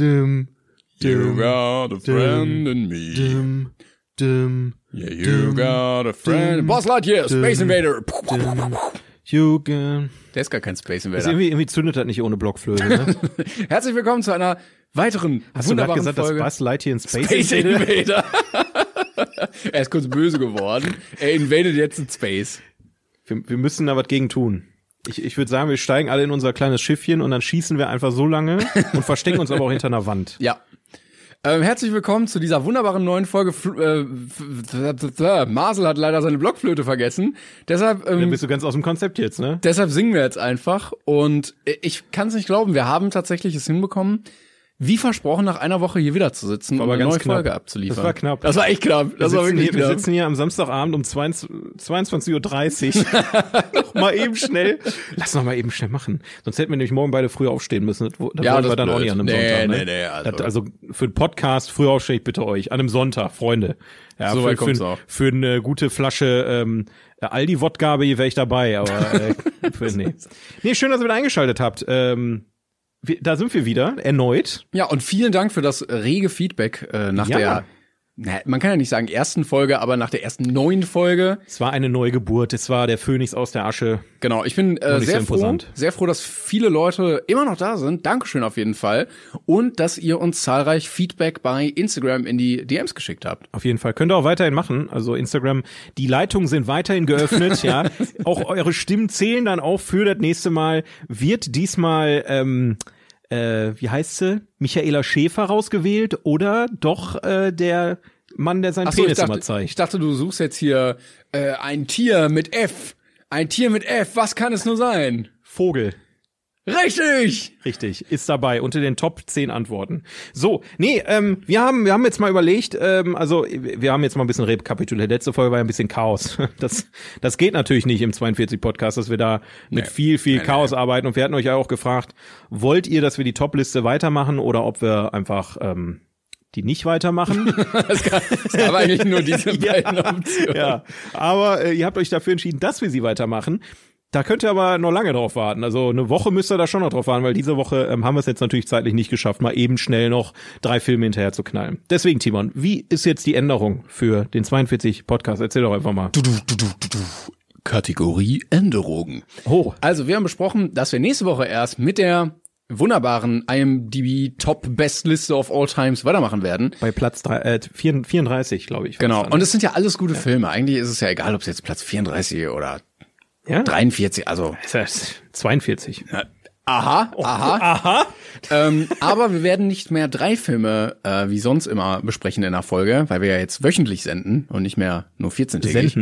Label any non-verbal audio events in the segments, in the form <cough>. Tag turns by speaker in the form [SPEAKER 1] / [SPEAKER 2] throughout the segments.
[SPEAKER 1] You got a friend in me. Yeah, you got a friend. Boss Lightyear, Space Invader.
[SPEAKER 2] Jugend.
[SPEAKER 1] <laughs> Der ist gar kein Space
[SPEAKER 2] Das
[SPEAKER 1] Invader.
[SPEAKER 2] irgendwie, irgendwie zündet das nicht ohne Blockflöte, ne?
[SPEAKER 1] Herzlich willkommen zu einer weiteren
[SPEAKER 2] Hast du gerade
[SPEAKER 1] wunderbaren
[SPEAKER 2] gesagt, dass
[SPEAKER 1] Folge.
[SPEAKER 2] Buzz Lightyear in Space, <laughs>
[SPEAKER 1] Space
[SPEAKER 2] Invader-
[SPEAKER 1] Invader. <laughs> er ist kurz böse geworden. Er invadet jetzt in Space.
[SPEAKER 2] Wir, wir müssen da was gegen tun. Ich, ich würde sagen, wir steigen alle in unser kleines Schiffchen und dann schießen wir einfach so lange und verstecken uns aber auch hinter einer Wand.
[SPEAKER 1] <laughs> Ja. Ähm, herzlich willkommen zu dieser wunderbaren neuen Folge. Fl- Äh, f- f- f- Marcel hat leider seine Blockflöte vergessen. Deshalb ähm,
[SPEAKER 2] Dann bist du ganz aus dem Konzept jetzt, ne?
[SPEAKER 1] Deshalb singen wir jetzt einfach und ich kann es nicht glauben, wir haben tatsächlich es hinbekommen, wie versprochen, nach einer Woche hier wieder zu sitzen und
[SPEAKER 2] aber
[SPEAKER 1] eine
[SPEAKER 2] ganz
[SPEAKER 1] neue
[SPEAKER 2] knapp.
[SPEAKER 1] Folge abzuliefern.
[SPEAKER 2] Das war knapp.
[SPEAKER 1] Das war echt knapp. Das
[SPEAKER 2] wir,
[SPEAKER 1] war
[SPEAKER 2] sitzen
[SPEAKER 1] wirklich
[SPEAKER 2] hier, wir
[SPEAKER 1] knapp.
[SPEAKER 2] sitzen hier am Samstagabend um
[SPEAKER 1] <laughs>
[SPEAKER 2] 22.30 Uhr. noch mal eben schnell. Lass noch mal eben schnell machen. Sonst hätten wir nämlich morgen beide früh aufstehen müssen. Das, wo- da
[SPEAKER 1] Ja,
[SPEAKER 2] wollen
[SPEAKER 1] das
[SPEAKER 2] wir
[SPEAKER 1] ist
[SPEAKER 2] dann auch
[SPEAKER 1] blöd.
[SPEAKER 2] nicht an einem
[SPEAKER 1] Nee,
[SPEAKER 2] Sonntag.
[SPEAKER 1] nee,
[SPEAKER 2] Ne?
[SPEAKER 1] nee,
[SPEAKER 2] also.
[SPEAKER 1] also-
[SPEAKER 2] Das, also für einen Podcast früh aufstehen, ich bitte euch. An einem Sonntag, Freunde. Ja,
[SPEAKER 1] So
[SPEAKER 2] für,
[SPEAKER 1] weit kommt's
[SPEAKER 2] für,
[SPEAKER 1] auch.
[SPEAKER 2] für eine gute Flasche ähm, Aldi-Wodka wäre ich dabei. Aber
[SPEAKER 1] <laughs>
[SPEAKER 2] äh, für, nee. nee, schön, dass ihr wieder eingeschaltet habt. Ähm, wir, da sind wir wieder, erneut.
[SPEAKER 1] Ja, und vielen Dank für das rege Feedback äh, nach
[SPEAKER 2] Ja.
[SPEAKER 1] der, na, man kann ja nicht sagen ersten Folge, aber nach der ersten neuen Folge.
[SPEAKER 2] Es war eine Neugeburt, es war der Phönix aus der Asche.
[SPEAKER 1] Genau, ich bin äh,
[SPEAKER 2] nicht
[SPEAKER 1] sehr
[SPEAKER 2] so
[SPEAKER 1] froh,
[SPEAKER 2] imposant.
[SPEAKER 1] sehr froh, dass viele Leute immer noch da sind. Dankeschön auf jeden Fall. Und dass ihr uns zahlreich Feedback bei Instagram in die DMs geschickt habt.
[SPEAKER 2] Auf jeden Fall. Könnt ihr auch weiterhin machen. Also Instagram, die Leitungen sind weiterhin geöffnet,
[SPEAKER 1] <laughs>
[SPEAKER 2] ja. Auch eure Stimmen zählen dann auch für das nächste Mal. Wird diesmal, ähm, äh, wie heißt sie? Michaela Schäfer rausgewählt oder doch äh, der Mann, der seinen
[SPEAKER 1] Ach so,
[SPEAKER 2] Penis
[SPEAKER 1] ich dachte,
[SPEAKER 2] immer
[SPEAKER 1] Ich
[SPEAKER 2] zeigt?
[SPEAKER 1] dachte, du suchst jetzt hier äh, ein Tier mit F. Ein Tier mit F, was kann es nur sein?
[SPEAKER 2] Vogel.
[SPEAKER 1] Richtig! <laughs>
[SPEAKER 2] Richtig, ist dabei unter den Top 10 Antworten. So, nee, ähm, wir haben wir haben jetzt mal überlegt, ähm, also wir haben jetzt mal ein bisschen rekapituliert. Letzte Folge war ja ein bisschen Chaos. <laughs> Das das geht natürlich nicht im 42 Podcast, dass wir da mit viel viel Chaos arbeiten und wir hatten euch ja auch gefragt, wollt ihr, dass wir die Top-Liste weitermachen oder ob wir einfach ähm, die nicht weitermachen?
[SPEAKER 1] Es gab eigentlich
[SPEAKER 2] <laughs>
[SPEAKER 1] nur <laughs> diese beiden Optionen.
[SPEAKER 2] ja, aber äh, ihr habt euch dafür entschieden, dass wir sie weitermachen. Da könnt ihr aber noch lange drauf warten. Also eine Woche müsst ihr da schon noch drauf warten, weil diese Woche ähm, haben wir es jetzt natürlich zeitlich nicht geschafft, mal eben schnell noch drei Filme hinterher zu knallen. Deswegen, Timon, wie ist jetzt die Änderung für den 42 Podcast? Erzähl doch einfach mal.
[SPEAKER 1] Du, du, du, du, du, du. Kategorie Änderungen.
[SPEAKER 2] Oh,
[SPEAKER 1] Also, wir haben besprochen, dass wir nächste Woche erst mit der wunderbaren IMDb Top Best Liste of All Times weitermachen werden.
[SPEAKER 2] bei Platz drei, äh, 34, glaube ich. war
[SPEAKER 1] Genau.
[SPEAKER 2] es dann.
[SPEAKER 1] Und es sind ja alles gute Filme. Eigentlich ist es ja egal, ob es jetzt Platz 34 oder
[SPEAKER 2] ja?
[SPEAKER 1] 43, also
[SPEAKER 2] Das heißt 42.
[SPEAKER 1] Aha, aha, aha. Ähm, aber wir werden nicht mehr drei Filme äh, wie sonst immer besprechen in der Folge, weil wir ja jetzt wöchentlich senden und nicht mehr nur 14 tägig.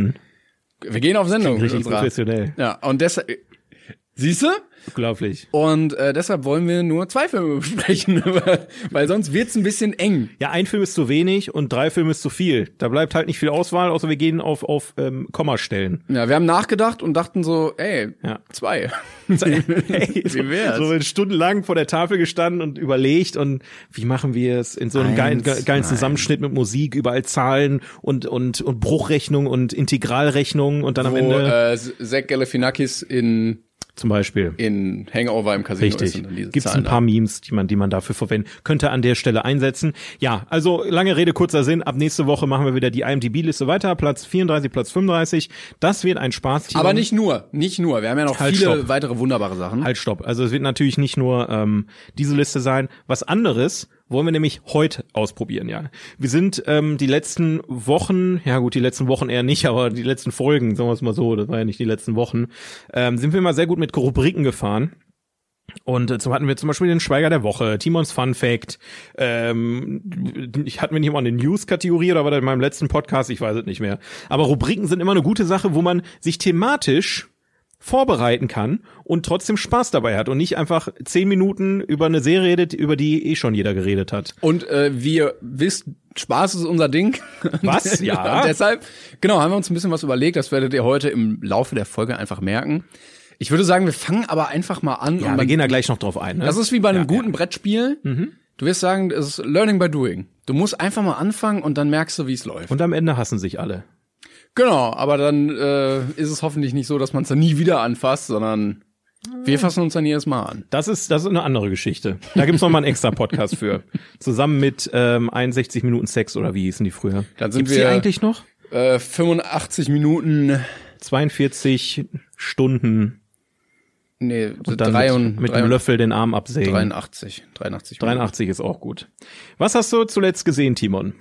[SPEAKER 1] Wir gehen auf Sendung. mit
[SPEAKER 2] Richtig
[SPEAKER 1] unserer-
[SPEAKER 2] professionell.
[SPEAKER 1] Ja, und deshalb siehst du?
[SPEAKER 2] Unglaublich.
[SPEAKER 1] Und äh, deshalb wollen wir nur zwei Filme <laughs> besprechen, weil sonst wird's ein bisschen eng.
[SPEAKER 2] Ja, ein Film ist zu wenig und drei Filme ist zu viel. Da bleibt halt nicht viel Auswahl, außer wir gehen auf, auf ähm,
[SPEAKER 1] <laughs>
[SPEAKER 2] Kommastellen.
[SPEAKER 1] Ja, wir haben nachgedacht und dachten so, ey,
[SPEAKER 2] Ja. <laughs>
[SPEAKER 1] zwei.
[SPEAKER 2] Hey, so,
[SPEAKER 1] <laughs> Wie wär's?
[SPEAKER 2] so stundenlang vor der Tafel gestanden und überlegt und wie machen wir es in so einem geilen,
[SPEAKER 1] Eins,
[SPEAKER 2] ge- geilen
[SPEAKER 1] nein.
[SPEAKER 2] Zusammenschnitt mit Musik, überall Zahlen und, und, und Bruchrechnung und Integralrechnung und dann am
[SPEAKER 1] Wo
[SPEAKER 2] Ende
[SPEAKER 1] äh, Zach Galifianakis in
[SPEAKER 2] zum Beispiel.
[SPEAKER 1] in Hangover im Casino ist
[SPEAKER 2] Richtig.
[SPEAKER 1] und dann diese
[SPEAKER 2] Gibt es
[SPEAKER 1] Zahlen
[SPEAKER 2] ein
[SPEAKER 1] da.
[SPEAKER 2] paar Memes, die man, die man dafür verwenden könnte an der Stelle einsetzen. Ja, also lange Rede kurzer Sinn. Ab nächste Woche machen wir wieder die IMDb-Liste weiter. Platz 34, Platz 35. Das wird ein Spaß.
[SPEAKER 1] Aber nicht nur, nicht nur. Wir haben ja noch
[SPEAKER 2] Halt,
[SPEAKER 1] viele
[SPEAKER 2] stopp.
[SPEAKER 1] weitere wunderbare Sachen.
[SPEAKER 2] Halt, stopp. Also es wird natürlich nicht nur ähm, diese Liste sein. Was anderes wollen wir nämlich heute ausprobieren, ja. Wir sind ähm, die letzten Wochen, ja gut, die letzten Wochen eher nicht, <laughs> aber die letzten Folgen, sagen wir es mal so, das war ja nicht die letzten Wochen, ähm, sind wir immer sehr gut mit Rubriken gefahren. Und äh, zum hatten wir zum Beispiel den Schweiger der Woche, Timons Fun Fact. Ähm, ich hatten wir nicht mal eine News-Kategorie oder war das in meinem letzten Podcast? Ich weiß es nicht mehr. Aber Rubriken sind immer eine gute Sache, wo man sich thematisch vorbereiten kann und trotzdem Spaß dabei hat und nicht einfach zehn Minuten über eine Serie redet, über die eh schon jeder geredet hat.
[SPEAKER 1] Und äh, wie ihr wisst, Spaß ist unser Ding.
[SPEAKER 2] <laughs>
[SPEAKER 1] <laughs>
[SPEAKER 2] Was? Ja.
[SPEAKER 1] Und deshalb, genau, haben wir uns ein bisschen was überlegt. Das werdet ihr heute im Laufe der Folge einfach merken. Ich würde sagen, wir fangen aber einfach mal an.
[SPEAKER 2] Ja,
[SPEAKER 1] und
[SPEAKER 2] wir
[SPEAKER 1] man,
[SPEAKER 2] gehen Mhm. da gleich noch drauf ein. Ne?
[SPEAKER 1] das ist wie bei einem guten Brettspiel. Du wirst sagen, es ist Learning by Doing. Du musst einfach mal anfangen und dann merkst du, wie es läuft.
[SPEAKER 2] und am Ende hassen sich alle.
[SPEAKER 1] Genau, aber dann äh, ist es hoffentlich nicht so, dass man es dann nie wieder anfasst, sondern wir fassen uns dann jedes Mal an.
[SPEAKER 2] Das ist, das ist eine andere Geschichte. Da gibt's noch mal einen extra Podcast für. Zusammen mit ähm, 61 Minuten Sex oder wie hießen die früher?
[SPEAKER 1] Dann sind
[SPEAKER 2] gibt's die
[SPEAKER 1] wir-
[SPEAKER 2] eigentlich noch?
[SPEAKER 1] Äh, 85 Minuten,
[SPEAKER 2] 42 Stunden
[SPEAKER 1] nee,
[SPEAKER 2] und dann
[SPEAKER 1] drei und,
[SPEAKER 2] mit, mit
[SPEAKER 1] drei
[SPEAKER 2] einem
[SPEAKER 1] und
[SPEAKER 2] Löffel den Arm absägen.
[SPEAKER 1] 83, 83. Minuten.
[SPEAKER 2] 83 ist auch gut. Was hast du zuletzt gesehen, Timon?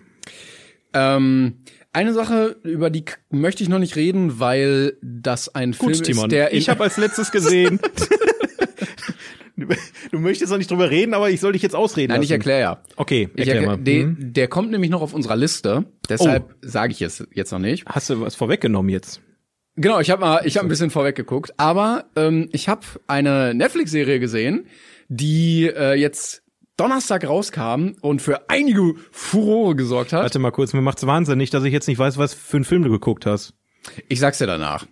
[SPEAKER 1] Ähm, eine Sache, über die k- möchte ich noch nicht reden, weil das ein Film ist, der in-
[SPEAKER 2] ich habe als letztes
[SPEAKER 1] <laughs>
[SPEAKER 2] gesehen. du, du möchtest noch nicht drüber reden, aber ich soll dich jetzt ausreden
[SPEAKER 1] Nein,
[SPEAKER 2] lassen.
[SPEAKER 1] ich erkläre ja.
[SPEAKER 2] Okay,
[SPEAKER 1] Ich
[SPEAKER 2] erklär
[SPEAKER 1] erklär,
[SPEAKER 2] mal.
[SPEAKER 1] de-
[SPEAKER 2] Hm? Oh.
[SPEAKER 1] Der kommt nämlich noch auf unserer Liste, deshalb sage ich es jetzt noch nicht.
[SPEAKER 2] Hast du was vorweggenommen jetzt?
[SPEAKER 1] Genau, ich habe mal, ich habe ein bisschen vorweg geguckt, aber ähm, ich habe eine Netflix-Serie gesehen, die äh, jetzt Donnerstag rauskam und für einige Furore gesorgt hat.
[SPEAKER 2] Warte mal kurz, mir macht's wahnsinnig, dass ich jetzt nicht weiß, was für einen Film du geguckt hast.
[SPEAKER 1] Ich sag's dir danach.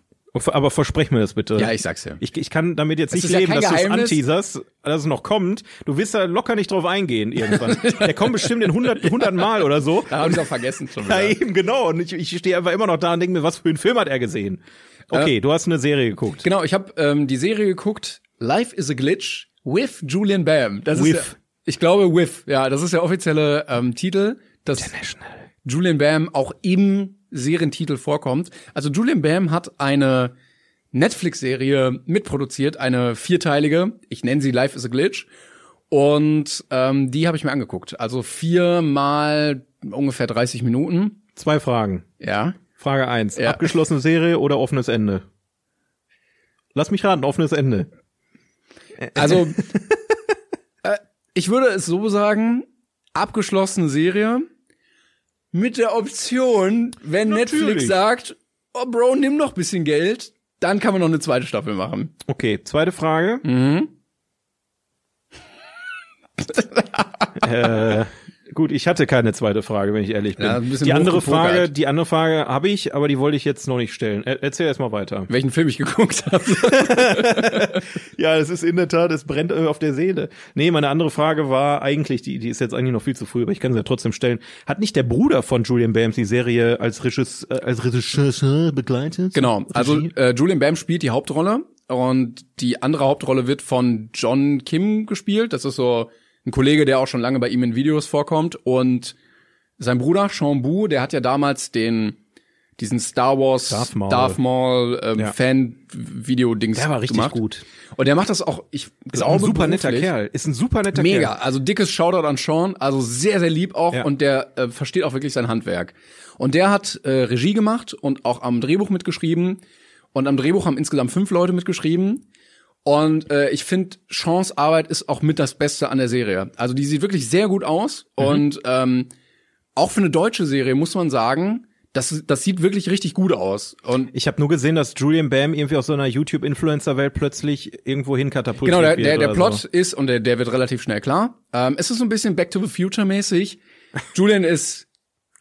[SPEAKER 2] Aber versprech mir das bitte.
[SPEAKER 1] Ja, ich sag's dir.
[SPEAKER 2] Ich, ich kann damit jetzt
[SPEAKER 1] Das
[SPEAKER 2] nicht
[SPEAKER 1] ist ja
[SPEAKER 2] leben,
[SPEAKER 1] kein
[SPEAKER 2] dass du es
[SPEAKER 1] Geheimnis.
[SPEAKER 2] anteaserst, dass es noch kommt. Du wirst da locker nicht drauf eingehen
[SPEAKER 1] <laughs>
[SPEAKER 2] irgendwann. Der kommt bestimmt in 100, 100 Mal oder so.
[SPEAKER 1] Da habe ich auch vergessen
[SPEAKER 2] <laughs>
[SPEAKER 1] schon
[SPEAKER 2] Ja,
[SPEAKER 1] wieder.
[SPEAKER 2] eben, genau. Und ich, ich stehe einfach immer noch da und denke mir, was für einen Film hat er gesehen?
[SPEAKER 1] Äh.
[SPEAKER 2] Okay, du hast eine Serie geguckt.
[SPEAKER 1] Genau, ich habe ähm, die Serie geguckt. Life is a Glitch with Julian Bam. Das
[SPEAKER 2] With.
[SPEAKER 1] ist der, ich glaube with. Ja, das ist der offizielle ähm, Titel. Das
[SPEAKER 2] ne.
[SPEAKER 1] Julian Bam auch im Serientitel vorkommt. Also Julian Bam hat eine Netflix-Serie mitproduziert, eine vierteilige. Ich nenne sie Life is a Glitch. Und ähm, die habe ich mir angeguckt. Also viermal ungefähr 30 Minuten.
[SPEAKER 2] Zwei Fragen.
[SPEAKER 1] Ja.
[SPEAKER 2] Frage eins:
[SPEAKER 1] Ja.
[SPEAKER 2] Abgeschlossene Serie oder offenes Ende? Lass mich raten, offenes Ende.
[SPEAKER 1] Also, äh, ich würde es so sagen, abgeschlossene Serie mit der Option, wenn
[SPEAKER 2] Natürlich.
[SPEAKER 1] Netflix sagt, oh Bro, nimm noch ein bisschen Geld, dann kann man noch eine zweite Staffel machen.
[SPEAKER 2] Okay, zweite Frage. Mhm. <laughs> äh, gut, ich hatte keine zweite Frage, wenn ich ehrlich bin.
[SPEAKER 1] Ja, ein bisschen
[SPEAKER 2] die andere
[SPEAKER 1] hochgepokert.
[SPEAKER 2] Frage, die andere Frage habe ich, aber die wollte ich jetzt noch nicht stellen. Er, erzähl erst mal weiter.
[SPEAKER 1] Welchen Film ich geguckt habe.
[SPEAKER 2] Ja, es ist in der Tat, es brennt äh, auf der Seele. Nee, meine andere Frage war eigentlich, die, die ist jetzt eigentlich noch viel zu früh, aber ich kann sie ja trotzdem stellen. Hat nicht der Bruder von Julian Bams die Serie als Regisseur, äh, als Regisseur begleitet?
[SPEAKER 1] Genau, also
[SPEAKER 2] Regie?
[SPEAKER 1] äh, Julian Bam spielt die Hauptrolle und die andere Hauptrolle wird von John Kim gespielt. Das ist so ein Kollege, der auch schon lange bei ihm in Videos vorkommt und sein Bruder Sean Bu, der hat ja damals den diesen Star Wars
[SPEAKER 2] Darth Maul.
[SPEAKER 1] Maul, ähm,
[SPEAKER 2] Ja.
[SPEAKER 1] Fan Video Dings
[SPEAKER 2] Der war richtig
[SPEAKER 1] gemacht.
[SPEAKER 2] gut.
[SPEAKER 1] Und der macht das auch, ich
[SPEAKER 2] Ist auch
[SPEAKER 1] glaube
[SPEAKER 2] ein super netter
[SPEAKER 1] beruflich.
[SPEAKER 2] Kerl. Ist ein super netter
[SPEAKER 1] Mega,
[SPEAKER 2] Kerl.
[SPEAKER 1] also dickes Shoutout an Sean, also sehr, sehr lieb auch
[SPEAKER 2] Ja.
[SPEAKER 1] und der äh, versteht auch wirklich sein Handwerk. Und der hat äh, Regie gemacht und auch am Drehbuch mitgeschrieben und am Drehbuch haben insgesamt fünf Leute mitgeschrieben und äh, ich finde, Sean's Arbeit ist auch mit das Beste an der Serie. Also die sieht wirklich sehr gut aus und ähm, auch für eine deutsche Serie muss man sagen, das, das sieht wirklich richtig gut aus. Und
[SPEAKER 2] Ich habe nur gesehen, dass Julian Bam irgendwie aus so einer YouTube-Influencer-Welt plötzlich irgendwo hin katapultiert
[SPEAKER 1] Genau, der,
[SPEAKER 2] wird
[SPEAKER 1] der, der
[SPEAKER 2] oder
[SPEAKER 1] Plot
[SPEAKER 2] So.
[SPEAKER 1] ist, und der, der wird relativ schnell klar. Ähm, es ist so ein bisschen Back to the Future mäßig. Julian ist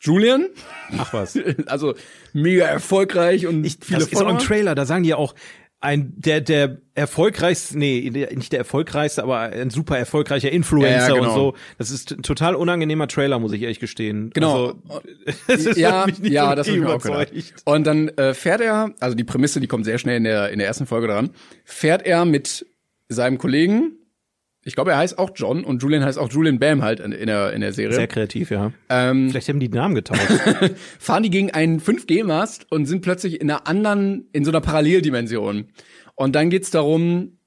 [SPEAKER 1] Julian, <laughs>
[SPEAKER 2] Ach was.
[SPEAKER 1] also mega erfolgreich und
[SPEAKER 2] Ich,
[SPEAKER 1] viele
[SPEAKER 2] das ist auch im
[SPEAKER 1] Follower.
[SPEAKER 2] Trailer, da sagen die ja auch, ein, der, der erfolgreichste, nee, der, nicht der erfolgreichste, aber ein super erfolgreicher Influencer
[SPEAKER 1] Ja, ja, genau.
[SPEAKER 2] und so. Das ist ein total unangenehmer Trailer, muss ich ehrlich gestehen.
[SPEAKER 1] Genau.
[SPEAKER 2] Also, <laughs> das ist
[SPEAKER 1] ja,
[SPEAKER 2] hat mich nicht
[SPEAKER 1] ja,
[SPEAKER 2] so
[SPEAKER 1] das habe ich mir auch gedacht.
[SPEAKER 2] überzeugt.
[SPEAKER 1] Und dann äh, fährt er, also die Prämisse, die kommt sehr schnell in der, in der ersten Folge dran, fährt er mit seinem Kollegen, ich glaube, er heißt auch John und Julian heißt auch Julian Bam halt in, in der, in der Serie.
[SPEAKER 2] Sehr kreativ, ja.
[SPEAKER 1] Ähm,
[SPEAKER 2] Vielleicht haben die den Namen getauscht.
[SPEAKER 1] <laughs> fahren die gegen einen 5G-Mast und sind plötzlich in einer anderen, in so einer Paralleldimension. Und dann geht's darum,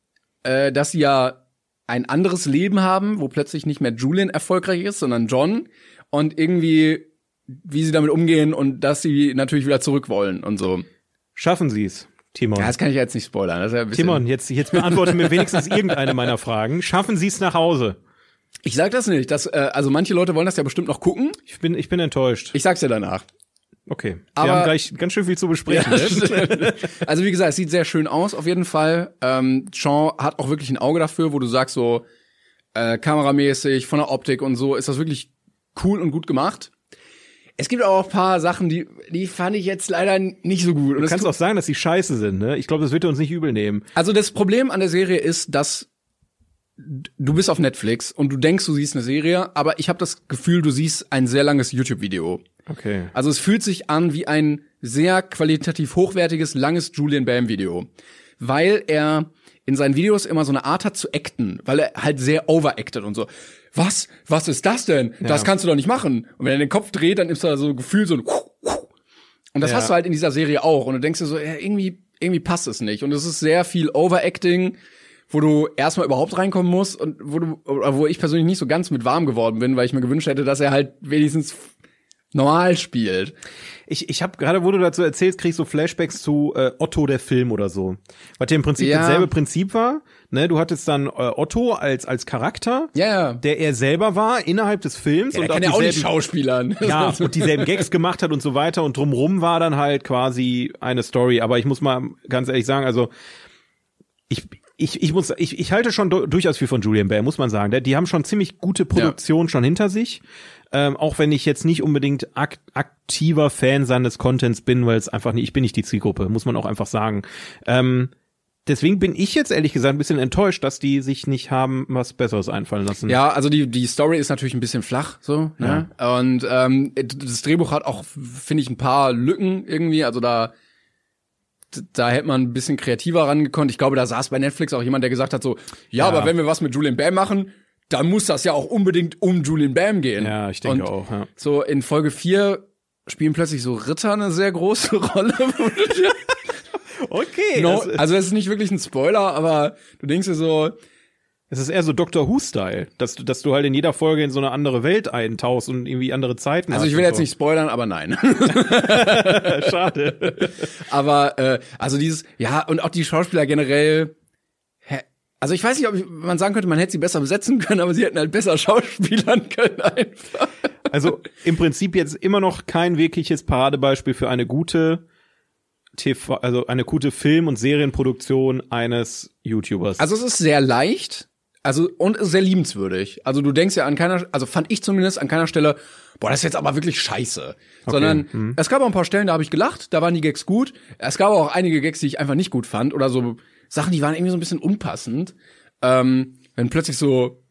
[SPEAKER 1] äh, dass sie ja ein anderes Leben haben, wo plötzlich nicht mehr Julian erfolgreich ist, sondern John. Und irgendwie, wie sie damit umgehen und dass sie natürlich wieder zurück wollen und so.
[SPEAKER 2] Schaffen sie es. Timon.
[SPEAKER 1] Ja, das kann ich jetzt nicht spoilern. Das ist ja ein bisschen-
[SPEAKER 2] Timon, jetzt, jetzt beantworte mir wenigstens irgendeine meiner Fragen. Schaffen Sie es nach Hause?
[SPEAKER 1] Ich sag das nicht. Das, äh, also manche Leute wollen das ja bestimmt noch gucken.
[SPEAKER 2] Ich bin, ich bin enttäuscht.
[SPEAKER 1] Ich sag's dir danach.
[SPEAKER 2] Okay. Wir
[SPEAKER 1] Aber-
[SPEAKER 2] haben gleich ganz schön viel zu besprechen. ne?
[SPEAKER 1] also wie gesagt, es sieht sehr schön aus auf jeden Fall. Ähm, Sean hat auch wirklich ein Auge dafür, wo du sagst so äh, kameramäßig, von der Optik und so ist das wirklich cool und gut gemacht. Es gibt aber auch ein paar Sachen, die die fand ich jetzt leider nicht so gut. Und
[SPEAKER 2] Du
[SPEAKER 1] <laughs> das
[SPEAKER 2] kannst auch sagen, dass die scheiße sind, ne? Ich glaube, das wird er uns nicht übel nehmen.
[SPEAKER 1] Also das Problem an der Serie ist, dass d- du bist auf Netflix und du denkst, du siehst eine Serie, aber ich habe das Gefühl, du siehst ein sehr langes YouTube-Video.
[SPEAKER 2] Okay.
[SPEAKER 1] Also es fühlt sich an wie ein sehr qualitativ hochwertiges, langes Julian Bam Video. Weil er in seinen Videos immer so eine Art hat zu acten, weil er halt sehr overacted und so. Was? Was ist das denn? Das kannst du doch nicht machen. Und wenn er den Kopf dreht, dann ist da so ein Gefühl, so ein Und das
[SPEAKER 2] Ja.
[SPEAKER 1] hast du halt in dieser Serie auch. Und du denkst dir so, ja, irgendwie, irgendwie passt es nicht. Und es ist sehr viel Overacting, wo du erstmal überhaupt reinkommen musst und wo du, oder wo ich persönlich nicht so ganz mit warm geworden bin, weil ich mir gewünscht hätte, dass er halt wenigstens normal spielt.
[SPEAKER 2] Ich, ich habe gerade, wo du dazu erzählst, kriegst so Flashbacks zu äh, Otto der Film oder so. Was ja im Prinzip
[SPEAKER 1] Ja.
[SPEAKER 2] dasselbe Prinzip war. Ne, du hattest dann äh, Otto als als Charakter,
[SPEAKER 1] Ja, ja. Der,
[SPEAKER 2] der er selber war innerhalb des Films und
[SPEAKER 1] kann ja auch nicht
[SPEAKER 2] dieselben,
[SPEAKER 1] schauspielern. <laughs>
[SPEAKER 2] ja und dieselben Gags gemacht hat und so weiter und drumrum war dann halt quasi eine Story. Aber ich muss mal ganz ehrlich sagen, also ich ich, ich muss ich, ich halte schon du- durchaus viel von Julian Bell, muss man sagen. Der- Die haben schon ziemlich gute Produktion schon hinter sich. Ähm, auch wenn ich jetzt nicht unbedingt ak aktiver Fan seines Contents bin, weil es einfach nicht, ich bin nicht die Zielgruppe, muss man auch einfach sagen. Ähm, deswegen bin ich jetzt ehrlich gesagt ein bisschen enttäuscht, dass die sich nicht haben was Besseres einfallen lassen.
[SPEAKER 1] Ja, also die, die Story ist natürlich ein bisschen flach, so. Ne? Und ähm, das Drehbuch hat auch, finde ich, ein paar Lücken irgendwie. Also da, da hätte man ein bisschen kreativer rangekonnt. Ich glaube, da saß bei Netflix auch jemand, der gesagt hat so, ja, aber wenn wir was mit Julian Bam machen, dann muss das ja auch unbedingt um Julian Bam gehen.
[SPEAKER 2] Ja, ich denke
[SPEAKER 1] Und
[SPEAKER 2] auch, ja.
[SPEAKER 1] So in Folge 4 spielen plötzlich so Ritter eine sehr große <laughs> Rolle.
[SPEAKER 2] Okay.
[SPEAKER 1] no,
[SPEAKER 2] das-
[SPEAKER 1] also es ist nicht wirklich ein Spoiler, aber du denkst dir so,
[SPEAKER 2] Es ist eher so Doctor Who-Style, dass du, dass du halt in jeder Folge in so eine andere Welt eintauchst und irgendwie andere Zeiten
[SPEAKER 1] also
[SPEAKER 2] hast
[SPEAKER 1] ich will
[SPEAKER 2] und
[SPEAKER 1] jetzt
[SPEAKER 2] so.
[SPEAKER 1] nicht spoilern, aber nein.
[SPEAKER 2] Schade.
[SPEAKER 1] Aber äh, also dieses, ja, und auch die Schauspieler generell. hä? Also ich weiß nicht, ob ich, man sagen könnte, man hätte sie besser besetzen können, aber sie hätten halt besser <laughs> schauspielern können einfach.
[SPEAKER 2] Also im Prinzip jetzt immer noch kein wirkliches Paradebeispiel für eine gute TV, also eine gute Film- und Serienproduktion eines YouTubers.
[SPEAKER 1] Also es ist sehr leicht, also und ist sehr liebenswürdig. Also du denkst ja an keiner, also fand ich zumindest an keiner Stelle, boah, das ist jetzt aber wirklich scheiße. Sondern es gab auch ein paar Stellen, da habe ich gelacht, da waren die Gags gut. Es gab auch einige Gags, die ich einfach nicht gut fand oder so Sachen, die waren irgendwie so ein bisschen unpassend. Ähm, wenn plötzlich so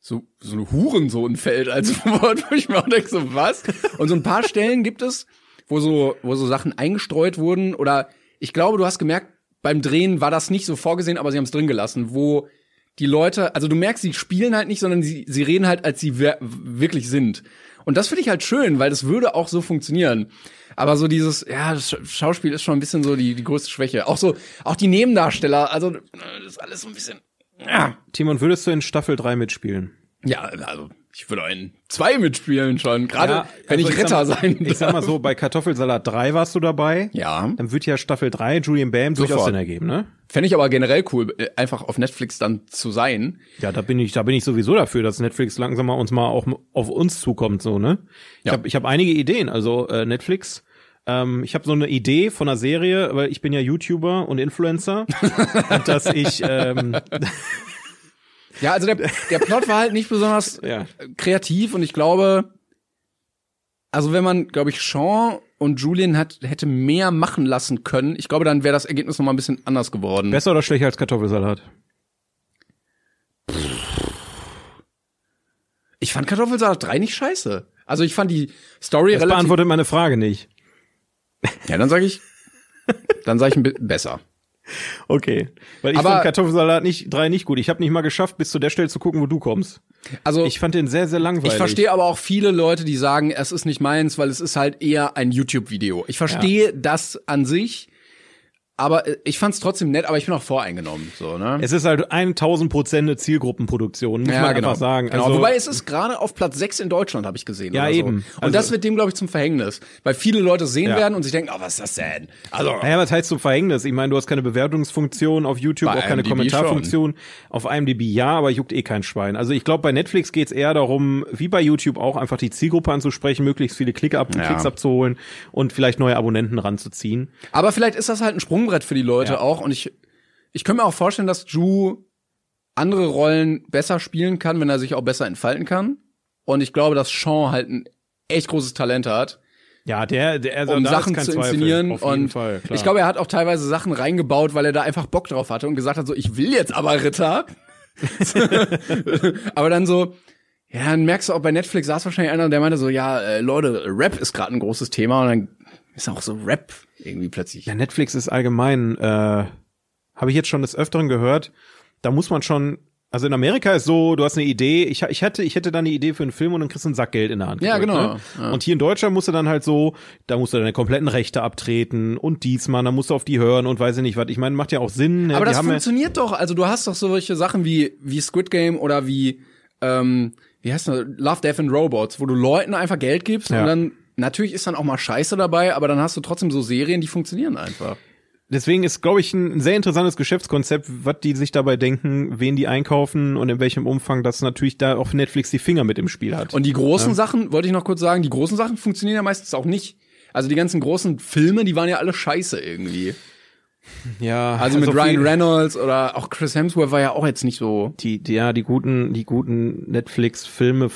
[SPEAKER 1] so, so eine Hurensohn fällt als <laughs> Wort, wo ich mir auch denke, so was? Und so ein paar Stellen gibt es, wo so, wo so Sachen eingestreut wurden oder ich glaube, du hast gemerkt, beim Drehen war das nicht so vorgesehen, aber sie haben es drin gelassen, wo die Leute, also du merkst, sie spielen halt nicht, sondern sie, sie reden halt, als sie wer- wirklich sind. Und das finde ich halt schön, weil das würde auch so funktionieren. Aber so dieses, ja, das Sch- Schauspiel ist schon ein bisschen so die, die größte Schwäche. Auch so, auch die Nebendarsteller, also das ist alles so ein bisschen. Ja.
[SPEAKER 2] Timon, würdest du in Staffel 3 mitspielen?
[SPEAKER 1] Ja, also ich würde einen zwei mitspielen schon, gerade
[SPEAKER 2] Ja,
[SPEAKER 1] wenn
[SPEAKER 2] also
[SPEAKER 1] ich Ritter
[SPEAKER 2] sag,
[SPEAKER 1] sein
[SPEAKER 2] Ich sag mal
[SPEAKER 1] darf.
[SPEAKER 2] so, bei Kartoffelsalat 3 warst du dabei.
[SPEAKER 1] Ja,
[SPEAKER 2] Dann wird ja Staffel 3 Julian Bam durchaus
[SPEAKER 1] Sofort.
[SPEAKER 2] Sinn ergeben, ne?
[SPEAKER 1] fände ich aber generell cool, äh, einfach auf Netflix dann zu sein.
[SPEAKER 2] Ja, da bin ich, da bin ich sowieso dafür, dass Netflix langsam mal uns mal auch m- auf uns zukommt, so ne. Ich
[SPEAKER 1] Ja.
[SPEAKER 2] hab, habe, ich habe einige Ideen, also äh, Netflix. Ähm, ich habe so eine Idee von einer Serie, weil ich bin ja YouTuber und <laughs> Influencer, und dass ich, ähm,
[SPEAKER 1] Ja, also der, der Plot war halt nicht besonders <laughs>
[SPEAKER 2] Ja.
[SPEAKER 1] äh, kreativ und ich glaube, also wenn man, glaube ich, Sean und Julian hat, hätte mehr machen lassen können, ich glaube, dann wäre das Ergebnis noch mal ein bisschen anders geworden.
[SPEAKER 2] besser oder schlechter als Kartoffelsalat?
[SPEAKER 1] Ich fand Kartoffelsalat 3 nicht scheiße. Also ich fand die Story
[SPEAKER 2] Das
[SPEAKER 1] relativ.
[SPEAKER 2] beantwortet meine Frage nicht.
[SPEAKER 1] Ja, dann sage ich, dann sage ich ein bi- besser.
[SPEAKER 2] Okay, weil ich
[SPEAKER 1] Aber-
[SPEAKER 2] fand Kartoffelsalat nicht drei nicht gut. Ich habe nicht mal geschafft, bis zu der Stelle zu gucken, wo du kommst.
[SPEAKER 1] Also
[SPEAKER 2] Oh. Ich fand den sehr sehr langweilig.
[SPEAKER 1] Ich verstehe aber auch viele Leute, die sagen, es ist nicht meins, weil es ist halt eher ein YouTube-Video. Ich verstehe das an sich, aber äh, ich fand's trotzdem nett, aber ich bin auch voreingenommen. So, ne?
[SPEAKER 2] Es ist halt 1000 Prozent eine Zielgruppenproduktion, muss man einfach sagen.
[SPEAKER 1] Genau.
[SPEAKER 2] Also,
[SPEAKER 1] Wobei es ist gerade auf Platz 6 in Deutschland, habe ich gesehen.
[SPEAKER 2] Ja,
[SPEAKER 1] oder so.
[SPEAKER 2] eben.
[SPEAKER 1] Und
[SPEAKER 2] Also-
[SPEAKER 1] das wird dem, glaube ich, zum Verhängnis. Weil viele Leute es sehen
[SPEAKER 2] Ja.
[SPEAKER 1] werden und sich denken, oh, was ist das denn? Also,
[SPEAKER 2] naja, was heißt zum Verhängnis? Ich meine, du hast keine Bewertungsfunktion auf YouTube,
[SPEAKER 1] Bei
[SPEAKER 2] auch keine
[SPEAKER 1] IMDb
[SPEAKER 2] Kommentarfunktion. Auf IMDb ja, aber juckt eh kein Schwein. Also ich glaube, bei Netflix geht's eher darum, wie bei YouTube auch, einfach die Zielgruppe anzusprechen, möglichst viele Klick ab
[SPEAKER 1] Ja.
[SPEAKER 2] Klicks abzuholen und vielleicht neue Abonnenten ranzuziehen.
[SPEAKER 1] aber vielleicht ist das halt ein Sprungbrett für die Leute auch. Und ich, ich könnte mir auch vorstellen, dass Ju andere Rollen besser spielen kann, wenn er sich auch besser entfalten kann. Und ich glaube, dass Sean halt ein echt großes Talent hat.
[SPEAKER 2] Ja, der, der also
[SPEAKER 1] um
[SPEAKER 2] da ist
[SPEAKER 1] Sachen
[SPEAKER 2] kein
[SPEAKER 1] zu
[SPEAKER 2] Zweifel,
[SPEAKER 1] inszenieren.
[SPEAKER 2] auf jeden
[SPEAKER 1] und
[SPEAKER 2] Fall, klar.
[SPEAKER 1] ich glaube, er hat auch teilweise Sachen reingebaut, weil er da einfach Bock drauf hatte und gesagt hat, so, ich will jetzt aber
[SPEAKER 2] <laughs>
[SPEAKER 1] Ritter. aber dann so, ja, dann merkst du auch bei Netflix saß wahrscheinlich einer, der meinte so, ja, äh, Leute, Rap ist gerade ein großes Thema und dann ist auch so Rap irgendwie plötzlich.
[SPEAKER 2] Ja, Netflix ist allgemein, äh, habe ich jetzt schon des Öfteren gehört, da muss man schon, also in Amerika ist so, du hast eine Idee, ich, ich hätte, ich hätte dann eine Idee für einen Film und dann kriegst du ein Sackgeld in der Hand.
[SPEAKER 1] Ja,
[SPEAKER 2] gedrückt,
[SPEAKER 1] genau,
[SPEAKER 2] Ne?
[SPEAKER 1] ja.
[SPEAKER 2] Und hier in Deutschland musst du dann halt so, da musst du deine kompletten Rechte abtreten und diesmal, dann musst du auf die hören und weiß ich nicht was. Ich meine, macht ja auch Sinn. ne?
[SPEAKER 1] Aber
[SPEAKER 2] Die
[SPEAKER 1] das
[SPEAKER 2] haben ja-
[SPEAKER 1] funktioniert doch. Also du hast doch solche Sachen wie wie Squid Game oder wie ähm, wie heißt das? Love, Death and Robots, wo du Leuten einfach Geld gibst
[SPEAKER 2] Ja.
[SPEAKER 1] und dann natürlich ist dann auch mal Scheiße dabei, aber dann hast du trotzdem so Serien, die funktionieren einfach.
[SPEAKER 2] Deswegen ist, glaube ich, ein sehr interessantes Geschäftskonzept, was die sich dabei denken, wen die einkaufen und in welchem Umfang, dass natürlich da auch Netflix die Finger mit im Spiel hat.
[SPEAKER 1] Und die großen Sachen, wollte ich noch kurz sagen, die großen Sachen funktionieren ja meistens auch nicht. Also die ganzen großen Filme, die waren ja alle scheiße irgendwie.
[SPEAKER 2] ja,
[SPEAKER 1] Also mit
[SPEAKER 2] viel-
[SPEAKER 1] Ryan Reynolds oder auch Chris Hemsworth war ja auch jetzt nicht so.
[SPEAKER 2] die, die ja die guten die guten Netflix Filme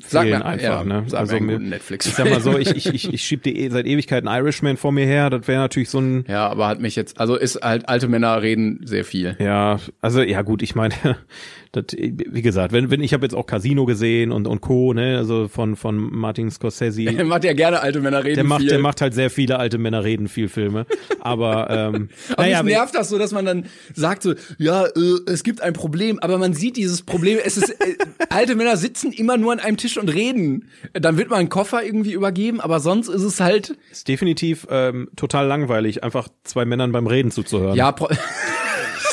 [SPEAKER 2] fehlen einfach
[SPEAKER 1] ja,
[SPEAKER 2] ne
[SPEAKER 1] sag mir einen
[SPEAKER 2] mir-
[SPEAKER 1] guten Netflix.
[SPEAKER 2] ich sag mal so ich ich
[SPEAKER 1] <laughs>
[SPEAKER 2] ich, ich schieb dir eh seit Ewigkeiten Irishman vor mir her das wäre natürlich so ein
[SPEAKER 1] Ja, aber hat mich jetzt, also ist halt, alte Männer reden sehr viel.
[SPEAKER 2] ja also ja gut ich meine <laughs> das wie gesagt wenn wenn ich habe jetzt auch Casino gesehen und und Co ne also von von Martin Scorsese
[SPEAKER 1] Der macht <laughs> ja gerne alte Männer reden
[SPEAKER 2] der macht
[SPEAKER 1] viel.
[SPEAKER 2] der macht halt sehr viele alte Männer reden viel Filme
[SPEAKER 1] <laughs>
[SPEAKER 2] aber ähm,
[SPEAKER 1] Aber
[SPEAKER 2] naja,
[SPEAKER 1] mich nervt das so, dass man dann sagt so, ja, äh, es gibt ein Problem, aber man sieht dieses Problem, es ist, <laughs> äh, alte Männer sitzen immer nur an einem Tisch und reden. Dann wird mal ein Koffer irgendwie übergeben, aber sonst ist es halt,
[SPEAKER 2] ist definitiv ähm, total langweilig einfach zwei Männern beim Reden zuzuhören
[SPEAKER 1] ja, pro <laughs>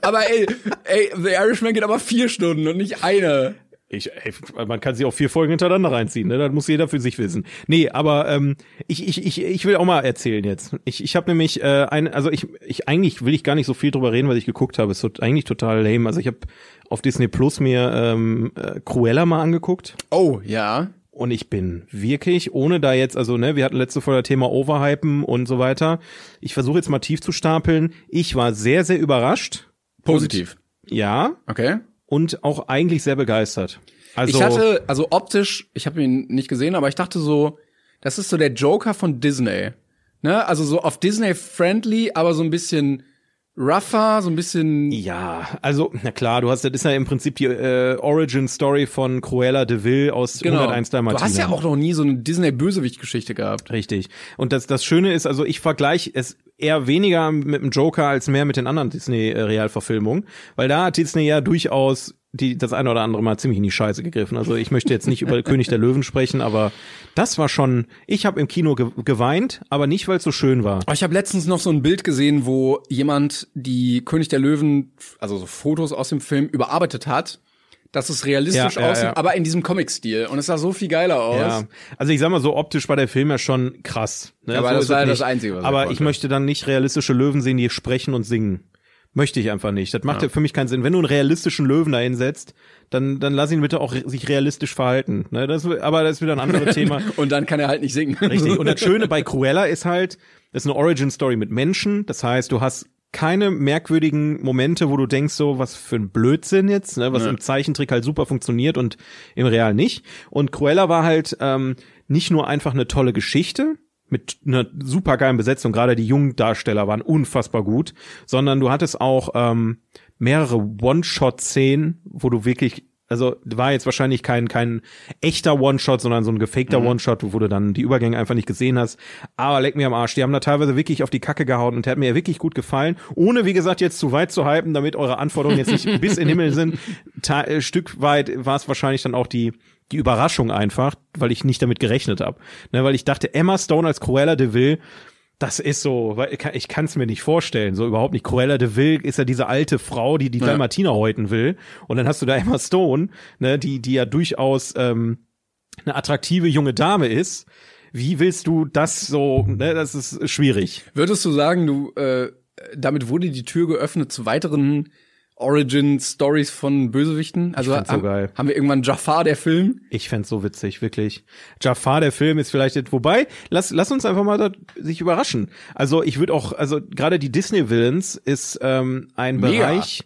[SPEAKER 1] aber ey, ey, The Irishman geht aber vier Stunden und nicht eine.
[SPEAKER 2] Ich, ey, man kann sich auch vier Folgen hintereinander reinziehen, ne? Das muss jeder für sich wissen. Nee, aber ähm, ich, ich, ich, ich will auch mal erzählen jetzt. Ich, ich habe nämlich äh, ein, also ich, ich eigentlich will ich gar nicht so viel drüber reden, weil ich geguckt habe. Ist tot, eigentlich total lame. Also ich habe auf Disney Plus mir ähm, äh, Cruella mal angeguckt.
[SPEAKER 1] Oh, ja.
[SPEAKER 2] Und ich bin wirklich, ohne da jetzt, also ne, wir hatten letzte Folge das Thema Overhypen und so weiter. Ich versuche jetzt mal tief zu stapeln. Ich war sehr, sehr überrascht.
[SPEAKER 1] Positiv.
[SPEAKER 2] Ja.
[SPEAKER 1] Okay.
[SPEAKER 2] Und auch eigentlich sehr begeistert. Also,
[SPEAKER 1] Ich hatte, also optisch, ich habe ihn nicht gesehen, aber ich dachte so, das ist so der Joker von Disney. Ne? Also so auf Disney-friendly, aber so ein bisschen rougher, so ein bisschen.
[SPEAKER 2] Ja, also, na klar, du hast, das ist ja im Prinzip die äh, Origin-Story von Cruella de Vil aus 101 Dalmatiner.
[SPEAKER 1] Genau. Du hast ja auch noch nie so eine Disney-Bösewicht-Geschichte gehabt.
[SPEAKER 2] Richtig. Und das, das Schöne ist, also ich vergleiche es eher weniger mit dem Joker als mehr mit den anderen Disney-Realverfilmungen, weil da hat Disney ja durchaus die, das eine oder andere Mal ziemlich in die Scheiße gegriffen. Also ich möchte jetzt nicht
[SPEAKER 1] <laughs>
[SPEAKER 2] über König der Löwen sprechen, aber das war schon, ich habe im Kino ge geweint, aber nicht, weil es so schön war.
[SPEAKER 1] Aber Ich habe letztens noch so ein Bild gesehen, wo jemand die König der Löwen, also so Fotos aus dem Film, überarbeitet hat, dass es realistisch
[SPEAKER 2] Ja, ja,
[SPEAKER 1] aussieht,
[SPEAKER 2] ja.
[SPEAKER 1] aber in diesem Comic-Stil. Und es sah so viel geiler aus.
[SPEAKER 2] Ja, also ich sag mal so, optisch war der Film ja schon krass. Ne?
[SPEAKER 1] Ja, aber
[SPEAKER 2] so
[SPEAKER 1] das
[SPEAKER 2] ist
[SPEAKER 1] war
[SPEAKER 2] es
[SPEAKER 1] ja das
[SPEAKER 2] nicht.
[SPEAKER 1] Einzige, was er
[SPEAKER 2] Aber ich
[SPEAKER 1] konnte.
[SPEAKER 2] möchte dann nicht realistische Löwen sehen, die sprechen und singen. Möchte ich einfach nicht. Das macht ja, für mich keinen Sinn. Wenn du einen realistischen Löwen da hinsetzt, dann, dann lass ihn bitte auch re- sich realistisch verhalten. Ne? Das, aber das ist wieder ein
[SPEAKER 1] <laughs>
[SPEAKER 2] anderes Thema.
[SPEAKER 1] Und dann kann er halt nicht singen.
[SPEAKER 2] Richtig. Und das Schöne bei Cruella ist halt, das ist eine Origin-Story mit Menschen. Das heißt, du hast keine merkwürdigen Momente, wo du denkst, so, was für ein Blödsinn jetzt, ne? was im Zeichentrick halt super funktioniert und im Real nicht. Und Cruella war halt ähm, nicht nur einfach eine tolle Geschichte mit einer super geilen Besetzung, gerade die jungen Darsteller waren unfassbar gut, sondern du hattest auch ähm, mehrere One-Shot-Szenen, wo du wirklich also war jetzt wahrscheinlich kein kein echter One-Shot, sondern so ein gefakter One-Shot, wo du dann die Übergänge einfach nicht gesehen hast. Aber leck mir am Arsch, die haben da teilweise wirklich auf die Kacke gehauen und der hat mir wirklich gut gefallen, ohne wie gesagt jetzt zu weit zu hypen, damit eure Anforderungen jetzt nicht bis in den Himmel sind. Ta äh, Stück weit war es wahrscheinlich dann auch die die Überraschung einfach, weil ich nicht damit gerechnet habe, ne, weil ich dachte Emma Stone als Cruella de Vil Das ist so, weil ich kann- ich kann es mir nicht vorstellen, so überhaupt nicht. Cruella de Vil ist ja diese alte Frau, die die Dalmatiner häuten will. Und dann hast du da Emma Stone, ne, die, die ja durchaus ähm, eine attraktive junge Dame ist. Wie willst du das so, ne, das ist schwierig.
[SPEAKER 1] Würdest du sagen, du äh, damit wurde die Tür geöffnet zu weiteren Origin-Stories von Bösewichten? Also
[SPEAKER 2] fand's so
[SPEAKER 1] haben,
[SPEAKER 2] geil.
[SPEAKER 1] haben wir irgendwann Jafar der Film?
[SPEAKER 2] Ich fänd's so witzig, wirklich. Jafar, der Film ist vielleicht, jetzt- wobei, lass, lass uns einfach mal da, sich überraschen. Also ich würde auch, also gerade die Disney-Villains ist ähm, ein
[SPEAKER 1] Mega.
[SPEAKER 2] Bereich,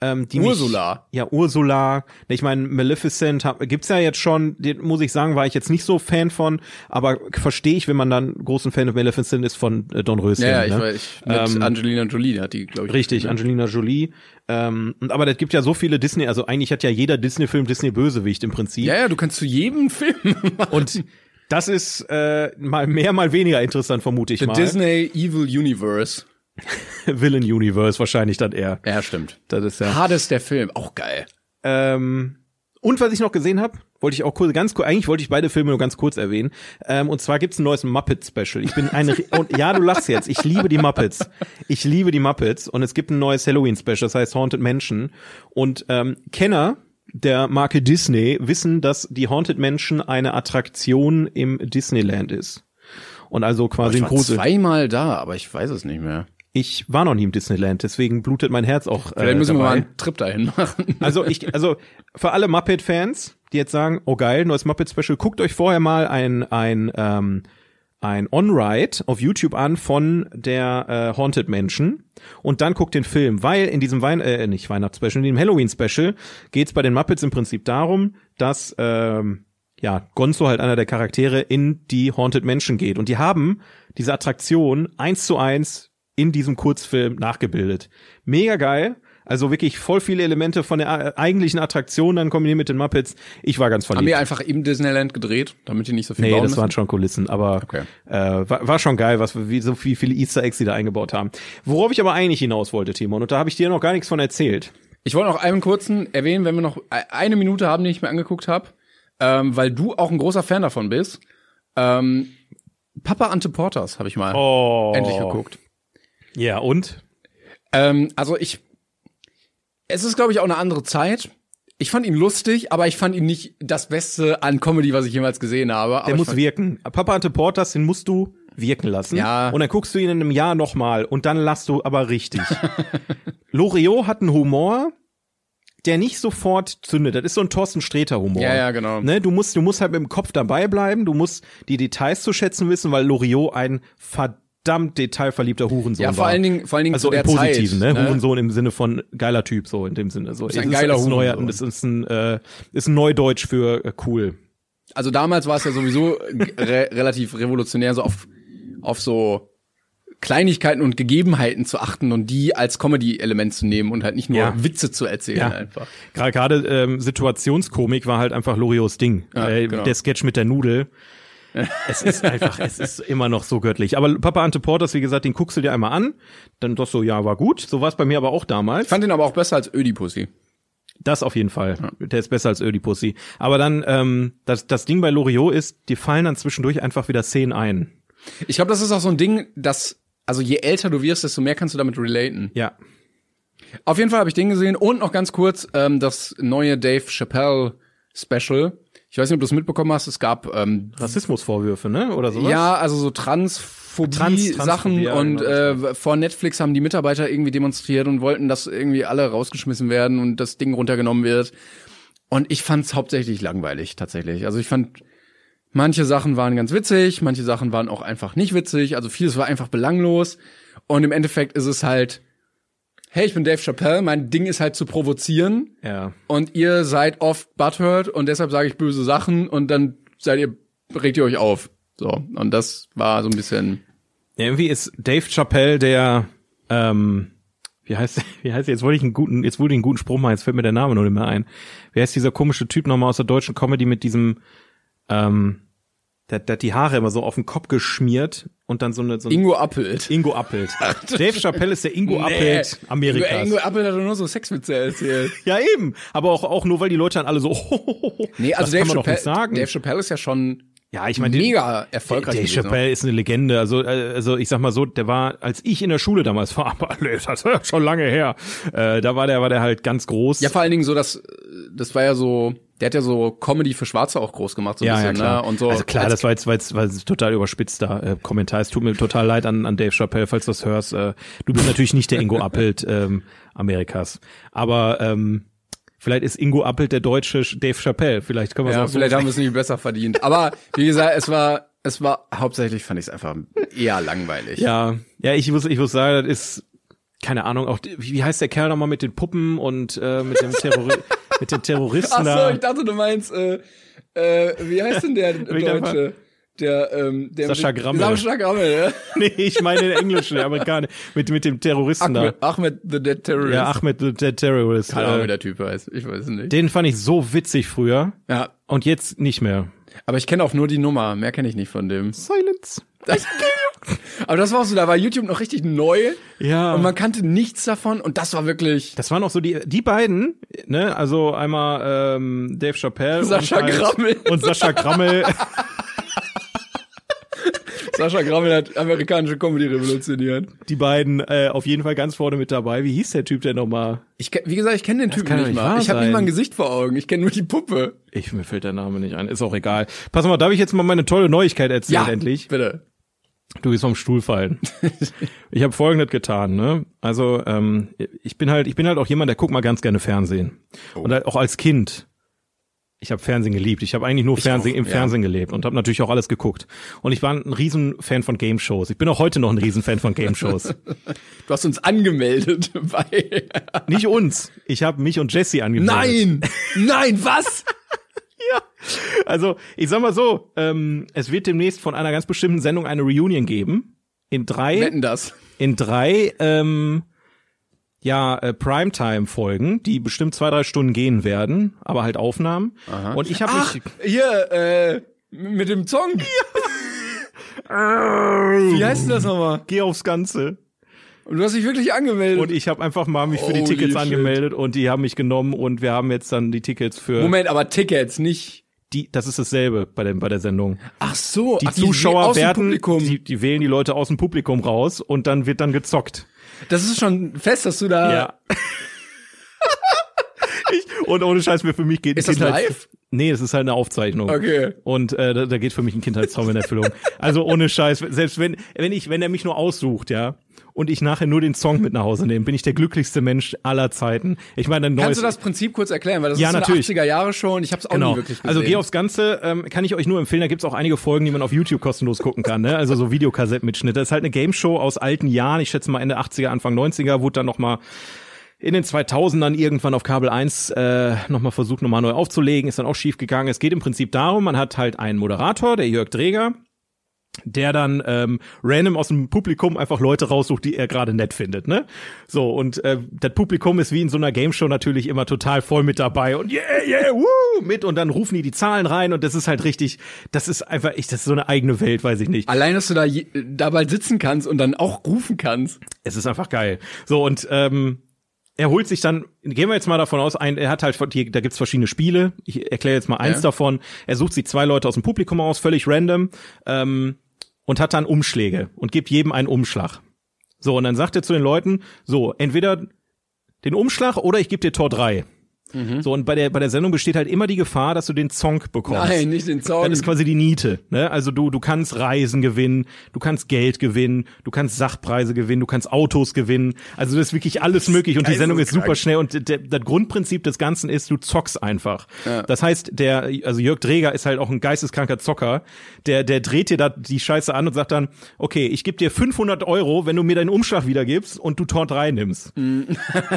[SPEAKER 2] ähm, die mich-
[SPEAKER 1] Ursula.
[SPEAKER 2] ja, Ursula. Ich meine, Maleficent hab, gibt's ja jetzt schon, den, muss ich sagen, war ich jetzt nicht so Fan von, aber verstehe ich, wenn man dann großen Fan of Maleficent ist von äh, Don Röschen.
[SPEAKER 1] Ja, ja, ich
[SPEAKER 2] ne?
[SPEAKER 1] weiß. Ich, mit Angelina Jolie hat die, glaube ich.
[SPEAKER 2] Richtig,
[SPEAKER 1] ne?
[SPEAKER 2] Angelina Jolie. Ähm, und aber das gibt ja so viele Disney, also eigentlich hat ja jeder Disney-Film Disney-Bösewicht im Prinzip.
[SPEAKER 1] Ja, ja, du kannst zu jedem Film <laughs>
[SPEAKER 2] Und das ist äh, mal mehr, mal weniger interessant, vermute ich
[SPEAKER 1] The
[SPEAKER 2] mal.
[SPEAKER 1] Disney Evil Universe.
[SPEAKER 2] <laughs> Villain Universe wahrscheinlich dann eher.
[SPEAKER 1] Ja, stimmt.
[SPEAKER 2] Das ist ja.
[SPEAKER 1] Hades der Film, auch geil.
[SPEAKER 2] Ähm, und was ich noch gesehen habe, wollte ich auch kurz, ganz kurz, eigentlich wollte ich beide Filme nur ganz kurz erwähnen. Ähm, und zwar gibt's ein neues Muppet-Special. Ich bin ein, Rie- und ja, du lachst jetzt. Ich liebe die Muppets. Ich liebe die Muppets. Und es gibt ein neues Halloween-Special, das heißt Haunted Mansion. Und ähm, Kenner der Marke Disney wissen, dass die Haunted Mansion eine Attraktion im Disneyland ist. Und also quasi
[SPEAKER 1] Oh, Ich
[SPEAKER 2] ein
[SPEAKER 1] war
[SPEAKER 2] großes.
[SPEAKER 1] zweimal da, aber ich weiß es nicht mehr.
[SPEAKER 2] Ich war noch nie im Disneyland, deswegen blutet mein Herz auch. Äh,
[SPEAKER 1] Vielleicht müssen wir
[SPEAKER 2] dabei.
[SPEAKER 1] mal einen Trip dahin machen.
[SPEAKER 2] Also ich, also für alle Muppet-Fans, die jetzt sagen, oh geil, neues Muppet-Special, guckt euch vorher mal ein ein ähm, ein On-Ride auf YouTube an von der äh, Haunted Mansion und dann guckt den Film, weil in diesem Wein äh, nicht Weihnachtsspecial, in dem Halloween-Special geht's bei den Muppets im Prinzip darum, dass ähm, ja, Gonzo halt einer der Charaktere in die Haunted Mansion geht. Und die haben diese Attraktion eins zu eins in diesem Kurzfilm nachgebildet. Mega geil. Also wirklich voll viele Elemente von der a- eigentlichen Attraktion dann kombiniert mit den Muppets. Ich war ganz
[SPEAKER 1] Haben
[SPEAKER 2] verliebt.
[SPEAKER 1] wir einfach im Disneyland gedreht, damit die nicht so viel
[SPEAKER 2] Nee,
[SPEAKER 1] bauen
[SPEAKER 2] das
[SPEAKER 1] müssen?
[SPEAKER 2] waren schon Kulissen, aber
[SPEAKER 1] Okay.
[SPEAKER 2] äh, war, war schon geil, was wir- wie so viel, viele Easter Eggs, die da eingebaut haben. Worauf ich aber eigentlich hinaus wollte, Timon, und da habe ich dir noch gar nichts von erzählt.
[SPEAKER 1] Ich wollte noch einen kurzen erwähnen, wenn wir noch e- eine Minute haben, die ich mir angeguckt habe, ähm, weil du auch ein großer Fan davon bist. Ähm, Papa Ante Porters habe ich mal
[SPEAKER 2] Oh.
[SPEAKER 1] endlich geguckt.
[SPEAKER 2] Ja, und?
[SPEAKER 1] Ähm, also ich, es ist glaube ich auch eine andere Zeit. Ich fand ihn lustig, aber ich fand ihn nicht das Beste an Comedy, was ich jemals gesehen habe. Aber
[SPEAKER 2] Der
[SPEAKER 1] ich
[SPEAKER 2] muss
[SPEAKER 1] fand,
[SPEAKER 2] wirken. Papa Ante Portas, den musst du wirken lassen.
[SPEAKER 1] Ja.
[SPEAKER 2] Und dann guckst du ihn in einem Jahr nochmal und dann lachst du aber richtig.
[SPEAKER 1] <laughs>
[SPEAKER 2] Loriot hat einen Humor, der nicht sofort zündet. Das ist so ein Thorsten Sträter Humor.
[SPEAKER 1] Ja, ja, genau.
[SPEAKER 2] Ne, du musst, du musst halt mit dem Kopf dabei bleiben. Du musst die Details zu schätzen wissen, weil Loriot ein verdammt detailverliebter Hurensohn
[SPEAKER 1] ja,
[SPEAKER 2] war.
[SPEAKER 1] vor allen Dingen, vor allen Dingen
[SPEAKER 2] also
[SPEAKER 1] zu der
[SPEAKER 2] im Positiven,
[SPEAKER 1] Zeit,
[SPEAKER 2] ne? Hurensohn im Sinne von geiler Typ, so in dem Sinne. So,
[SPEAKER 1] Ist ein geiler
[SPEAKER 2] ist, neuer,
[SPEAKER 1] Hurensohn.
[SPEAKER 2] das ist ein, äh, ist ein Neudeutsch für äh, cool.
[SPEAKER 1] also damals war es ja sowieso g- re relativ revolutionär, so auf, auf so Kleinigkeiten und Gegebenheiten zu achten und die als Comedy-Element zu nehmen und halt nicht nur
[SPEAKER 2] Ja.
[SPEAKER 1] Witze zu erzählen
[SPEAKER 2] Ja.
[SPEAKER 1] einfach.
[SPEAKER 2] Gra- Gerade ähm, Situationskomik war halt einfach Loriots Ding.
[SPEAKER 1] Ja,
[SPEAKER 2] äh,
[SPEAKER 1] genau.
[SPEAKER 2] Der Sketch mit der
[SPEAKER 1] <laughs>
[SPEAKER 2] Nudel. es ist einfach, es ist immer noch so göttlich. Aber Papa Ante Portas, wie gesagt, den guckst du dir einmal an. Dann doch so, ja, war gut. So war es bei mir aber auch damals.
[SPEAKER 1] Ich fand ihn aber auch besser als Ödipussy.
[SPEAKER 2] Das auf jeden Fall. Der ist besser als Ödipussy. Aber dann, ähm, das, das Ding bei Loriot ist, die fallen dann zwischendurch einfach wieder Szenen ein.
[SPEAKER 1] Ich glaube, das ist auch so ein Ding, dass, also je älter du wirst, desto mehr kannst du damit relaten.
[SPEAKER 2] Ja.
[SPEAKER 1] Auf jeden Fall habe ich den gesehen und noch ganz kurz ähm, das neue Dave Chappelle Special. Ich weiß nicht, ob du es mitbekommen hast. Es gab ähm,
[SPEAKER 2] Rassismusvorwürfe, ne? Oder sowas?
[SPEAKER 1] ja also so Transphobie
[SPEAKER 2] Trans- Transphobie,
[SPEAKER 1] Sachen
[SPEAKER 2] ja,
[SPEAKER 1] und
[SPEAKER 2] genau.
[SPEAKER 1] äh, vor Netflix haben die Mitarbeiter irgendwie demonstriert und wollten, dass irgendwie alle rausgeschmissen werden und das Ding runtergenommen wird. Und ich fand es hauptsächlich langweilig tatsächlich. Also ich fand manche Sachen waren ganz witzig, manche Sachen waren auch einfach nicht witzig. Also vieles war einfach belanglos und im Endeffekt ist es halt Hey, ich bin Dave Chappelle, mein Ding ist halt zu provozieren
[SPEAKER 2] Ja.
[SPEAKER 1] und ihr seid oft butthurt und deshalb sage ich böse Sachen und dann seid ihr, regt ihr euch auf. So, und das war so ein bisschen.
[SPEAKER 2] Ja, irgendwie ist Dave Chappelle der, ähm, wie heißt, <laughs> wie heißt, jetzt wollte ich einen guten, jetzt wollte ich einen guten Spruch machen, jetzt fällt mir der Name nur nicht mehr ein. Wer ist dieser komische Typ nochmal aus der deutschen Comedy mit diesem, ähm, der, der hat die Haare immer so auf den Kopf geschmiert und dann so eine, so ein
[SPEAKER 1] Ingo Appelt.
[SPEAKER 2] Ingo Appelt.
[SPEAKER 1] <laughs>
[SPEAKER 2] Dave Chappelle ist der Ingo Appelt Amerikas.
[SPEAKER 1] Ingo Appelt hat doch nur so Sexwitze erzählt.
[SPEAKER 2] Ja, eben. Aber auch, auch nur, weil die Leute dann alle so, <laughs>
[SPEAKER 1] Nee, also
[SPEAKER 2] das
[SPEAKER 1] Dave
[SPEAKER 2] kann man doch
[SPEAKER 1] Chappelle,
[SPEAKER 2] nicht sagen.
[SPEAKER 1] Dave Chappelle ist ja schon
[SPEAKER 2] Ja, ich meine,
[SPEAKER 1] mega erfolgreich
[SPEAKER 2] Dave
[SPEAKER 1] gewesen. ne?
[SPEAKER 2] Chappelle ist eine Legende. Also, äh, also ich sag mal so, der war, als ich in der Schule damals war, <laughs> aber das ist ja schon lange her. Äh, da war der, war der halt ganz groß.
[SPEAKER 1] Ja, vor allen Dingen so, dass das war ja so, der hat ja so Comedy für Schwarze auch groß gemacht, so ein bisschen, ne? Und so.
[SPEAKER 2] also klar,
[SPEAKER 1] als
[SPEAKER 2] das war jetzt, war jetzt, war jetzt total überspitzter äh, Kommentar. Es tut mir total leid an, an Dave Chappelle, falls du das hörst. Äh, du bist natürlich nicht der Ingo
[SPEAKER 1] <laughs>
[SPEAKER 2] Appelt ähm, Amerikas. Aber ähm, vielleicht ist Ingo Appelt der deutsche Sch- Dave Chappelle. Vielleicht können wir
[SPEAKER 1] ja,
[SPEAKER 2] auch so
[SPEAKER 1] vielleicht haben wir es nicht besser verdient. Aber wie gesagt, es war, es war hauptsächlich fand ich es einfach eher langweilig.
[SPEAKER 2] Ja, ja, ich muss, ich muss sagen, das ist keine Ahnung. Auch die- wie heißt der Kerl nochmal mit den Puppen und äh, mit dem Terrori mit dem Terroristen
[SPEAKER 1] Ach so,
[SPEAKER 2] da?
[SPEAKER 1] ich dachte, du meinst, äh, äh, wie heißt
[SPEAKER 2] <laughs>
[SPEAKER 1] denn der Deutsche? Der, ähm, der
[SPEAKER 2] Sascha
[SPEAKER 1] mit-
[SPEAKER 2] Grammel.
[SPEAKER 1] Sascha Grammel, ja.
[SPEAKER 2] <laughs> nee, ich meine ne, den Englischen, der Amerikaner mit mit dem Terroristen
[SPEAKER 1] Ahmed, Ahmed the Dead
[SPEAKER 2] da.
[SPEAKER 1] Terrorist.
[SPEAKER 2] Ja, Ahmed the- der Terrorist.
[SPEAKER 1] Keine Ahnung, wie
[SPEAKER 2] Äh,
[SPEAKER 1] der Typ heißt. Ich weiß es nicht.
[SPEAKER 2] den fand ich so witzig früher
[SPEAKER 1] Ja,
[SPEAKER 2] und jetzt nicht mehr.
[SPEAKER 1] aber ich kenne auch nur die Nummer. Mehr kenne ich nicht von dem.
[SPEAKER 2] Silence.
[SPEAKER 1] Das- <laughs> aber das war auch so, da war YouTube noch richtig neu.
[SPEAKER 2] Ja.
[SPEAKER 1] Und man kannte nichts davon und das war wirklich
[SPEAKER 2] Das waren auch so die die beiden, ne? Also einmal ähm, Dave Chappelle
[SPEAKER 1] Sascha
[SPEAKER 2] und, halt-
[SPEAKER 1] Grammel.
[SPEAKER 2] und Sascha Grammel. <laughs>
[SPEAKER 1] Sascha Grammel hat amerikanische Comedy revolutioniert.
[SPEAKER 2] die beiden äh, auf jeden Fall ganz vorne mit dabei. Wie hieß der Typ denn nochmal?
[SPEAKER 1] Ich ke- wie gesagt, ich kenne den Typen
[SPEAKER 2] kann doch
[SPEAKER 1] nicht
[SPEAKER 2] nicht
[SPEAKER 1] mal.
[SPEAKER 2] wahr
[SPEAKER 1] Ich habe nicht
[SPEAKER 2] sein.
[SPEAKER 1] mal ein Gesicht vor Augen. Ich kenne nur die Puppe.
[SPEAKER 2] Ich, mir fällt der Name nicht ein. Ist auch egal. Pass mal, darf ich jetzt mal meine tolle Neuigkeit erzählen endlich?
[SPEAKER 1] Bitte.
[SPEAKER 2] Du bist vom Stuhl
[SPEAKER 1] <laughs>
[SPEAKER 2] fallen. ich habe folgendes getan, ne? Also, ähm, ich bin halt, ich bin halt auch jemand, der guckt mal ganz gerne Fernsehen.
[SPEAKER 1] Oh.
[SPEAKER 2] Und halt auch als Kind. Ich habe Fernsehen geliebt. Ich habe eigentlich nur Fernsehen
[SPEAKER 1] auch,
[SPEAKER 2] im
[SPEAKER 1] ja.
[SPEAKER 2] Fernsehen gelebt und habe natürlich auch alles geguckt. Und ich war ein Riesenfan von Game Shows. Ich bin auch heute noch ein Riesenfan von Game
[SPEAKER 1] <laughs>
[SPEAKER 2] Shows.
[SPEAKER 1] Du hast uns angemeldet <laughs> bei
[SPEAKER 2] Nicht uns. Ich habe mich und Jesse angemeldet.
[SPEAKER 1] Nein! Nein,
[SPEAKER 2] <laughs>
[SPEAKER 1] was?
[SPEAKER 2] Also, ich sag mal so, ähm, es wird demnächst von einer ganz bestimmten Sendung eine Reunion geben. In drei,
[SPEAKER 1] Wetten das.
[SPEAKER 2] in drei, ähm, ja, äh, Primetime-Folgen, die bestimmt zwei, drei Stunden gehen werden, aber halt Aufnahmen. Und ich habe mich.
[SPEAKER 1] Hier, äh, mit dem Song. Wie heißt denn das nochmal?
[SPEAKER 2] Geh aufs Ganze.
[SPEAKER 1] Und du hast dich wirklich angemeldet.
[SPEAKER 2] Und ich habe einfach mal mich für die
[SPEAKER 1] Holy
[SPEAKER 2] Tickets
[SPEAKER 1] shit.
[SPEAKER 2] angemeldet und die haben mich genommen und wir haben jetzt dann die Tickets für
[SPEAKER 1] Moment, aber Tickets nicht.
[SPEAKER 2] die. Das ist dasselbe bei dem bei der Sendung.
[SPEAKER 1] Ach so,
[SPEAKER 2] Die
[SPEAKER 1] ach,
[SPEAKER 2] Zuschauer
[SPEAKER 1] aus dem
[SPEAKER 2] werden,
[SPEAKER 1] Publikum.
[SPEAKER 2] die, die wählen die Leute aus dem Publikum raus und dann wird dann gezockt.
[SPEAKER 1] das ist schon fest, dass du da.
[SPEAKER 2] Ja. ich, und ohne Scheiß, mir für mich geht
[SPEAKER 1] Ist
[SPEAKER 2] ein
[SPEAKER 1] das
[SPEAKER 2] Kindheits-
[SPEAKER 1] live?
[SPEAKER 2] Nee, es ist halt eine Aufzeichnung.
[SPEAKER 1] Okay.
[SPEAKER 2] Und äh, da, da geht für mich ein Kindheitstraum in Erfüllung. Also ohne Scheiß, selbst wenn wenn ich wenn er mich nur aussucht, ja, und ich nachher nur den Song mit nach Hause nehme, bin ich der glücklichste Mensch aller Zeiten. Ich meine, ein neues
[SPEAKER 1] Kannst du das Prinzip kurz erklären? Weil das
[SPEAKER 2] Ja,
[SPEAKER 1] ist so eine
[SPEAKER 2] natürlich.
[SPEAKER 1] 80er Jahre Show und ich habe es auch nie
[SPEAKER 2] Genau.
[SPEAKER 1] wirklich gesehen.
[SPEAKER 2] Also geh aufs Ganze, ähm, kann ich euch nur empfehlen, da gibt's auch einige Folgen, die man auf YouTube kostenlos gucken kann, ne? Also so Videokassettenmitschnitte. Das ist halt eine Game Show aus alten Jahren, ich schätze mal Ende 80er, Anfang 90er, wurde dann nochmal in den 2000ern irgendwann auf Kabel 1 äh, nochmal versucht, nochmal neu aufzulegen, ist dann auch schief gegangen. Es geht im Prinzip darum, man hat halt einen Moderator, der Jörg Dreger, der dann ähm, random aus dem Publikum einfach Leute raussucht, die er gerade nett findet, ne? So und äh, das Publikum ist wie in so einer Game Show natürlich immer total voll mit dabei und yeah yeah woo mit und dann rufen die die Zahlen rein und das ist halt richtig, das ist einfach ich das ist so eine eigene Welt, weiß ich nicht.
[SPEAKER 1] Allein, dass du da je, da bald sitzen kannst und dann auch rufen kannst.
[SPEAKER 2] Es ist einfach geil. So und ähm, er holt sich dann, gehen wir jetzt mal davon aus, ein, er hat halt, hier, da gibt's verschiedene Spiele. Ich erkläre jetzt mal eins
[SPEAKER 1] Ja.
[SPEAKER 2] davon. Er sucht sich zwei Leute aus dem Publikum aus, völlig random, ähm, und hat dann Umschläge und gibt jedem einen Umschlag. So, und dann sagt er zu den Leuten, so, entweder den Umschlag oder ich gebe dir Tor 3.
[SPEAKER 1] Mhm.
[SPEAKER 2] So, und bei der, bei der Sendung besteht halt immer die Gefahr, dass du den Zonk bekommst.
[SPEAKER 1] Nein, nicht den Zaun.
[SPEAKER 2] Das ist quasi die Niete. Ne? Also du, du kannst Reisen gewinnen, du kannst Geld gewinnen, du kannst Sachpreise gewinnen, du kannst Autos gewinnen. Also das ist wirklich alles möglich und die Sendung ist super schnell und der, das Grundprinzip des Ganzen ist, du zockst einfach. Das heißt, der, also Jörg Dreger ist halt auch ein geisteskranker Zocker, der, der dreht dir da die Scheiße an und sagt dann, okay, ich gebe dir 500 Euro, wenn du mir deinen Umschlag wiedergibst und du Tor 3 nimmst.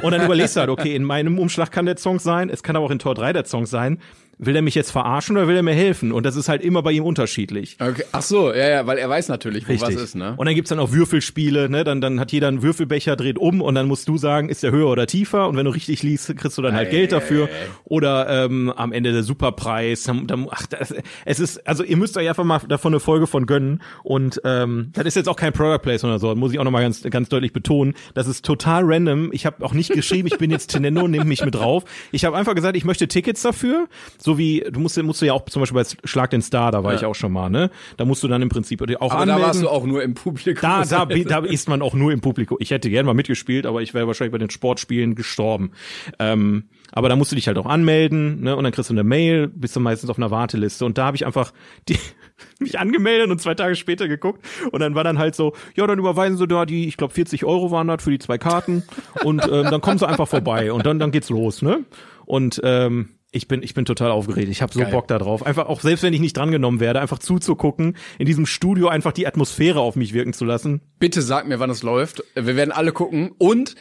[SPEAKER 2] Und dann überlegst du halt, okay, in meinem Umschlag kann der Song sein, es kann aber auch in Tor 3 der Song sein. Will er mich jetzt verarschen oder will er mir helfen? Und das ist halt immer bei ihm unterschiedlich.
[SPEAKER 1] Okay. Ach so, ja, ja, weil er weiß natürlich, wo was ist, ne?
[SPEAKER 2] Und dann gibt's dann auch Würfelspiele, ne? Dann, dann hat jeder einen Würfelbecher, dreht um und dann musst du sagen, ist der höher oder tiefer? Und wenn du richtig liest, kriegst du dann halt Geld dafür. Oder ähm, am Ende der Superpreis. Dann, dann, ach, das, es ist, also ihr müsst euch einfach mal davon eine Folge von gönnen. Und ähm, das ist jetzt auch kein Product Place oder so, das muss ich auch nochmal ganz, ganz deutlich betonen. Das ist total <laughs> random. Ich habe auch nicht geschrieben, ich bin jetzt Tenendo, nimm mich mit drauf. Ich habe einfach gesagt, ich möchte Tickets dafür. So wie, du musst, musst du ja auch zum Beispiel bei Schlag den Star, da war
[SPEAKER 1] Ja.
[SPEAKER 2] ich auch schon mal, ne? Da musst du dann im Prinzip auch
[SPEAKER 1] Aber
[SPEAKER 2] anmelden.
[SPEAKER 1] da warst du auch nur im Publikum.
[SPEAKER 2] Da,
[SPEAKER 1] <laughs>
[SPEAKER 2] da, bi- da ist man auch nur im Publikum. Ich hätte gern mal mitgespielt, aber ich wäre wahrscheinlich bei den Sportspielen gestorben. Ähm, aber da musst du dich halt auch anmelden, ne? Und dann kriegst du eine Mail, bist du meistens auf einer Warteliste. Und da habe ich einfach die, <laughs> mich angemeldet und zwei Tage später geguckt. Und dann war dann halt so, ja, dann überweisen sie da die, ich glaube, 40 Euro waren das für die zwei Karten. Und ähm, dann kommen sie einfach vorbei und dann, dann geht's los, ne? Und ähm, ich bin, ich bin total aufgeregt. Ich habe so
[SPEAKER 1] Geil.
[SPEAKER 2] Bock darauf. Einfach auch selbst wenn ich nicht drangenommen werde, einfach zuzugucken, in diesem Studio einfach die Atmosphäre auf mich wirken zu lassen.
[SPEAKER 1] Bitte sag mir, wann es läuft. Wir werden alle gucken. Und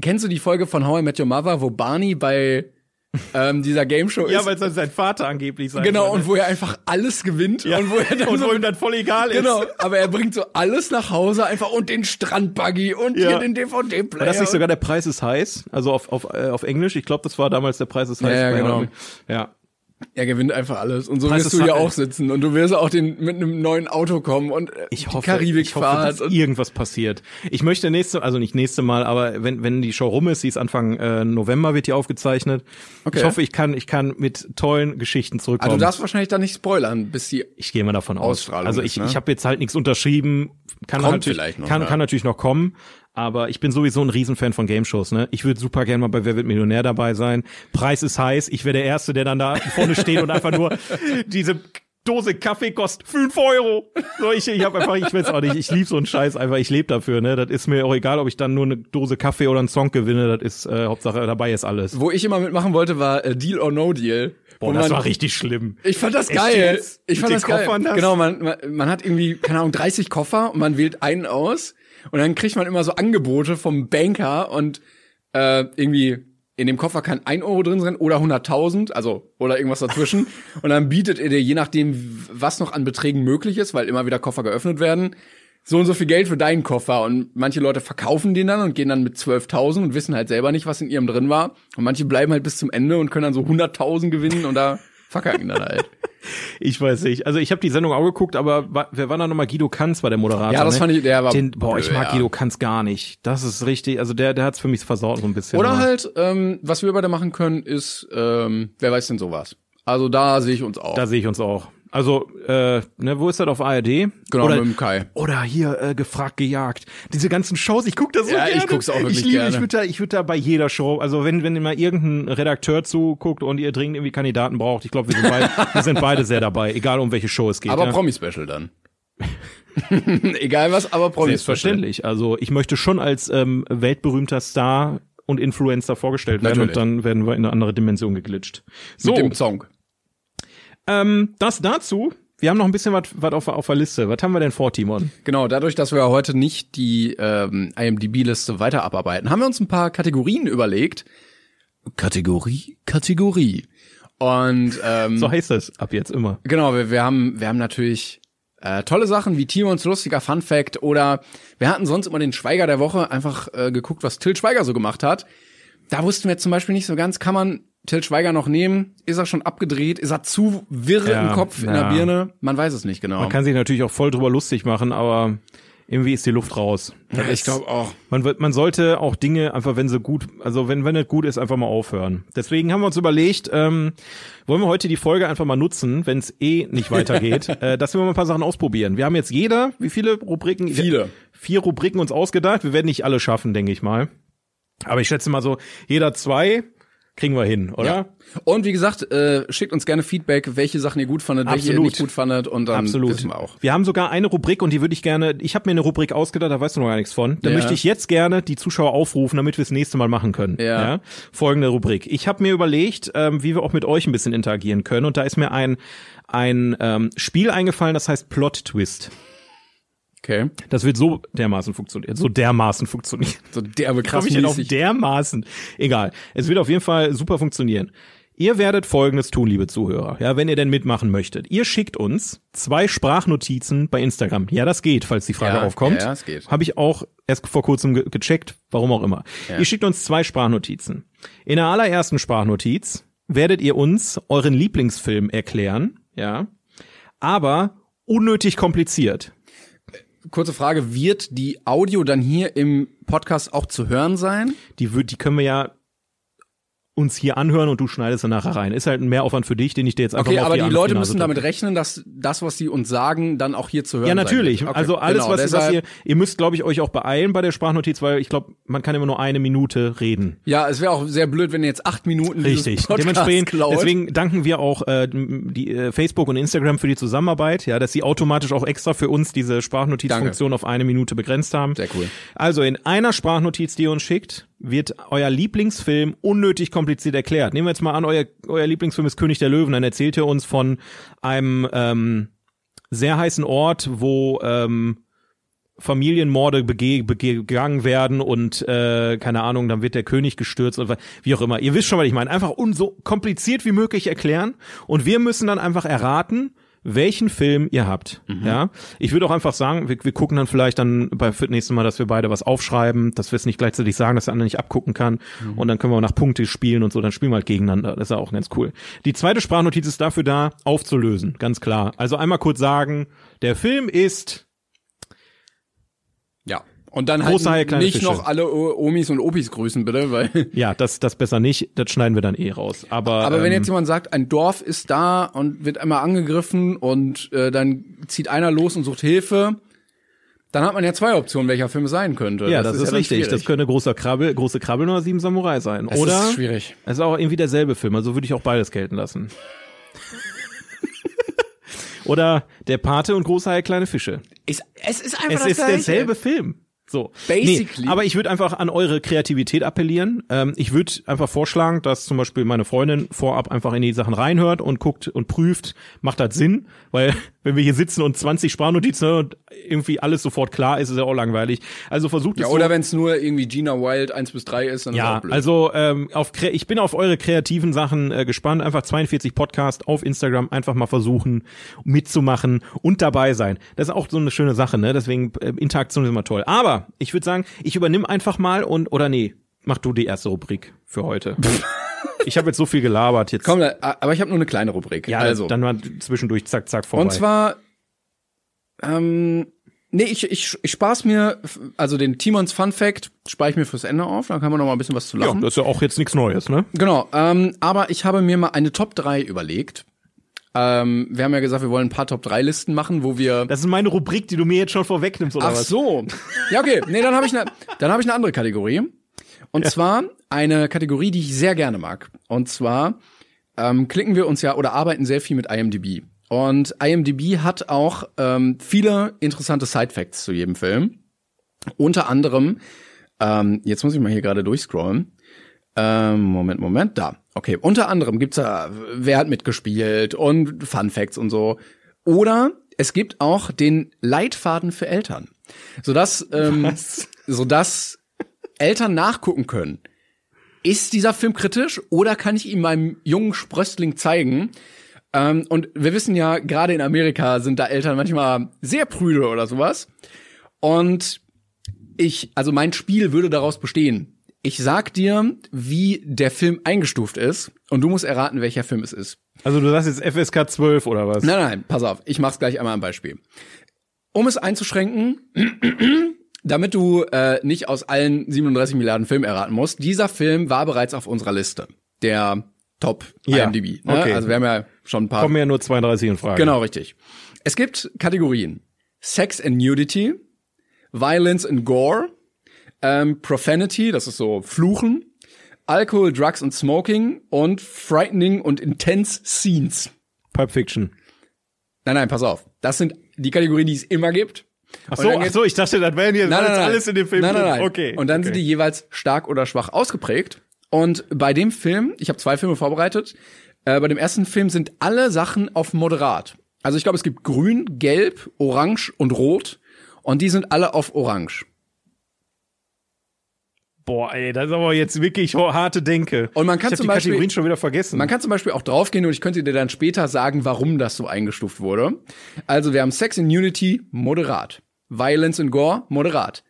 [SPEAKER 1] kennst du die Folge von How I Met Your Mother, wo Barney bei ähm, dieser Game Show
[SPEAKER 2] Ja,
[SPEAKER 1] ist?
[SPEAKER 2] weil es sein Vater angeblich sein
[SPEAKER 1] genau,
[SPEAKER 2] soll, ne?
[SPEAKER 1] und wo er einfach alles gewinnt
[SPEAKER 2] ja.
[SPEAKER 1] und wo er
[SPEAKER 2] <laughs>
[SPEAKER 1] dann so,
[SPEAKER 2] ihm dann voll egal ist.
[SPEAKER 1] <laughs> genau, aber er bringt so alles nach Hause einfach und den Strandbuggy und
[SPEAKER 2] Ja.
[SPEAKER 1] hier den
[SPEAKER 2] War
[SPEAKER 1] DVD-Player.
[SPEAKER 2] das nicht sogar der Preis ist heiß? Also auf, auf, äh, auf Englisch. Ich glaube, das war damals der Preis ist heiß.
[SPEAKER 1] ja,
[SPEAKER 2] bei-
[SPEAKER 1] genau.
[SPEAKER 2] Ja.
[SPEAKER 1] Er gewinnt einfach alles und so
[SPEAKER 2] Preis
[SPEAKER 1] wirst
[SPEAKER 2] ist
[SPEAKER 1] du ja
[SPEAKER 2] halt-
[SPEAKER 1] auch sitzen und du wirst auch den mit einem neuen Auto kommen und äh,
[SPEAKER 2] Ich hoffe,
[SPEAKER 1] die
[SPEAKER 2] ich hoffe,
[SPEAKER 1] Karibikfahrt
[SPEAKER 2] dass irgendwas passiert. Ich möchte nächste, also nicht nächste Mal, aber wenn, wenn die Show rum ist, die ist Anfang äh, November, wird die aufgezeichnet.
[SPEAKER 1] Okay.
[SPEAKER 2] Ich hoffe, ich kann, ich kann mit tollen Geschichten
[SPEAKER 1] Ah,
[SPEAKER 2] zurückkommen.
[SPEAKER 1] du darfst wahrscheinlich da nicht spoilern, bis die
[SPEAKER 2] ich gehe mal davon aus.
[SPEAKER 1] Ausstrahlung
[SPEAKER 2] Also
[SPEAKER 1] ist,
[SPEAKER 2] ich,
[SPEAKER 1] ne?
[SPEAKER 2] ich habe jetzt halt nichts unterschrieben, kann halt
[SPEAKER 1] Kommt
[SPEAKER 2] natürlich,
[SPEAKER 1] vielleicht noch,
[SPEAKER 2] kann,
[SPEAKER 1] ja.
[SPEAKER 2] kann natürlich noch kommen, aber ich bin sowieso ein Riesenfan von Game Shows. Ne, ich würde super gerne mal bei Wer wird Millionär dabei sein. Preis ist heiß, ich wäre der Erste, der dann da vorne steht und einfach
[SPEAKER 1] <laughs>
[SPEAKER 2] nur diese Dose Kaffee kostet 5 Euro. So, ich, ich habe einfach, ich will's auch nicht. Ich liebe so einen Scheiß einfach. Ich lebe dafür. Ne, das ist mir auch egal, ob ich dann nur eine Dose Kaffee oder einen Song gewinne. Das ist äh, Hauptsache dabei ist alles.
[SPEAKER 1] Wo ich immer mitmachen wollte, war äh, Deal or No Deal.
[SPEAKER 2] Boah,
[SPEAKER 1] Wo
[SPEAKER 2] das
[SPEAKER 1] man-
[SPEAKER 2] war richtig schlimm.
[SPEAKER 1] Ich fand das
[SPEAKER 2] Echt
[SPEAKER 1] geil.
[SPEAKER 2] jetzt?
[SPEAKER 1] Ich fand
[SPEAKER 2] Mit
[SPEAKER 1] das
[SPEAKER 2] den
[SPEAKER 1] geil.
[SPEAKER 2] Koffern das?
[SPEAKER 1] Genau, man, man, man hat irgendwie, keine Ahnung, 30 Koffer und man wählt einen aus und dann kriegt man immer so Angebote vom Banker und äh, irgendwie in dem Koffer kann ein Euro drin sein oder 100.000, also oder irgendwas dazwischen. und dann bietet er dir, je nachdem, was noch an Beträgen möglich ist, weil immer wieder Koffer geöffnet werden, so und so viel Geld für deinen Koffer. Und manche Leute verkaufen den dann und gehen dann mit 12.000 und wissen halt selber nicht, was in ihrem drin war. Und manche bleiben halt bis zum Ende und können dann so 100.000 gewinnen und da verkacken dann halt.
[SPEAKER 2] Ich weiß nicht. Also ich habe die Sendung auch geguckt, aber wa- wer war da nochmal? Guido Kanz war der Moderator.
[SPEAKER 1] Ja, das
[SPEAKER 2] ne?
[SPEAKER 1] fand ich- der war
[SPEAKER 2] Den, boah, ich
[SPEAKER 1] blöd,
[SPEAKER 2] mag
[SPEAKER 1] ja.
[SPEAKER 2] Guido Kanz gar nicht. Das ist richtig. Also der, der hat's für mich versaut so ein bisschen. ne?
[SPEAKER 1] Oder
[SPEAKER 2] Aber-
[SPEAKER 1] halt, ähm, was wir beide machen können, ist, ähm, wer weiß denn sowas? Also da sehe ich uns auch.
[SPEAKER 2] Da sehe ich uns auch. Also, äh, ne, wo ist das auf ARD?
[SPEAKER 1] Genau,
[SPEAKER 2] oder,
[SPEAKER 1] mit dem Kai.
[SPEAKER 2] Oder hier, äh, gefragt, gejagt. Diese ganzen Shows, ich guck das so
[SPEAKER 1] Ja, ich
[SPEAKER 2] gerne.
[SPEAKER 1] guck's auch wirklich
[SPEAKER 2] ich liebe,
[SPEAKER 1] gerne.
[SPEAKER 2] Ich würde da, ich würd da bei jeder Show, also wenn, wenn mal irgendein Redakteur zuguckt und ihr dringend irgendwie Kandidaten braucht, ich glaube, wir, sind
[SPEAKER 1] <laughs>
[SPEAKER 2] beide- wir sind beide sehr dabei, egal um welche Show es geht.
[SPEAKER 1] aber
[SPEAKER 2] ja.
[SPEAKER 1] Promi-Special dann. <laughs> Egal was, aber Promi-Special.
[SPEAKER 2] Selbstverständlich. Oh, Also ich möchte schon als ähm, weltberühmter Star und Influencer vorgestellt werden
[SPEAKER 1] Natürlich.
[SPEAKER 2] und dann werden wir in eine andere Dimension geglitscht. So,
[SPEAKER 1] Mit dem Song.
[SPEAKER 2] ähm, das dazu. Wir haben noch ein bisschen was was auf, auf der Liste. Was haben wir denn vor, Timon?
[SPEAKER 1] Genau, dadurch, dass wir heute nicht die ähm, IMDb-Liste weiter abarbeiten, haben wir uns ein paar Kategorien überlegt. Kategorie, Kategorie. Und ähm,
[SPEAKER 2] So heißt es ab jetzt immer.
[SPEAKER 1] Genau, wir, wir haben wir haben natürlich äh, tolle Sachen wie Timons lustiger Fun Fact oder wir hatten sonst immer den Schweiger der Woche einfach äh, geguckt, was Till Schweiger so gemacht hat. Da wussten wir zum Beispiel nicht so ganz, kann man Till Schweiger noch nehmen? Ist er schon abgedreht? Ist er zu wirr
[SPEAKER 2] Ja,
[SPEAKER 1] im Kopf, in
[SPEAKER 2] ja.
[SPEAKER 1] der Birne? Man weiß es nicht genau.
[SPEAKER 2] Man kann sich natürlich auch voll drüber lustig machen, aber irgendwie ist die Luft raus.
[SPEAKER 1] Ja, ich glaube auch.
[SPEAKER 2] Man, wird, man sollte auch Dinge einfach, wenn sie gut, also wenn, wenn es gut ist, einfach mal aufhören. Deswegen haben wir uns überlegt, ähm, wollen wir heute die Folge einfach mal nutzen, wenn es eh nicht
[SPEAKER 1] <laughs>
[SPEAKER 2] weitergeht, äh, dass wir mal ein paar Sachen ausprobieren. Wir haben jetzt jeder, wie viele Rubriken?
[SPEAKER 1] Viele.
[SPEAKER 2] Vier Rubriken uns ausgedacht. Wir werden nicht alle schaffen, denke ich mal. Aber ich schätze mal so, jeder zwei kriegen wir hin, oder?
[SPEAKER 1] Ja. ne? Und wie gesagt, äh, schickt uns gerne Feedback, welche Sachen ihr gut fandet, welche ihr
[SPEAKER 2] Absolut.
[SPEAKER 1] nicht gut fandet und dann
[SPEAKER 2] Absolut.
[SPEAKER 1] wissen Ähm, wir auch.
[SPEAKER 2] haben sogar eine Rubrik und die würde ich gerne, ich habe mir eine Rubrik ausgedacht, da weißt du noch gar nichts von. Da
[SPEAKER 1] Ja.
[SPEAKER 2] möchte ich jetzt gerne die Zuschauer aufrufen, damit wir das nächste Mal machen können.
[SPEAKER 1] Ja.
[SPEAKER 2] Folgende Rubrik. Ich habe mir überlegt, ähm, wie wir auch mit euch ein bisschen interagieren können und da ist mir ein, ein ähm, Spiel eingefallen, das heißt Plot Twist.
[SPEAKER 1] Okay.
[SPEAKER 2] Das wird so dermaßen funktionieren, so dermaßen funktionieren.
[SPEAKER 1] So derbe krass
[SPEAKER 2] Komme ich denn auf
[SPEAKER 1] mäßig.
[SPEAKER 2] dermaßen? Egal. Es wird auf jeden Fall super funktionieren. Ihr werdet folgendes tun, liebe Zuhörer. Ja, wenn ihr denn mitmachen möchtet. Ihr schickt uns zwei Sprachnotizen bei Instagram. Ja, das geht, falls die Frage
[SPEAKER 1] Ja,
[SPEAKER 2] aufkommt.
[SPEAKER 1] ja, es geht.
[SPEAKER 2] Habe ich auch erst vor kurzem ge gecheckt, warum auch immer. Ihr schickt uns zwei Sprachnotizen. In der allerersten Sprachnotiz werdet ihr uns euren Lieblingsfilm erklären, ja, aber unnötig kompliziert.
[SPEAKER 1] Kurze Frage, wird die Audio dann hier im Podcast auch zu hören sein?
[SPEAKER 2] Die, wür- die können wir ja uns hier anhören und du schneidest dann nachher rein. Ist halt ein Mehraufwand für dich, den ich dir jetzt einfach
[SPEAKER 1] Okay,
[SPEAKER 2] mal auf
[SPEAKER 1] aber die
[SPEAKER 2] die
[SPEAKER 1] Leute
[SPEAKER 2] Nase
[SPEAKER 1] müssen
[SPEAKER 2] drücke.
[SPEAKER 1] damit rechnen, dass das, was sie uns sagen, dann auch hier zu hören
[SPEAKER 2] Ja,
[SPEAKER 1] sein
[SPEAKER 2] natürlich.
[SPEAKER 1] wird. Okay,
[SPEAKER 2] also alles,
[SPEAKER 1] genau,
[SPEAKER 2] was, was
[SPEAKER 1] deshalb-
[SPEAKER 2] ihr, ihr müsst, glaube ich, euch auch beeilen bei der Sprachnotiz, weil ich glaube, man kann immer nur eine Minute reden.
[SPEAKER 1] Ja, es wäre auch sehr blöd, wenn ihr jetzt acht Minuten
[SPEAKER 2] Richtig.
[SPEAKER 1] Dieses Podcast
[SPEAKER 2] Dementsprechend,
[SPEAKER 1] klaut.
[SPEAKER 2] deswegen danken wir auch äh, die, äh, Facebook und Instagram für die Zusammenarbeit, ja, dass sie automatisch auch extra für uns diese Sprachnotizfunktion auf eine Minute begrenzt haben.
[SPEAKER 1] Sehr cool.
[SPEAKER 2] Also in einer Sprachnotiz, die ihr uns schickt, wird euer Lieblingsfilm unnötig kompliziert erklärt. Nehmen wir jetzt mal an, euer, euer Lieblingsfilm ist König der Löwen, dann erzählt ihr uns von einem ähm, sehr heißen Ort, wo ähm, Familienmorde bege bege- begangen werden und äh, keine Ahnung, dann wird der König gestürzt oder wie auch immer. Ihr wisst schon, was ich meine. Einfach un so kompliziert wie möglich erklären und wir müssen dann einfach erraten, welchen Film ihr habt. Ja, ich würde auch einfach sagen, wir, wir gucken dann vielleicht dann bei für das nächste Mal, dass wir beide was aufschreiben, dass wir es nicht gleichzeitig sagen, dass der andere nicht abgucken kann und dann können wir auch nach Punkte spielen und so. Dann spielen wir halt gegeneinander. Das ist ja auch ganz cool. Die zweite Sprachnotiz ist dafür da, aufzulösen, ganz klar. Also einmal kurz sagen, der Film ist
[SPEAKER 1] Ja. Und dann
[SPEAKER 2] Große Haie,
[SPEAKER 1] halt
[SPEAKER 2] kleine
[SPEAKER 1] nicht
[SPEAKER 2] Fische.
[SPEAKER 1] noch alle O- Omis und Opis grüßen, bitte, weil. <laughs>
[SPEAKER 2] Ja, das, das besser nicht. Das schneiden wir dann eh raus. Aber,
[SPEAKER 1] Aber wenn
[SPEAKER 2] ähm,
[SPEAKER 1] jetzt jemand sagt, ein Dorf ist da und wird einmal angegriffen und äh, dann zieht einer los und sucht Hilfe, dann hat man ja zwei Optionen, welcher Film es sein könnte.
[SPEAKER 2] ja, das, ist,
[SPEAKER 1] dann
[SPEAKER 2] richtig. Das
[SPEAKER 1] schwierig.
[SPEAKER 2] könnte großer Krabbel, große Krabbeln oder sieben Samurai sein.
[SPEAKER 1] Das
[SPEAKER 2] oder
[SPEAKER 1] ist schwierig.
[SPEAKER 2] Es ist auch irgendwie derselbe Film. Also würde ich auch beides gelten
[SPEAKER 1] <laughs>
[SPEAKER 2] lassen. oder der Pate und große Hai, kleine Fische.
[SPEAKER 1] Ist, es ist einfach
[SPEAKER 2] Es
[SPEAKER 1] das
[SPEAKER 2] ist
[SPEAKER 1] Gleiche.
[SPEAKER 2] derselbe Film. So.
[SPEAKER 1] Basically.
[SPEAKER 2] Nee, aber ich würde einfach an eure Kreativität appellieren. Ähm, ich würde einfach vorschlagen, dass zum Beispiel meine Freundin vorab einfach in die Sachen reinhört und guckt und prüft, macht das Sinn? Weil <laughs> wenn wir hier sitzen und 20 Sprachnotizen hören und irgendwie alles sofort klar ist, ist ja auch langweilig. Also versucht
[SPEAKER 1] Ja,
[SPEAKER 2] es
[SPEAKER 1] oder
[SPEAKER 2] so.
[SPEAKER 1] wenn es nur irgendwie Gina Wild 1 bis 3 ist, dann ist
[SPEAKER 2] Ja,
[SPEAKER 1] auch blöd.
[SPEAKER 2] also ähm, auf kre- ich bin auf eure kreativen Sachen äh, gespannt. Einfach 42 Podcast auf Instagram einfach mal versuchen mitzumachen und dabei sein. Das ist auch so eine schöne Sache, ne? Deswegen äh, Interaktion ist immer toll. Aber ich würde sagen, ich übernehme einfach mal und oder nee, mach du die erste Rubrik für
[SPEAKER 1] <laughs>
[SPEAKER 2] heute. ich habe jetzt so viel gelabert jetzt.
[SPEAKER 1] Komm, da- aber ich habe nur eine kleine Rubrik.
[SPEAKER 2] ja,
[SPEAKER 1] also.
[SPEAKER 2] dann mal zwischendurch zack zack vorbei.
[SPEAKER 1] Und zwar, ähm, nee, ich, ich, ich spar's mir, also den Timons Fun Fact spare ich mir fürs Ende auf, dann kann man noch mal ein bisschen was zu
[SPEAKER 2] ja,
[SPEAKER 1] lachen.
[SPEAKER 2] das ist ja auch jetzt nichts Neues, ne?
[SPEAKER 1] genau, ähm, aber ich habe mir mal eine Top 3 überlegt. Ähm, wir haben ja gesagt, wir wollen ein paar Top 3 Listen machen, wo wir.
[SPEAKER 2] Das ist meine Rubrik, die du mir jetzt schon vorwegnimmst oder
[SPEAKER 1] Ach
[SPEAKER 2] was?
[SPEAKER 1] so. Ja, okay. Nee, dann habe ich eine dann habe ich eine andere Kategorie. Und zwar eine Kategorie, die ich sehr gerne mag. Und zwar ähm, klicken wir uns ja oder arbeiten sehr viel mit IMDb. Und IMDb hat auch ähm, viele interessante Sidefacts zu jedem Film. Unter anderem, ähm, jetzt muss ich mal hier gerade durchscrollen. Ähm, Moment, Moment, da. Okay, unter anderem gibt's da, wer hat mitgespielt und Fun Facts und so. Oder es gibt auch den Leitfaden für Eltern, sodass, ähm, sodass Eltern nachgucken können. Ist dieser Film kritisch oder kann ich ihn meinem jungen Sprössling zeigen? Ähm, und wir wissen ja, gerade in Amerika sind da Eltern manchmal sehr prüde oder sowas. Und ich, also mein Spiel würde daraus bestehen. Ich sag dir, wie der Film eingestuft ist und du musst erraten, welcher Film es ist.
[SPEAKER 2] Also du sagst jetzt FSK 12 oder was?
[SPEAKER 1] Nein, nein, pass auf, ich mach's gleich einmal am Beispiel. Um es einzuschränken, <clears throat> damit du äh, nicht aus allen 37 Milliarden Filmen erraten musst, dieser Film war bereits auf unserer Liste der Top
[SPEAKER 2] Ja,
[SPEAKER 1] IMDb. Ne?
[SPEAKER 2] okay.
[SPEAKER 1] Also wir haben ja schon ein paar.
[SPEAKER 2] Kommen ja nur 32 in Frage.
[SPEAKER 1] Genau, richtig. Es gibt Kategorien. Sex and Nudity, Violence and Gore, ähm, Profanity, das ist so Fluchen, Alkohol, Drugs und Smoking und Frightening und Intense Scenes.
[SPEAKER 2] Pulp Fiction.
[SPEAKER 1] Nein, nein, pass auf. Das sind die Kategorien, die es immer gibt.
[SPEAKER 2] Ach so, ach so, ich dachte, das wären jetzt
[SPEAKER 1] Nein, nein, nein.
[SPEAKER 2] alles in dem Film
[SPEAKER 1] nein, nein,
[SPEAKER 2] drin.
[SPEAKER 1] nein.
[SPEAKER 2] Okay.
[SPEAKER 1] Und dann
[SPEAKER 2] okay.
[SPEAKER 1] sind die jeweils stark oder schwach ausgeprägt. Und bei dem Film, ich habe zwei Filme vorbereitet, äh, bei dem ersten Film sind alle Sachen auf moderat. Also ich glaube, es gibt grün, gelb, orange und rot. Und die sind alle auf orange.
[SPEAKER 2] Boah, ey, das ist aber jetzt wirklich ho- harte Denke.
[SPEAKER 1] Und man kann
[SPEAKER 2] ich hab
[SPEAKER 1] zum
[SPEAKER 2] die
[SPEAKER 1] Beispiel-
[SPEAKER 2] Kategorien schon wieder vergessen.
[SPEAKER 1] Man kann zum Beispiel auch draufgehen und ich könnte dir dann später sagen, warum das so eingestuft wurde. Also wir haben Sex in Unity moderat, Violence and Gore moderat,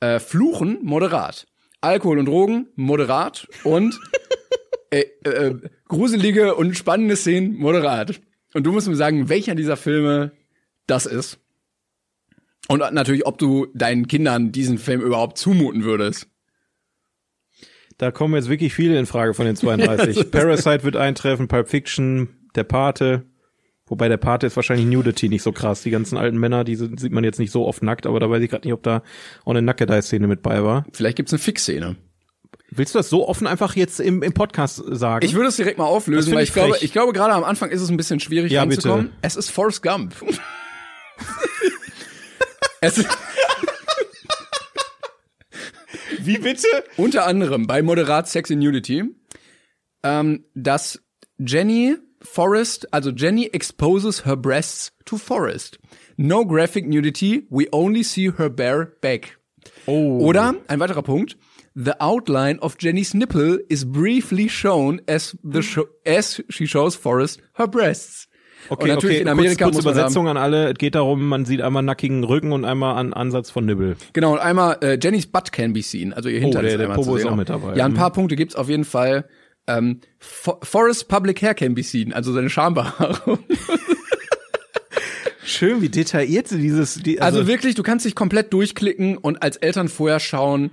[SPEAKER 1] äh, Fluchen moderat, Alkohol und Drogen moderat und äh, äh, gruselige und spannende Szenen moderat. Und du musst mir sagen, welcher dieser Filme das ist. Und natürlich, ob du deinen Kindern diesen Film überhaupt zumuten würdest.
[SPEAKER 2] Da kommen jetzt wirklich viele in Frage
[SPEAKER 1] <laughs>
[SPEAKER 2] von den 32. Parasite wird eintreffen, Pulp Fiction, Der Pate. Wobei der Pate ist wahrscheinlich Nudity nicht so krass. Die ganzen alten Männer, die sind- sieht man jetzt nicht so oft nackt, aber da weiß ich gerade nicht, ob da auch eine Nackedei-Szene mit bei war.
[SPEAKER 1] Vielleicht gibt's eine Fixszene.
[SPEAKER 2] Willst du das so offen einfach jetzt im, im Podcast sagen?
[SPEAKER 1] Ich würde es direkt mal auflösen,
[SPEAKER 2] find
[SPEAKER 1] weil
[SPEAKER 2] ich
[SPEAKER 1] ich glaube,
[SPEAKER 2] frech.
[SPEAKER 1] ich glaube, gerade am Anfang ist es ein bisschen schwierig
[SPEAKER 2] Ja,
[SPEAKER 1] ranzukommen.
[SPEAKER 2] bitte.
[SPEAKER 1] Es ist Forrest Gump. <laughs> es ist
[SPEAKER 2] wie bitte?
[SPEAKER 1] unter anderem bei Moderat Sexy Nudity, ähm, dass Jenny Forrest, also Jenny exposes her breasts to Forrest. No graphic nudity, we only see her bare back. Oh. Oder ein weiterer Punkt. The outline of Jenny's nipple is briefly shown as the sho as she shows Forrest her breasts.
[SPEAKER 2] Okay,
[SPEAKER 1] Und natürlich
[SPEAKER 2] okay.
[SPEAKER 1] in Amerika
[SPEAKER 2] kurz, kurz
[SPEAKER 1] muss man
[SPEAKER 2] Übersetzung an alle. Es geht darum, man sieht einmal nackigen Rücken und einmal einen Ansatz von Nibbel.
[SPEAKER 1] Genau, und einmal äh, Jennys Butt can be seen, also ihr
[SPEAKER 2] Oh,
[SPEAKER 1] Hintern
[SPEAKER 2] der-
[SPEAKER 1] ist
[SPEAKER 2] der
[SPEAKER 1] einmal
[SPEAKER 2] Popo
[SPEAKER 1] zu
[SPEAKER 2] ist
[SPEAKER 1] sehen.
[SPEAKER 2] auch mit dabei. mhm.
[SPEAKER 1] Ja, ein paar Punkte gibt's auf jeden Fall. Ähm, Fo Forrest Public Hair can be seen, also
[SPEAKER 2] <laughs>
[SPEAKER 1] seine Schambehaarung.
[SPEAKER 2] Schön, wie detailliert sie dieses. Die,
[SPEAKER 1] Also wirklich, du kannst dich komplett durchklicken und als Eltern vorher schauen,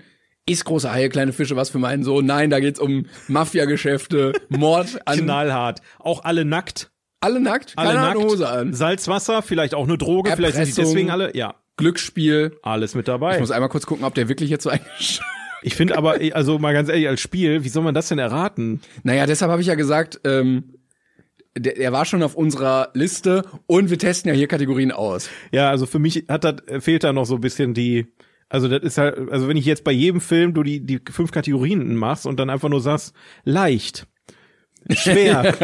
[SPEAKER 1] ist große Haie, kleine Fische, was für meinen Sohn? Nein, da geht's um Mafia-Geschäfte,
[SPEAKER 2] <laughs>
[SPEAKER 1] Mord an
[SPEAKER 2] knallhart. Auch alle nackt.
[SPEAKER 1] alle nackt,
[SPEAKER 2] Alle
[SPEAKER 1] keiner hat
[SPEAKER 2] nackt.
[SPEAKER 1] eine Hose an.
[SPEAKER 2] Salzwasser, vielleicht auch eine Droge, vielleicht sind sie
[SPEAKER 1] Erpressung.
[SPEAKER 2] deswegen alle. Ja,
[SPEAKER 1] Glücksspiel.
[SPEAKER 2] alles mit
[SPEAKER 1] Ich
[SPEAKER 2] dabei.
[SPEAKER 1] muss einmal kurz gucken, ob der wirklich jetzt so <laughs> eingeschaltet
[SPEAKER 2] Ich finde aber, eh, also mal ganz ehrlich, als Spiel, wie soll man das denn erraten?
[SPEAKER 1] Naja, deshalb habe ich ja gesagt, ähm, der, der war schon auf unserer Liste und wir testen ja hier Kategorien aus.
[SPEAKER 2] Ja, also für mich hat das, äh, fehlt da noch so ein bisschen die. Also das ist halt, also wenn ich jetzt bei jedem Film du die, die fünf Kategorien machst und dann einfach nur sagst, leicht, schwer.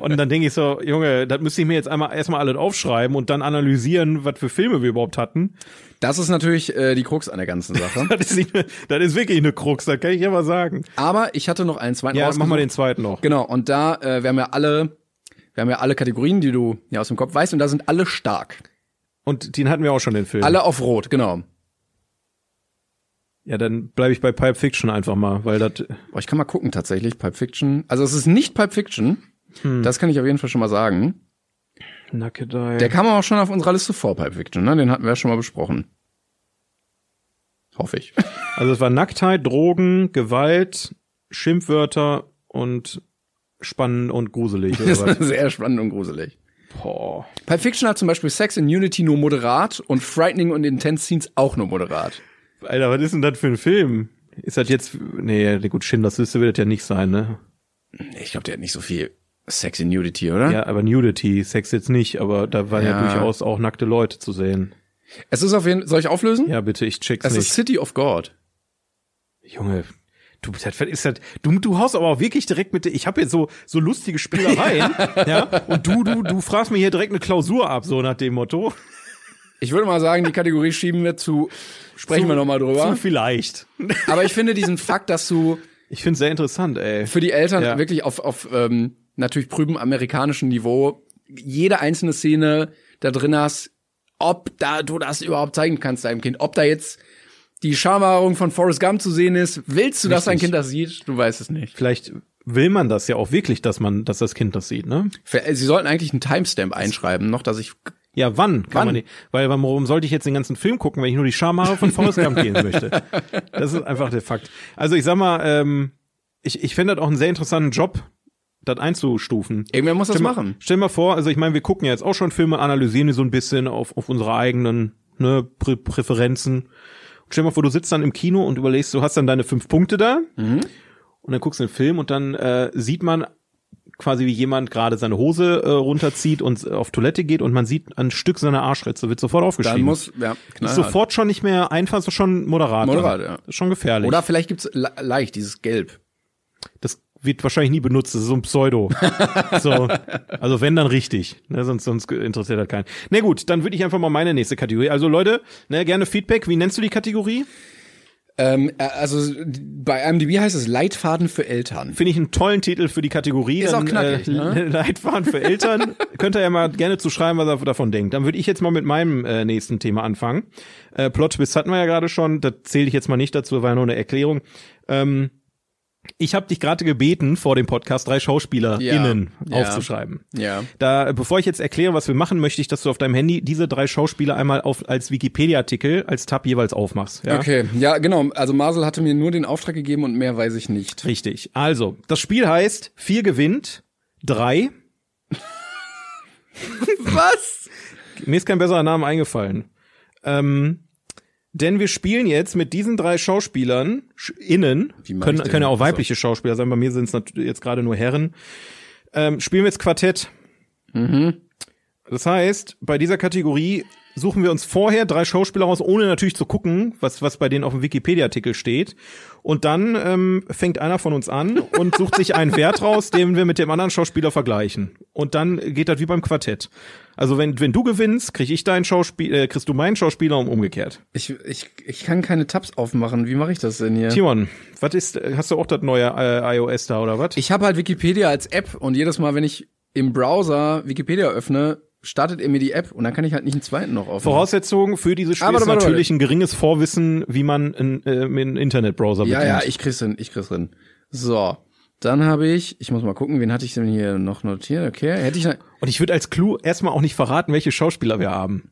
[SPEAKER 2] und dann denke ich so, Junge, das müsste ich mir jetzt einmal erstmal alles aufschreiben und dann analysieren, was für Filme wir überhaupt hatten. <laughs>
[SPEAKER 1] Das ist natürlich äh, die Krux an der ganzen Sache.
[SPEAKER 2] Das ist, nicht, das ist wirklich eine Krux, das kann ich ja mal sagen.
[SPEAKER 1] Aber ich hatte noch einen zweiten
[SPEAKER 2] Ja, mach
[SPEAKER 1] rausgesucht.
[SPEAKER 2] mal den zweiten noch.
[SPEAKER 1] Genau, und da, äh, wir haben ja alle, wir haben ja alle Kategorien, die du ja aus dem Kopf weißt, und da sind alle stark.
[SPEAKER 2] Und den hatten wir auch schon, den Film.
[SPEAKER 1] Alle auf Rot, genau.
[SPEAKER 2] Ja, dann bleibe ich bei Pipe Fiction einfach mal, weil das.
[SPEAKER 1] Boah, ich kann mal gucken tatsächlich, Pulp Fiction. Also es ist nicht Pulp Fiction,
[SPEAKER 2] Hm.
[SPEAKER 1] das kann ich auf jeden Fall schon mal sagen.
[SPEAKER 2] Nackedei.
[SPEAKER 1] Der kam auch schon auf unserer Liste vor, Pulp Fiction, ne? Den hatten wir ja schon mal besprochen. Hoffe ich.
[SPEAKER 2] Also es war Nacktheit, Drogen, Gewalt, Schimpfwörter und spannend und <laughs>
[SPEAKER 1] <laughs>
[SPEAKER 2] gruselig. Oder
[SPEAKER 1] Das
[SPEAKER 2] was?
[SPEAKER 1] ist sehr spannend und gruselig.
[SPEAKER 2] Boah.
[SPEAKER 1] Pulp Fiction hat zum Beispiel Sex in Unity nur moderat und Frightening und Intense Scenes auch nur moderat.
[SPEAKER 2] Alter, was ist denn das für ein Film? Ist das jetzt. Nee, gut, Schindlers Liste wird das ja nicht sein, ne?
[SPEAKER 1] Ich glaube, der hat nicht so viel Sex in Nudity, oder?
[SPEAKER 2] Ja, aber Nudity, Sex jetzt nicht, aber da waren ja,
[SPEAKER 1] Ja.
[SPEAKER 2] durchaus auch nackte Leute zu sehen.
[SPEAKER 1] Es ist auf jeden Soll ich auflösen?
[SPEAKER 2] Ja, bitte, ich check's
[SPEAKER 1] es ist
[SPEAKER 2] nicht.
[SPEAKER 1] City of God.
[SPEAKER 2] Junge. Du, das ist das, du, du haust aber auch wirklich direkt mit, ich habe jetzt so, so lustige <laughs> Spielereien, ja, und du, du, du fragst mir hier direkt eine Klausur ab, so nach dem Motto.
[SPEAKER 1] Ich würde mal sagen, die Kategorie schieben wir zu, sprechen wir nochmal drüber.
[SPEAKER 2] Zu vielleicht.
[SPEAKER 1] Aber ich finde diesen Fakt, dass du
[SPEAKER 2] Ich finde sehr interessant, ey.
[SPEAKER 1] für die Eltern
[SPEAKER 2] Ja.
[SPEAKER 1] wirklich auf, auf ähm, natürlich prüben amerikanischen Niveau jede einzelne Szene da drin hast, ob da du das überhaupt zeigen kannst deinem Kind, ob da jetzt die Schamhaarung von Forrest Gump zu sehen ist, willst du, dass dein
[SPEAKER 2] Richtig.
[SPEAKER 1] Kind das sieht? Du weißt es nicht.
[SPEAKER 2] Vielleicht will man das ja auch wirklich, dass man, dass das Kind das sieht, ne?
[SPEAKER 1] Sie sollten eigentlich einen Timestamp einschreiben, noch, dass ich
[SPEAKER 2] Ja, wann? Kann
[SPEAKER 1] Wann?
[SPEAKER 2] Man nicht, weil warum sollte ich jetzt den ganzen Film gucken, wenn ich nur die Schamhaare von Forrest Gump gehen möchte? Das ist einfach der Fakt. Also ich sag mal, ähm, ich, ich finde das auch einen sehr interessanten Job, das einzustufen.
[SPEAKER 1] irgendwer muss das
[SPEAKER 2] Stell mal-
[SPEAKER 1] machen.
[SPEAKER 2] Stell mal vor, also ich meine, wir gucken ja jetzt auch schon Filme, analysieren die so ein bisschen auf, auf unsere eigenen ne, Prä Präferenzen. Stell mal vor, du sitzt dann im Kino und überlegst, du hast dann deine fünf Punkte da
[SPEAKER 1] Mhm.
[SPEAKER 2] und dann guckst du den Film und dann äh, sieht man quasi, wie jemand gerade seine Hose äh, runterzieht und äh, auf Toilette geht und man sieht ein Stück seiner Arschritze, wird sofort aufgeschrieben.
[SPEAKER 1] Dann muss ja
[SPEAKER 2] ist
[SPEAKER 1] knallhart.
[SPEAKER 2] sofort schon nicht mehr einfach, so schon moderat.
[SPEAKER 1] Moderat,
[SPEAKER 2] dann.
[SPEAKER 1] ja.
[SPEAKER 2] Ist Schon gefährlich.
[SPEAKER 1] Oder vielleicht gibt's le leicht dieses Gelb.
[SPEAKER 2] das wird wahrscheinlich nie benutzt, das ist so ein Pseudo.
[SPEAKER 1] <laughs>
[SPEAKER 2] so, also wenn, dann richtig. Ne, sonst, sonst interessiert das keinen. Na gut, dann würde ich einfach mal meine nächste Kategorie. Also Leute, ne, gerne Feedback. Wie nennst du die Kategorie?
[SPEAKER 1] Ähm, äh, also d- bei IMDb heißt es Leitfaden für Eltern.
[SPEAKER 2] Finde ich einen tollen Titel für die Kategorie.
[SPEAKER 1] Ist
[SPEAKER 2] dann,
[SPEAKER 1] auch knackig,
[SPEAKER 2] äh,
[SPEAKER 1] ne?
[SPEAKER 2] <laughs> Leitfaden für
[SPEAKER 1] <laughs>
[SPEAKER 2] Eltern. Könnt ihr ja mal gerne zu schreiben, was ihr davon denkt. Dann würde ich jetzt mal mit meinem äh, nächsten Thema anfangen. Äh, Plot Twist hatten wir ja gerade schon. Das zähle ich jetzt mal nicht dazu, war ja nur eine Erklärung. Ähm, Ich habe dich gerade gebeten, vor dem Podcast drei SchauspielerInnen
[SPEAKER 1] Ja, ja.
[SPEAKER 2] aufzuschreiben.
[SPEAKER 1] Ja.
[SPEAKER 2] Da, bevor ich jetzt erkläre, was wir machen, möchte ich, dass du auf deinem Handy diese drei Schauspieler einmal auf, als Wikipedia-Artikel, als Tab jeweils aufmachst. Ja?
[SPEAKER 1] Okay, ja, genau. Also Marcel hatte mir nur den Auftrag gegeben und mehr weiß ich nicht.
[SPEAKER 2] Richtig. Also, das Spiel heißt Vier gewinnt, drei.
[SPEAKER 1] <laughs> Was?
[SPEAKER 2] Mir ist kein besserer Name eingefallen. Ähm, denn wir spielen jetzt mit diesen drei Schauspielern sch- innen,
[SPEAKER 1] Wie mach
[SPEAKER 2] können,
[SPEAKER 1] ich denn?
[SPEAKER 2] können ja auch
[SPEAKER 1] Achso.
[SPEAKER 2] weibliche Schauspieler sein, bei mir sind es nat- jetzt gerade nur Herren, ähm, spielen wir jetzt Quartett. Das heißt, bei dieser Kategorie suchen wir uns vorher drei Schauspieler raus, ohne natürlich zu gucken, was, was bei denen auf dem Wikipedia-Artikel steht. Und dann ähm, fängt einer von uns an und sucht sich einen Wert raus, <laughs> den wir mit dem anderen Schauspieler vergleichen. Und dann geht das wie beim Quartett. Also wenn, wenn du gewinnst, krieg ich deinen Schauspieler, äh, kriegst du meinen Schauspieler und umgekehrt.
[SPEAKER 1] Ich, ich, ich kann keine Tabs aufmachen. Wie mache ich das denn hier?
[SPEAKER 2] Timon, was ist, hast du auch das neue äh, iOS da oder was?
[SPEAKER 1] Ich habe halt Wikipedia als App und jedes Mal, wenn ich im Browser Wikipedia öffne, startet er mir die App und dann kann ich halt nicht einen zweiten noch aufmachen.
[SPEAKER 2] Voraussetzung für dieses Spiel
[SPEAKER 1] Aber
[SPEAKER 2] ist
[SPEAKER 1] Ah, warte, warte,
[SPEAKER 2] natürlich ein geringes Vorwissen, wie man einen, äh, einen Internetbrowser
[SPEAKER 1] ja,
[SPEAKER 2] bedient.
[SPEAKER 1] ja, ich krieg's hin, ich krieg's hin. So. Dann habe ich, ich muss mal gucken, wen hatte ich denn hier noch notiert? Okay, hätte ich,
[SPEAKER 2] Und ich würde als Clou erstmal auch nicht verraten, welche Schauspieler wir haben.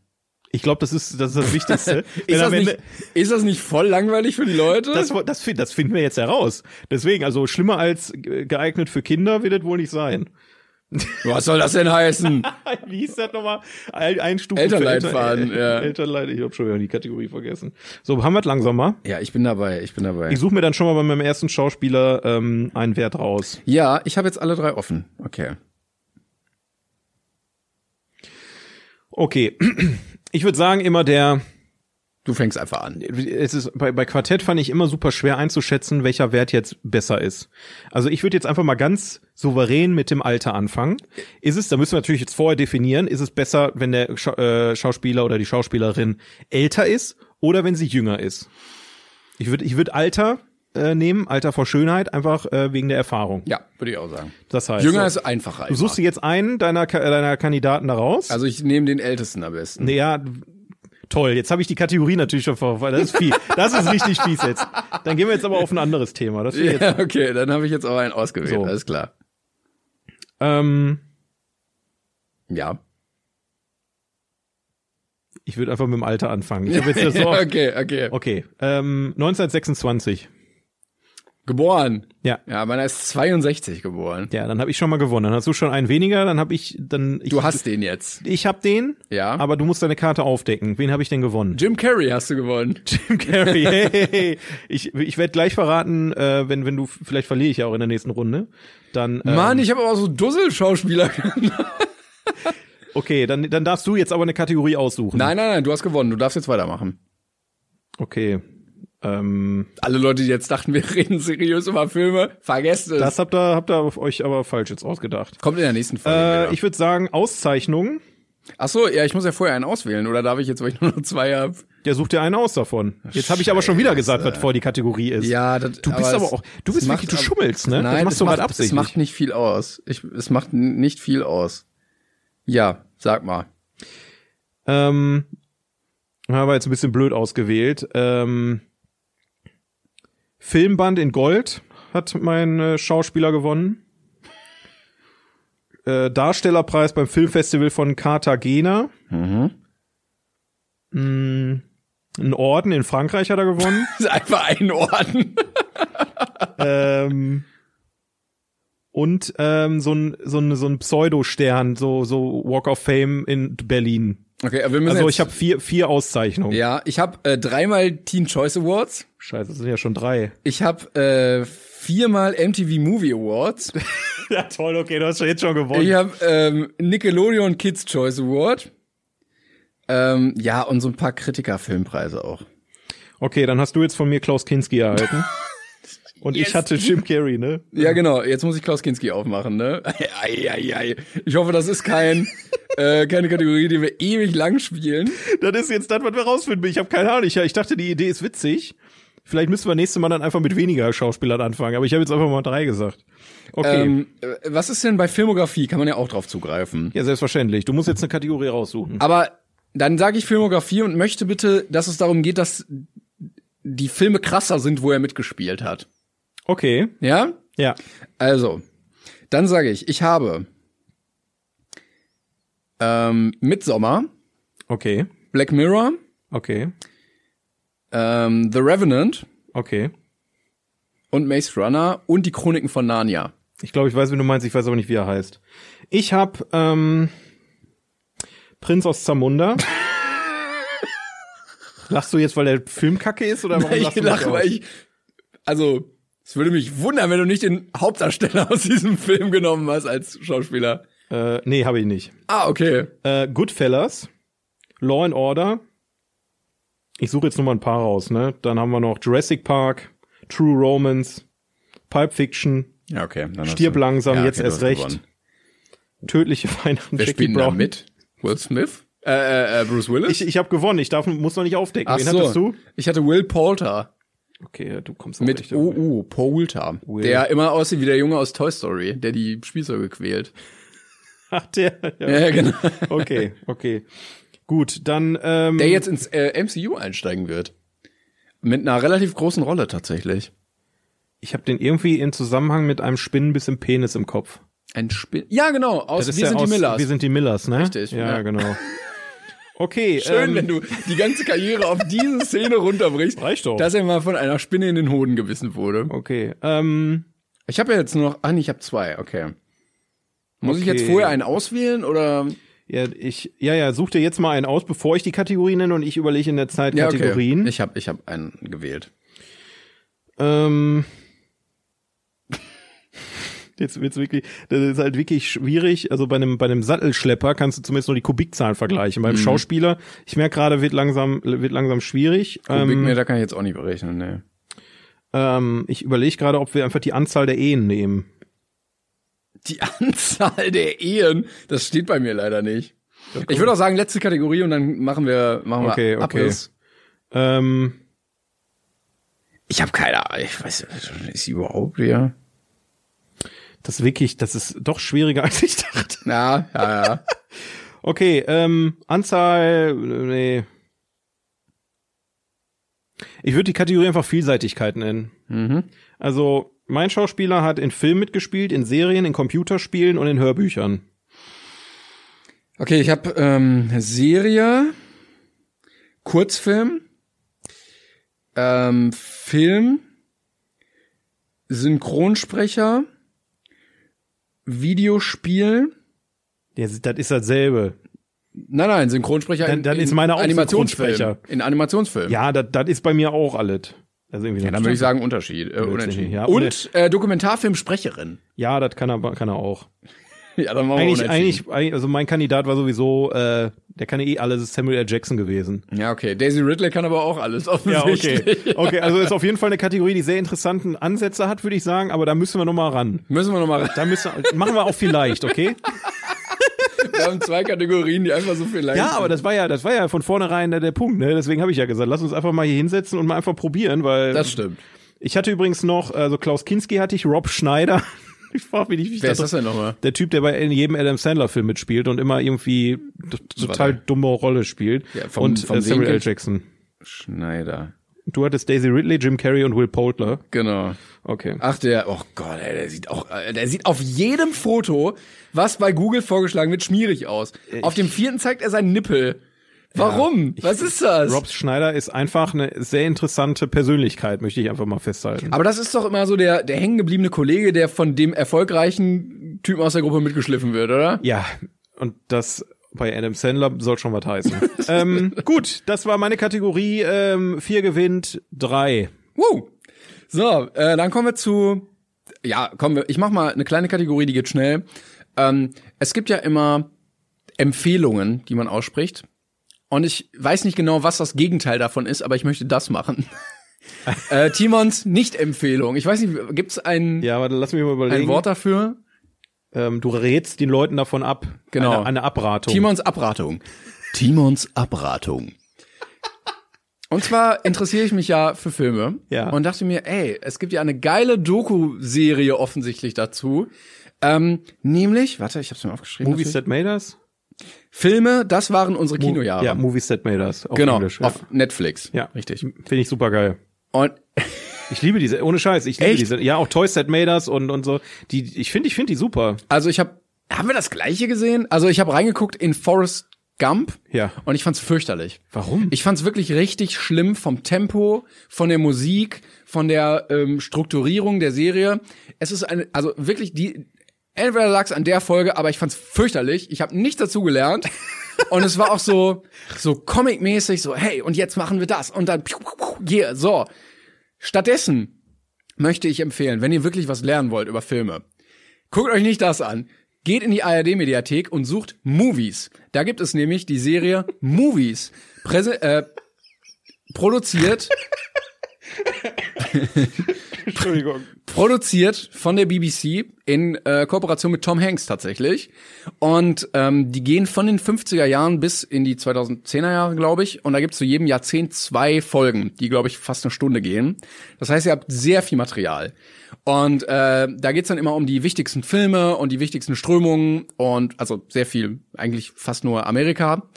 [SPEAKER 2] Ich glaube, das ist das, ist das Wichtigste. Wenn
[SPEAKER 1] <laughs> ist, das
[SPEAKER 2] am Ende-
[SPEAKER 1] nicht, ist das nicht voll langweilig für die Leute?
[SPEAKER 2] das, wo- das, fi- das finden wir jetzt heraus. Deswegen, also schlimmer als ge- geeignet für Kinder wird es wohl nicht sein. <laughs>
[SPEAKER 1] Was soll das denn heißen?
[SPEAKER 2] Wie hieß das nochmal? Ein, ein Stufen
[SPEAKER 1] Elternleitfaden,
[SPEAKER 2] für Eltern,
[SPEAKER 1] ja.
[SPEAKER 2] Elternleit, ich habe schon wieder die Kategorie vergessen. So, haben wir es langsam mal.
[SPEAKER 1] <laughs> ja, ich bin dabei, ich bin dabei.
[SPEAKER 2] Ich suche mir dann schon mal bei meinem ersten Schauspieler ähm, einen Wert raus.
[SPEAKER 1] ja, ich habe jetzt alle drei offen. Okay.
[SPEAKER 2] Okay. <clears throat> Ich würde sagen, immer der,
[SPEAKER 1] Du fängst einfach an.
[SPEAKER 2] es ist bei, bei Quartett fand ich immer super schwer einzuschätzen, welcher Wert jetzt besser ist. Also ich würde jetzt einfach mal ganz souverän mit dem Alter anfangen. Ist es, da müssen wir natürlich jetzt vorher definieren, ist es besser, wenn der Scha äh, Schauspieler oder die Schauspielerin älter ist oder wenn sie jünger ist? Ich würde ich würd Alter äh, nehmen, Alter vor Schönheit, einfach äh, wegen der Erfahrung.
[SPEAKER 1] Ja, würde ich auch sagen.
[SPEAKER 2] Das heißt,
[SPEAKER 1] Jünger
[SPEAKER 2] so,
[SPEAKER 1] ist einfacher.
[SPEAKER 2] du suchst dir jetzt einen deiner, Ka- deiner Kandidaten daraus.
[SPEAKER 1] also ich nehme den Ältesten am besten. <laughs>
[SPEAKER 2] Nee, Ja, toll. Jetzt habe ich die Kategorie natürlich schon verfallen. Das ist fies. Das ist richtig fies jetzt. Dann gehen wir jetzt aber auf ein anderes Thema. Das will ich jetzt,
[SPEAKER 1] Ja, okay, dann habe ich jetzt aber einen ausgewählt,
[SPEAKER 2] So.
[SPEAKER 1] alles klar.
[SPEAKER 2] ähm,
[SPEAKER 1] Ja.
[SPEAKER 2] ich würde einfach mit dem Alter anfangen. Ich hab
[SPEAKER 1] <laughs>
[SPEAKER 2] jetzt das so oft-
[SPEAKER 1] okay, okay.
[SPEAKER 2] Oh. Okay, ähm, 1926.
[SPEAKER 1] Geboren.
[SPEAKER 2] Ja.
[SPEAKER 1] Ja, meiner ist 62 geboren.
[SPEAKER 2] Ja, dann habe ich schon mal gewonnen. Dann hast du schon einen weniger, dann habe ich dann ich,
[SPEAKER 1] Du hast den jetzt.
[SPEAKER 2] ich habe den,
[SPEAKER 1] Ja.
[SPEAKER 2] aber du musst deine Karte aufdecken. Wen habe ich denn gewonnen? <laughs>
[SPEAKER 1] Jim Carrey hast du gewonnen.
[SPEAKER 2] Jim Carrey. Hey, hey, hey. Ich ich werde gleich verraten, äh, wenn wenn du vielleicht verliere ich ja auch in der nächsten Runde, dann ähm,
[SPEAKER 1] Mann, ich habe aber auch so Dussel-Schauspieler. <laughs>
[SPEAKER 2] okay, dann dann darfst du jetzt aber eine Kategorie aussuchen.
[SPEAKER 1] nein, nein, nein, du hast gewonnen. Du darfst jetzt weitermachen.
[SPEAKER 2] Okay. Ähm,
[SPEAKER 1] Alle Leute, die jetzt dachten, wir <laughs> reden seriös über Filme, vergesst es.
[SPEAKER 2] das habt ihr, habt ihr auf euch aber falsch jetzt ausgedacht.
[SPEAKER 1] Kommt in der nächsten
[SPEAKER 2] Äh,
[SPEAKER 1] Folge.
[SPEAKER 2] ich würde sagen, Auszeichnungen.
[SPEAKER 1] Ach so, ja, ich muss ja vorher einen auswählen. Oder darf ich jetzt, weil ich <laughs> nur noch zwei habe?
[SPEAKER 2] Der sucht dir einen aus davon. Jetzt habe ich aber schon wieder gesagt, was vor die Kategorie ist.
[SPEAKER 1] Ja, das,
[SPEAKER 2] du bist aber auch, du bist wirklich, du schummelst, ne?
[SPEAKER 1] Nein,
[SPEAKER 2] das machst du
[SPEAKER 1] macht,
[SPEAKER 2] gerade
[SPEAKER 1] Es macht
[SPEAKER 2] absichtlich.
[SPEAKER 1] nicht viel aus. Ich, es macht n- nicht viel aus. Ja, sag mal.
[SPEAKER 2] Ähm, aber jetzt ein bisschen blöd ausgewählt. Ähm, Filmband in Gold hat mein äh, Schauspieler gewonnen. Äh, Darstellerpreis beim Filmfestival von Cartagena. Mhm. Ein Orden in Frankreich hat er gewonnen.
[SPEAKER 1] Das <laughs> ist einfach einordnen.
[SPEAKER 2] ähm, und ähm, so ein, so ein, so ein Pseudo-Stern, so, so Walk of Fame in Berlin.
[SPEAKER 1] Okay, aber wir müssen
[SPEAKER 2] Also
[SPEAKER 1] jetzt,
[SPEAKER 2] ich habe vier, vier Auszeichnungen.
[SPEAKER 1] ja, ich habe äh, dreimal Teen Choice Awards.
[SPEAKER 2] Scheiße, das sind ja schon drei.
[SPEAKER 1] Ich habe äh, viermal MTV Movie Awards.
[SPEAKER 2] <laughs> Ja, toll, okay, du hast jetzt schon gewonnen.
[SPEAKER 1] Ich habe ähm, Nickelodeon Kids Choice Award. Ähm, ja, und so ein paar Kritiker-Filmpreise auch.
[SPEAKER 2] Okay, dann hast du jetzt von mir Klaus Kinski erhalten. Und ich hatte Jim Carrey, ne?
[SPEAKER 1] Ja, genau. Jetzt muss ich Klaus Kinski aufmachen, ne? <laughs> Ei, ei, ei. Ich hoffe, das ist kein, <laughs> äh, keine Kategorie, die wir ewig lang spielen.
[SPEAKER 2] Das ist jetzt das, was wir rausfinden. Ich habe keine Ahnung. Ich, ich dachte, die Idee ist witzig. Vielleicht müssen wir nächstes Mal dann einfach mit weniger Schauspielern anfangen. Aber ich habe jetzt einfach mal drei gesagt. Okay.
[SPEAKER 1] Ähm, äh, was ist denn bei Filmografie? Kann man ja auch drauf zugreifen.
[SPEAKER 2] ja, selbstverständlich. Du musst jetzt eine Kategorie raussuchen.
[SPEAKER 1] Aber dann sage ich Filmografie und möchte bitte, dass es darum geht, dass die Filme krasser sind, wo er mitgespielt hat.
[SPEAKER 2] Okay.
[SPEAKER 1] Ja?
[SPEAKER 2] Ja.
[SPEAKER 1] Also, dann sage ich, ich habe ähm, Midsommar,
[SPEAKER 2] Okay.
[SPEAKER 1] Black Mirror,
[SPEAKER 2] Okay.
[SPEAKER 1] ähm, The Revenant
[SPEAKER 2] Okay.
[SPEAKER 1] und Maze Runner und die Chroniken von Narnia.
[SPEAKER 2] Ich glaube, ich weiß, wie du meinst, ich weiß aber nicht, wie er heißt. Ich habe ähm, Prinz aus Zamunda. <laughs> Lachst du jetzt, weil der Film kacke ist oder warum lachst
[SPEAKER 1] ich
[SPEAKER 2] du mich
[SPEAKER 1] lache,
[SPEAKER 2] aus?
[SPEAKER 1] weil ich, also, es würde mich wundern, wenn du nicht den Hauptdarsteller aus diesem Film genommen hast als Schauspieler.
[SPEAKER 2] Äh, nee, habe ich nicht.
[SPEAKER 1] Ah, okay.
[SPEAKER 2] Äh, Goodfellas, Law and Order. Ich suche jetzt nur mal ein paar raus, ne? Dann haben wir noch Jurassic Park, True Romance, Pipe Fiction,
[SPEAKER 1] Ja, okay. Dann hast
[SPEAKER 2] Stirb
[SPEAKER 1] du-
[SPEAKER 2] langsam,
[SPEAKER 1] Ja,
[SPEAKER 2] jetzt
[SPEAKER 1] okay, du
[SPEAKER 2] erst
[SPEAKER 1] hast
[SPEAKER 2] recht.
[SPEAKER 1] gewonnen.
[SPEAKER 2] Tödliche Weihnachten,
[SPEAKER 1] Wer spielt denn da mit? Will Smith? Äh, äh, äh Bruce Willis?
[SPEAKER 2] Ich, ich habe gewonnen, ich darf, muss noch nicht aufdecken. Wen hattest du?
[SPEAKER 1] Ich hatte Will Poulter
[SPEAKER 2] Okay, du kommst auch
[SPEAKER 1] mit
[SPEAKER 2] recht, aber-
[SPEAKER 1] OU, Poulter,
[SPEAKER 2] Will.
[SPEAKER 1] der immer aussieht wie der Junge aus Toy Story, der die Spielzeuge quält.
[SPEAKER 2] Ach, der. <laughs> Ja.
[SPEAKER 1] Ja, genau.
[SPEAKER 2] Okay, okay. Gut, dann. Ähm,
[SPEAKER 1] Der jetzt ins äh, MCU einsteigen wird. Mit einer relativ großen Rolle tatsächlich.
[SPEAKER 2] ich habe den irgendwie im Zusammenhang mit einem Spinnenbiss im Penis im Kopf.
[SPEAKER 1] Ein Spiel. Ja, genau, aus Wir
[SPEAKER 2] ja
[SPEAKER 1] sind
[SPEAKER 2] aus
[SPEAKER 1] die Millers.
[SPEAKER 2] Wir sind die Millers, ne?
[SPEAKER 1] Richtig,
[SPEAKER 2] Ja,
[SPEAKER 1] ja. <laughs>
[SPEAKER 2] genau. Okay.
[SPEAKER 1] Schön,
[SPEAKER 2] ähm,
[SPEAKER 1] wenn du die ganze Karriere auf diese Szene runterbrichst,
[SPEAKER 2] Reicht doch.
[SPEAKER 1] dass er mal von einer Spinne in den Hoden gebissen wurde.
[SPEAKER 2] Okay. Ähm,
[SPEAKER 1] Ich habe ja jetzt nur noch, ach nee, ich habe zwei, okay. Muss ich
[SPEAKER 2] Okay.
[SPEAKER 1] jetzt vorher einen auswählen oder?
[SPEAKER 2] ja, ich, ja, ja, such dir jetzt mal einen aus, bevor ich die Kategorien nenne und ich überlege in der Zeit
[SPEAKER 1] Ja, okay.
[SPEAKER 2] Kategorien.
[SPEAKER 1] Ich habe ich hab einen gewählt.
[SPEAKER 2] Ähm, <laughs> jetzt wird's wirklich, das ist halt wirklich schwierig. Also bei einem bei einem Sattelschlepper kannst du zumindest nur die Kubikzahlen vergleichen. Beim Schauspieler, ich merke gerade, wird langsam wird langsam schwierig.
[SPEAKER 1] Ähm,
[SPEAKER 2] Ähm,
[SPEAKER 1] da kann ich jetzt auch nicht berechnen, ne.
[SPEAKER 2] ähm, ich überlege gerade, ob wir einfach die Anzahl der Ehen nehmen.
[SPEAKER 1] Die <laughs> Anzahl der Ehen, das steht bei mir leider nicht. Ich würde auch sagen, letzte Kategorie und dann machen wir, machen wir
[SPEAKER 2] Okay, okay.
[SPEAKER 1] Abriss.
[SPEAKER 2] Ähm,
[SPEAKER 1] Ich habe keine Ahnung, ich weiß, ist sie überhaupt hier?
[SPEAKER 2] das ist wirklich, das ist doch schwieriger <laughs> als ich dachte.
[SPEAKER 1] Na, ja, ja. <laughs>
[SPEAKER 2] Okay, ähm, Anzahl, äh, nee. Ich würde die Kategorie einfach Vielseitigkeit nennen.
[SPEAKER 1] Mhm.
[SPEAKER 2] Also, mein Schauspieler hat in Filmen mitgespielt, in Serien, in Computerspielen und in Hörbüchern.
[SPEAKER 1] Okay, ich habe ähm, Serie, Kurzfilm, ähm, Film, Synchronsprecher, Videospiel.
[SPEAKER 2] Ja, das ist dasselbe.
[SPEAKER 1] Nein, nein, Synchronsprecher.
[SPEAKER 2] Dann-
[SPEAKER 1] in-
[SPEAKER 2] dann
[SPEAKER 1] in
[SPEAKER 2] ist meiner auch
[SPEAKER 1] Animationsfilm.
[SPEAKER 2] Synchronsprecher.
[SPEAKER 1] In Animationsfilm.
[SPEAKER 2] Ja, das das ist bei mir auch alles. Also irgendwie
[SPEAKER 1] Dann würde ich sagen Unterschied, äh,
[SPEAKER 2] Blödsinn,
[SPEAKER 1] unentschieden.
[SPEAKER 2] ja.
[SPEAKER 1] Und äh, Dokumentarfilmsprecherin.
[SPEAKER 2] Ja, das kann er, kann er auch.
[SPEAKER 1] Ja, dann machen
[SPEAKER 2] Eigentlich,
[SPEAKER 1] unentschieden.
[SPEAKER 2] eigentlich, eigentlich, also mein Kandidat war sowieso, äh, der kann ja eh alles, ist Samuel L. Jackson
[SPEAKER 1] <laughs>
[SPEAKER 2] gewesen.
[SPEAKER 1] Ja, okay. Daisy Ridley kann aber auch alles
[SPEAKER 2] Ja,
[SPEAKER 1] offensichtlich. <laughs>
[SPEAKER 2] okay. Okay, also ist auf jeden Fall eine Kategorie, die sehr interessanten Ansätze hat, würde ich sagen, aber da müssen wir nochmal ran.
[SPEAKER 1] Müssen wir nochmal
[SPEAKER 2] Da müssen machen wir auch vielleicht, okay?
[SPEAKER 1] Wir haben zwei Kategorien, die einfach so viel leisten.
[SPEAKER 2] Ja, aber das war ja, das war ja von vornherein der, der Punkt, ne? Deswegen habe ich ja gesagt, lass uns einfach mal hier hinsetzen und mal einfach probieren, weil
[SPEAKER 1] das stimmt.
[SPEAKER 2] ich hatte übrigens noch, also Klaus Kinski hatte ich, Rob Schneider. <laughs> Ich frage mich nicht, wie ich
[SPEAKER 1] Wer ist
[SPEAKER 2] da-
[SPEAKER 1] das denn nochmal?
[SPEAKER 2] Der Typ, der bei in jedem Adam Sandler Film mitspielt und immer irgendwie t- total dumme Rolle spielt
[SPEAKER 1] Ja, vom-
[SPEAKER 2] und
[SPEAKER 1] vom
[SPEAKER 2] äh, Samuel L.
[SPEAKER 1] Winkel.
[SPEAKER 2] Jackson.
[SPEAKER 1] Schneider.
[SPEAKER 2] Du hattest Daisy Ridley, Jim Carrey und Will Poulter.
[SPEAKER 1] Genau.
[SPEAKER 2] Okay.
[SPEAKER 1] Ach, der, oh Gott, ey, der sieht auch, äh, der sieht auf jedem Foto, was bei Google vorgeschlagen wird, schmierig aus. Auf dem vierten zeigt er seinen Nippel. Warum? was ist das?
[SPEAKER 2] Rob Schneider ist einfach eine sehr interessante Persönlichkeit, möchte ich einfach mal festhalten.
[SPEAKER 1] aber das ist doch immer so der, der hängengebliebene Kollege, der von dem erfolgreichen Typen aus der Gruppe mitgeschliffen wird, oder?
[SPEAKER 2] Ja, und das bei Adam Sandler soll schon was heißen. ähm, gut, das war meine Kategorie. Ähm, vier gewinnt, drei.
[SPEAKER 1] Wow. So, äh, dann kommen wir zu. Ja, kommen wir. Ich mach mal eine kleine Kategorie, die geht schnell. Ähm, es gibt ja immer Empfehlungen, die man ausspricht. Und ich weiß nicht genau, was das Gegenteil davon ist, aber ich möchte das machen. <laughs> äh, Timons Nicht-Empfehlung. Ich weiß nicht, gibt's ein,
[SPEAKER 2] Ja, aber dann lass mich mal überlegen.
[SPEAKER 1] ein Wort dafür?
[SPEAKER 2] Ähm, du rätst den Leuten davon ab.
[SPEAKER 1] Genau.
[SPEAKER 2] Eine, eine Abratung.
[SPEAKER 1] Timons Abratung. Timons Abratung. Und zwar interessiere ich mich ja für Filme
[SPEAKER 2] Ja.
[SPEAKER 1] und dachte mir, ey, es gibt ja eine geile Doku-Serie offensichtlich dazu. Ähm, nämlich, warte, ich hab's mir aufgeschrieben.
[SPEAKER 2] Movies
[SPEAKER 1] natürlich.
[SPEAKER 2] that made us?
[SPEAKER 1] Filme, das waren unsere Kinojahre.
[SPEAKER 2] Ja, Movies that made us. Auf
[SPEAKER 1] genau,
[SPEAKER 2] Englisch, ja.
[SPEAKER 1] auf Netflix.
[SPEAKER 2] ja,
[SPEAKER 1] richtig.
[SPEAKER 2] Finde ich super geil.
[SPEAKER 1] Und
[SPEAKER 2] Ich liebe diese, ohne Scheiß, ich liebe
[SPEAKER 1] Echt?
[SPEAKER 2] diese. Ja, auch Toys That Made Us und, und so. Die, ich finde, ich finde die super.
[SPEAKER 1] Also ich habe, haben wir das gleiche gesehen? Also ich habe reingeguckt in Forrest Gump. <laughs>
[SPEAKER 2] Ja.
[SPEAKER 1] Und ich fand's fürchterlich.
[SPEAKER 2] Warum?
[SPEAKER 1] Ich fand's wirklich richtig schlimm vom Tempo, von der Musik, von der ähm, Strukturierung der Serie. Es ist eine, also wirklich die. Entweder lag's an der Folge, aber ich fand's fürchterlich. Ich habe nichts dazu gelernt.
[SPEAKER 2] <laughs>
[SPEAKER 1] Und es war auch so so comicmäßig, so hey und jetzt machen wir das und dann piu, piu, piu, hier so. Stattdessen möchte ich empfehlen, wenn ihr wirklich was lernen wollt über Filme, Guckt euch nicht das an. Geht in die ARD-Mediathek und sucht Movies. Da gibt es nämlich die Serie Movies. Präse äh, produziert,
[SPEAKER 2] Entschuldigung.
[SPEAKER 1] produziert von der BBC in äh, Kooperation mit Tom Hanks tatsächlich. Und ähm, die gehen von den 50er Jahren bis in die 2010er Jahre, glaube ich. Und da gibt es zu jedem Jahrzehnt zwei Folgen, die, glaube ich, fast eine Stunde gehen. Das heißt, ihr habt sehr viel Material. Und äh, da geht's dann immer um die wichtigsten Filme und die wichtigsten Strömungen und also sehr viel, eigentlich fast nur Amerika.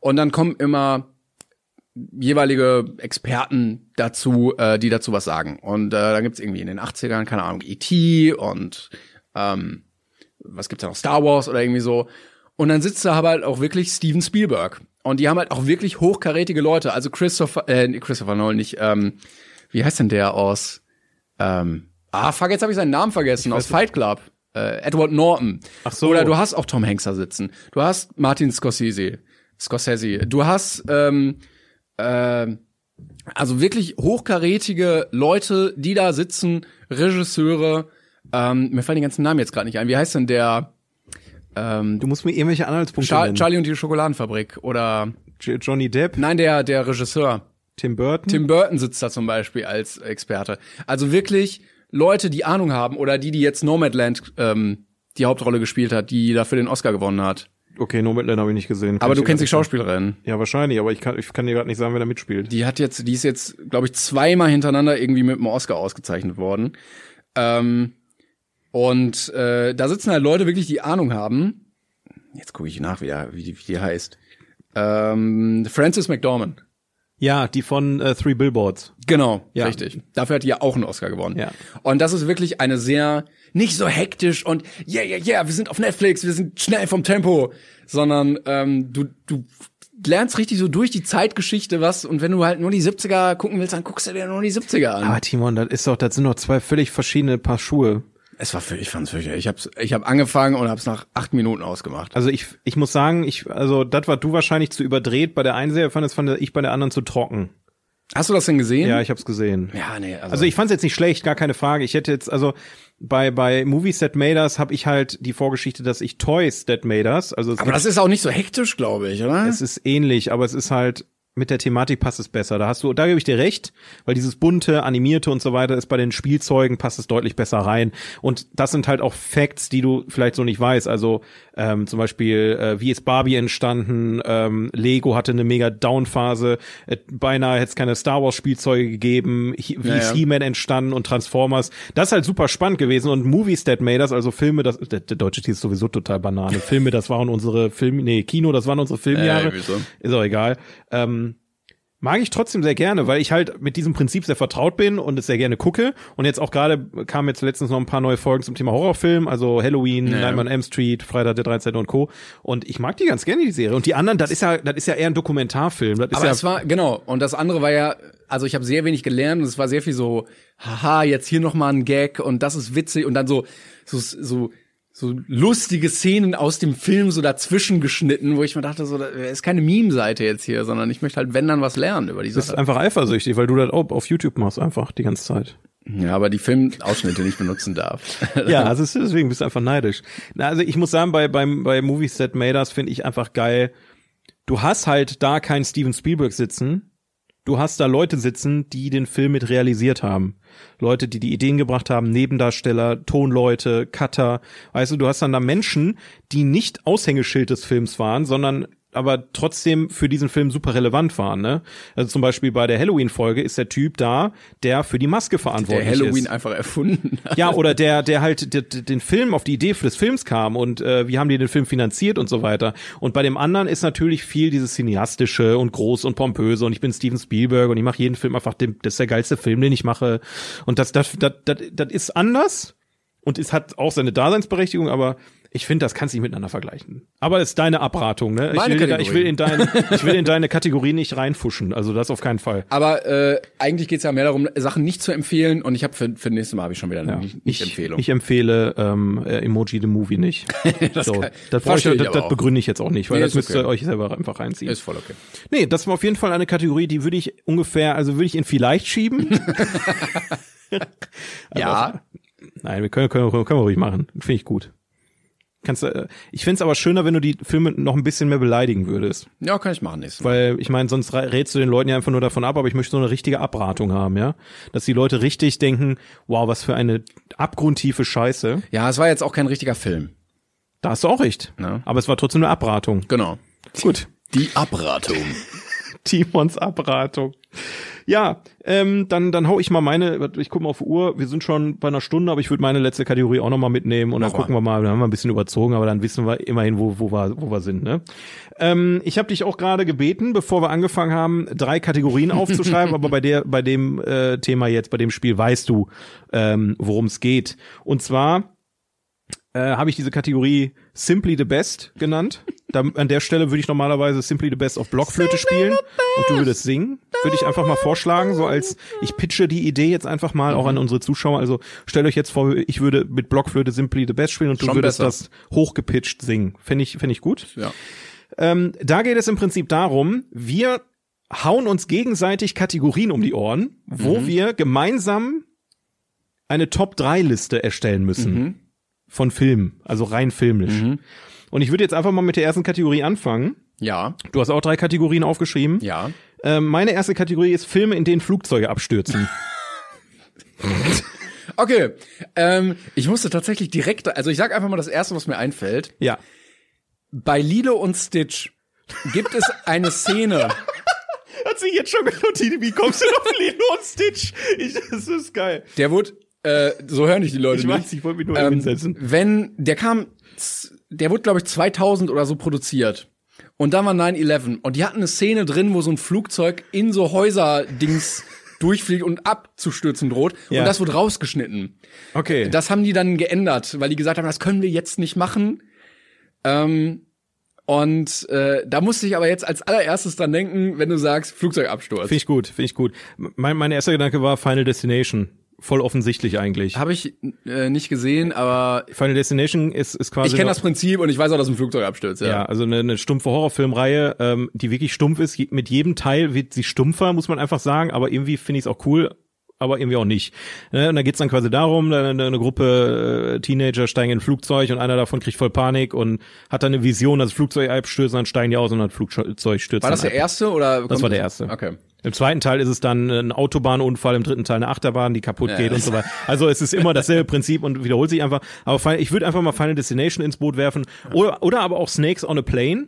[SPEAKER 1] Und dann kommen immer jeweilige Experten dazu, äh, die dazu was sagen. Und äh, dann gibt's irgendwie in den 80ern, keine Ahnung, E.T. und ähm, was gibt's da noch, Star Wars oder irgendwie so. Und dann sitzt da aber halt auch wirklich Steven Spielberg. Und die haben halt auch wirklich hochkarätige Leute. Also Christopher, äh, nee, Christopher Nolan nicht, ähm, wie heißt denn der aus, ähm, ah, fuck, jetzt habe ich seinen Namen vergessen, aus Fight Club. Äh, Edward Norton.
[SPEAKER 2] Ach so.
[SPEAKER 1] Oder du hast auch Tom Hanks da sitzen. Du hast Martin Scorsese. Scorsese. Du hast, ähm, ähm, also wirklich hochkarätige Leute, die da sitzen, Regisseure. Ähm, mir fallen die ganzen Namen jetzt gerade nicht ein. Wie heißt denn der
[SPEAKER 2] Du musst mir irgendwelche Anhaltspunkte
[SPEAKER 1] Char
[SPEAKER 2] nennen.
[SPEAKER 1] Charlie und die Schokoladenfabrik? Oder
[SPEAKER 2] J- Johnny Depp,
[SPEAKER 1] nein, der der Regisseur
[SPEAKER 2] Tim Burton.
[SPEAKER 1] Tim Burton sitzt da zum Beispiel als Experte. Also wirklich Leute, die Ahnung haben oder die, die jetzt Nomadland ähm, die Hauptrolle gespielt hat, die dafür den Oscar gewonnen hat.
[SPEAKER 2] Okay, No Midland habe ich nicht gesehen. Kann
[SPEAKER 1] Aber
[SPEAKER 2] ich
[SPEAKER 1] du
[SPEAKER 2] dir
[SPEAKER 1] kennst die
[SPEAKER 2] grad nicht
[SPEAKER 1] Schauspielerin.
[SPEAKER 2] sagen. Ja, wahrscheinlich, aber ich kann, ich kann dir gerade nicht sagen, wer da mitspielt.
[SPEAKER 1] Die hat jetzt, die ist jetzt, glaube ich, zweimal hintereinander irgendwie mit einem Oscar ausgezeichnet worden. Ähm, und äh, da sitzen halt Leute wirklich, die Ahnung haben. Jetzt gucke ich nach, wie, der- wie, die- wie die heißt. Ähm, Frances McDormand.
[SPEAKER 2] Ja, die von äh, Three Billboards.
[SPEAKER 1] Genau,
[SPEAKER 2] Ja.
[SPEAKER 1] richtig. Dafür hat die ja auch einen Oscar gewonnen.
[SPEAKER 2] Ja.
[SPEAKER 1] Und das ist wirklich eine sehr nicht so hektisch und yeah, yeah, yeah, wir sind auf Netflix, wir sind schnell vom Tempo, sondern ähm, du, du lernst richtig so durch die Zeitgeschichte was und wenn du halt nur die 70er gucken willst, dann guckst du dir nur die 70er an.
[SPEAKER 2] Aber Timon, das ist doch, das sind doch zwei völlig verschiedene Paar Schuhe.
[SPEAKER 1] es war für, ich fand's fürchterlich. Ich hab's, ich hab angefangen und hab's nach acht Minuten ausgemacht.
[SPEAKER 2] Also ich, ich muss sagen, ich, also das war du wahrscheinlich zu überdreht bei der einen Serie, fand das fand ich bei der anderen zu trocken.
[SPEAKER 1] Hast du das denn gesehen?
[SPEAKER 2] Mhm. Ja, ich hab's gesehen.
[SPEAKER 1] ja nee, also,
[SPEAKER 2] Also ich fand's jetzt nicht schlecht, gar keine Frage. Ich hätte jetzt, also bei, bei Movies That Made Us habe ich halt die Vorgeschichte, dass ich Toys That Made Us, also es,
[SPEAKER 1] aber das ist auch nicht so hektisch, glaube ich, oder?
[SPEAKER 2] es ist ähnlich, aber es ist halt, mit der Thematik passt es besser. Da hast du, da gebe ich dir recht, weil dieses bunte, animierte und so weiter ist bei den Spielzeugen passt es deutlich besser rein. Und das sind halt auch Facts, die du vielleicht so nicht weißt. Also ähm, zum Beispiel, äh, wie ist Barbie entstanden? Ähm, Lego hatte eine mega Down-Phase. Äh, beinahe hätte es keine Star Wars Spielzeuge gegeben. He wie
[SPEAKER 1] Ja,
[SPEAKER 2] ist
[SPEAKER 1] ja.
[SPEAKER 2] He-Man entstanden und Transformers? Das ist halt super spannend gewesen. Und Movies That Made Us, also Filme, das der, der deutsche Titel ist sowieso total Banane. Filme, das waren unsere Filme, nee Kino, das waren unsere
[SPEAKER 1] Äh,
[SPEAKER 2] Filmjahre.
[SPEAKER 1] irgendwie so.
[SPEAKER 2] Ist auch egal. Ähm, mag ich trotzdem sehr gerne, weil ich halt mit diesem Prinzip sehr vertraut bin und es sehr gerne gucke. Und jetzt auch gerade kamen jetzt letztens noch ein paar neue Folgen zum Thema Horrorfilm, also Halloween, Nightmare on Elm Street, Freitag der 13. und Co. Und ich mag die ganz gerne, die Serie. Und die anderen, das ist ja, das ist ja eher ein Dokumentarfilm. Das ist
[SPEAKER 1] Aber
[SPEAKER 2] ja
[SPEAKER 1] es war, genau, und das andere war ja, also ich habe sehr wenig gelernt und es war sehr viel so, haha, jetzt hier nochmal ein Gag und das ist witzig und dann so, so, so, so lustige Szenen aus dem Film so dazwischen geschnitten, wo ich mir dachte, so, da ist keine Meme-Seite jetzt hier, sondern ich möchte halt, wenn dann was lernen über die
[SPEAKER 2] das ist
[SPEAKER 1] Sache.
[SPEAKER 2] einfach eifersüchtig, weil du das auch auf YouTube machst einfach die ganze Zeit.
[SPEAKER 1] Ja, aber die Filmausschnitte nicht benutzen <laughs> darf.
[SPEAKER 2] Ja, also es- deswegen bist du einfach neidisch. Na, also ich muss sagen, bei, beim, bei Movies That Made Us finde ich einfach geil. Du hast halt da keinen Steven Spielberg sitzen. Du hast da Leute sitzen, die den Film mit realisiert haben. Leute, die die Ideen gebracht haben, Nebendarsteller, Tonleute, Cutter. Weißt du, du hast dann da Menschen, die nicht Aushängeschild des Films waren, sondern aber trotzdem für diesen Film super relevant waren. Ne? Also zum Beispiel bei der Halloween-Folge ist der Typ da, der für die Maske verantwortlich
[SPEAKER 1] der Halloween
[SPEAKER 2] ist.
[SPEAKER 1] einfach erfunden hat.
[SPEAKER 2] Ja, oder der, der halt der, der, den Film auf die Idee des Films kam und äh, wie haben die den Film finanziert und so weiter. Und bei dem anderen ist natürlich viel dieses cineastische und groß und pompöse und ich bin Steven Spielberg und ich mache jeden Film einfach, dem, das ist der geilste Film, den ich mache. Und das, das, das, das, das ist anders und es hat auch seine Daseinsberechtigung, aber ich finde, das kannst du nicht miteinander vergleichen. Aber das ist deine Abratung, ne?
[SPEAKER 1] Meine
[SPEAKER 2] ich, will, in-
[SPEAKER 1] Kategorie.
[SPEAKER 2] ich, will in deine, ich will in deine Kategorie nicht reinfuschen. Also das auf keinen Fall.
[SPEAKER 1] Aber äh, eigentlich geht's ja mehr darum, Sachen nicht zu empfehlen. Und ich habe für, für nächstes Mal habe ich schon wieder eine nicht, nicht Empfehlung.
[SPEAKER 2] Ich empfehle ähm, äh, Emoji the Movie
[SPEAKER 1] <laughs>
[SPEAKER 2] nicht. das so,
[SPEAKER 1] kann-
[SPEAKER 2] das, brauch ich,
[SPEAKER 1] verstehe ich
[SPEAKER 2] das,
[SPEAKER 1] aber
[SPEAKER 2] das
[SPEAKER 1] auch.
[SPEAKER 2] begründe ich jetzt auch nicht, weil
[SPEAKER 1] Nee,
[SPEAKER 2] das
[SPEAKER 1] ist
[SPEAKER 2] müsst ihr
[SPEAKER 1] okay.
[SPEAKER 2] euch selber einfach reinziehen.
[SPEAKER 1] ist voll okay.
[SPEAKER 2] nee, das war auf jeden Fall eine Kategorie, die würde ich ungefähr, also würde ich in vielleicht
[SPEAKER 1] <laughs>
[SPEAKER 2] schieben.
[SPEAKER 1] Ja,
[SPEAKER 2] Nein, wir können, können, können wir ruhig machen. Finde ich gut. Kannst, du, äh, ich find's aber schöner, wenn du die Filme noch ein bisschen mehr beleidigen würdest.
[SPEAKER 1] ja, kann ich machen nächstes Mal.
[SPEAKER 2] Weil ich meine, sonst rä- rätst du den Leuten ja einfach nur davon ab, aber ich möchte so eine richtige Abratung haben, ja. Dass die Leute richtig denken, wow, was für eine abgrundtiefe Scheiße.
[SPEAKER 1] Ja, es war jetzt auch kein richtiger Film.
[SPEAKER 2] Da hast du auch recht.
[SPEAKER 1] Ja.
[SPEAKER 2] Aber es war trotzdem eine Abratung.
[SPEAKER 1] Genau.
[SPEAKER 2] Gut.
[SPEAKER 1] Die
[SPEAKER 2] <laughs>
[SPEAKER 1] Abratung.
[SPEAKER 2] Timons Abratung. Ja, ähm, dann, dann hau ich mal meine, ich gucke mal auf die Uhr, wir sind schon bei einer Stunde, aber ich würde meine letzte Kategorie auch nochmal mitnehmen und dann gucken wir mal, dann haben wir ein bisschen überzogen, aber dann wissen wir immerhin, wo, wo, wir, wo wir sind. Ne? Ähm, ich habe dich auch gerade gebeten, bevor wir angefangen haben, drei Kategorien
[SPEAKER 1] <laughs>
[SPEAKER 2] aufzuschreiben, aber bei, der, bei dem äh, Thema jetzt, bei dem Spiel weißt du, ähm, worum es geht. Und zwar äh, habe ich diese Kategorie Simply the Best genannt. Da, an der Stelle würde ich normalerweise Simply the Best auf Blockflöte spielen und du würdest singen. Würde ich einfach mal vorschlagen, so als ich pitche die Idee jetzt einfach mal auch
[SPEAKER 1] Mhm.
[SPEAKER 2] an unsere Zuschauer. Also stellt euch jetzt vor, ich würde mit Blockflöte Simply the Best spielen und du
[SPEAKER 1] Schon
[SPEAKER 2] würdest
[SPEAKER 1] besser.
[SPEAKER 2] das hochgepitcht singen. Fände ich, fänd ich gut.
[SPEAKER 1] Ja.
[SPEAKER 2] Ähm, da geht es im Prinzip darum, wir hauen uns gegenseitig Kategorien um die Ohren, wo wir gemeinsam eine Top-3-Liste erstellen müssen von Filmen, also rein filmisch. Und ich würde jetzt einfach mal mit der ersten Kategorie anfangen.
[SPEAKER 1] Ja,
[SPEAKER 2] Du hast auch drei Kategorien aufgeschrieben.
[SPEAKER 1] ja.
[SPEAKER 2] Ähm, meine erste Kategorie ist Filme, in denen Flugzeuge <laughs> abstürzen.
[SPEAKER 1] Okay. Ähm, ich musste tatsächlich direkt, also ich sag einfach mal das erste, was mir einfällt.
[SPEAKER 2] ja.
[SPEAKER 1] Bei Lilo und Stitch gibt es
[SPEAKER 2] <laughs>
[SPEAKER 1] eine Szene.
[SPEAKER 2] Hat sich jetzt schon gelotet, wie kommst du auf Lilo und Stitch? Ich, das ist geil.
[SPEAKER 1] Der wurde, äh, so hören nicht die Leute
[SPEAKER 2] Ich
[SPEAKER 1] nicht.
[SPEAKER 2] weiß, ich wollte mich nur eben
[SPEAKER 1] ähm,
[SPEAKER 2] hinsetzen.
[SPEAKER 1] Wenn, der kam, z- der wurde, glaube ich, 2000 oder so produziert. Und dann war 9-11. Und die hatten eine Szene drin, wo so ein Flugzeug in so
[SPEAKER 2] <laughs>
[SPEAKER 1] Häuser-Dings durchfliegt und abzustürzen droht.
[SPEAKER 2] Ja.
[SPEAKER 1] Und das wurde rausgeschnitten.
[SPEAKER 2] Okay.
[SPEAKER 1] Das haben die dann geändert, weil die gesagt haben, das können wir jetzt nicht machen. Ähm, und äh, da musste ich aber jetzt als allererstes dran denken, wenn du sagst, Flugzeugabsturz.
[SPEAKER 2] Finde ich gut, finde ich gut. Mein, mein erster Gedanke war Final Destination. Voll offensichtlich eigentlich.
[SPEAKER 1] Habe ich äh, nicht gesehen, aber
[SPEAKER 2] Final Destination ist, ist quasi.
[SPEAKER 1] ich kenne
[SPEAKER 2] eine-
[SPEAKER 1] das Prinzip und ich weiß auch, dass ein Flugzeug abstürzt.
[SPEAKER 2] Ja, also eine, eine stumpfe Horrorfilmreihe, ähm, die wirklich stumpf ist. Je- Mit jedem Teil wird sie stumpfer, muss man einfach sagen, aber irgendwie finde ich es auch cool, aber irgendwie auch nicht. Ne? Und da geht's dann quasi darum, da eine, eine Gruppe äh, Teenager steigen in ein Flugzeug und einer davon kriegt voll Panik und hat dann eine Vision, dass das Flugzeug abstürzt, dann steigen die aus und das Flugzeug stürzt.
[SPEAKER 1] War das
[SPEAKER 2] dann
[SPEAKER 1] der
[SPEAKER 2] ab.
[SPEAKER 1] erste oder?
[SPEAKER 2] Das war der erste.
[SPEAKER 1] Okay.
[SPEAKER 2] Im zweiten Teil ist es dann äh, ein Autobahnunfall, im dritten Teil eine Achterbahn, die kaputt geht und so weiter. Also es ist immer dasselbe Prinzip und wiederholt sich einfach. Aber Final- ich würde einfach mal Final Destination ins Boot werfen. Oder, oder aber auch Snakes on a Plane.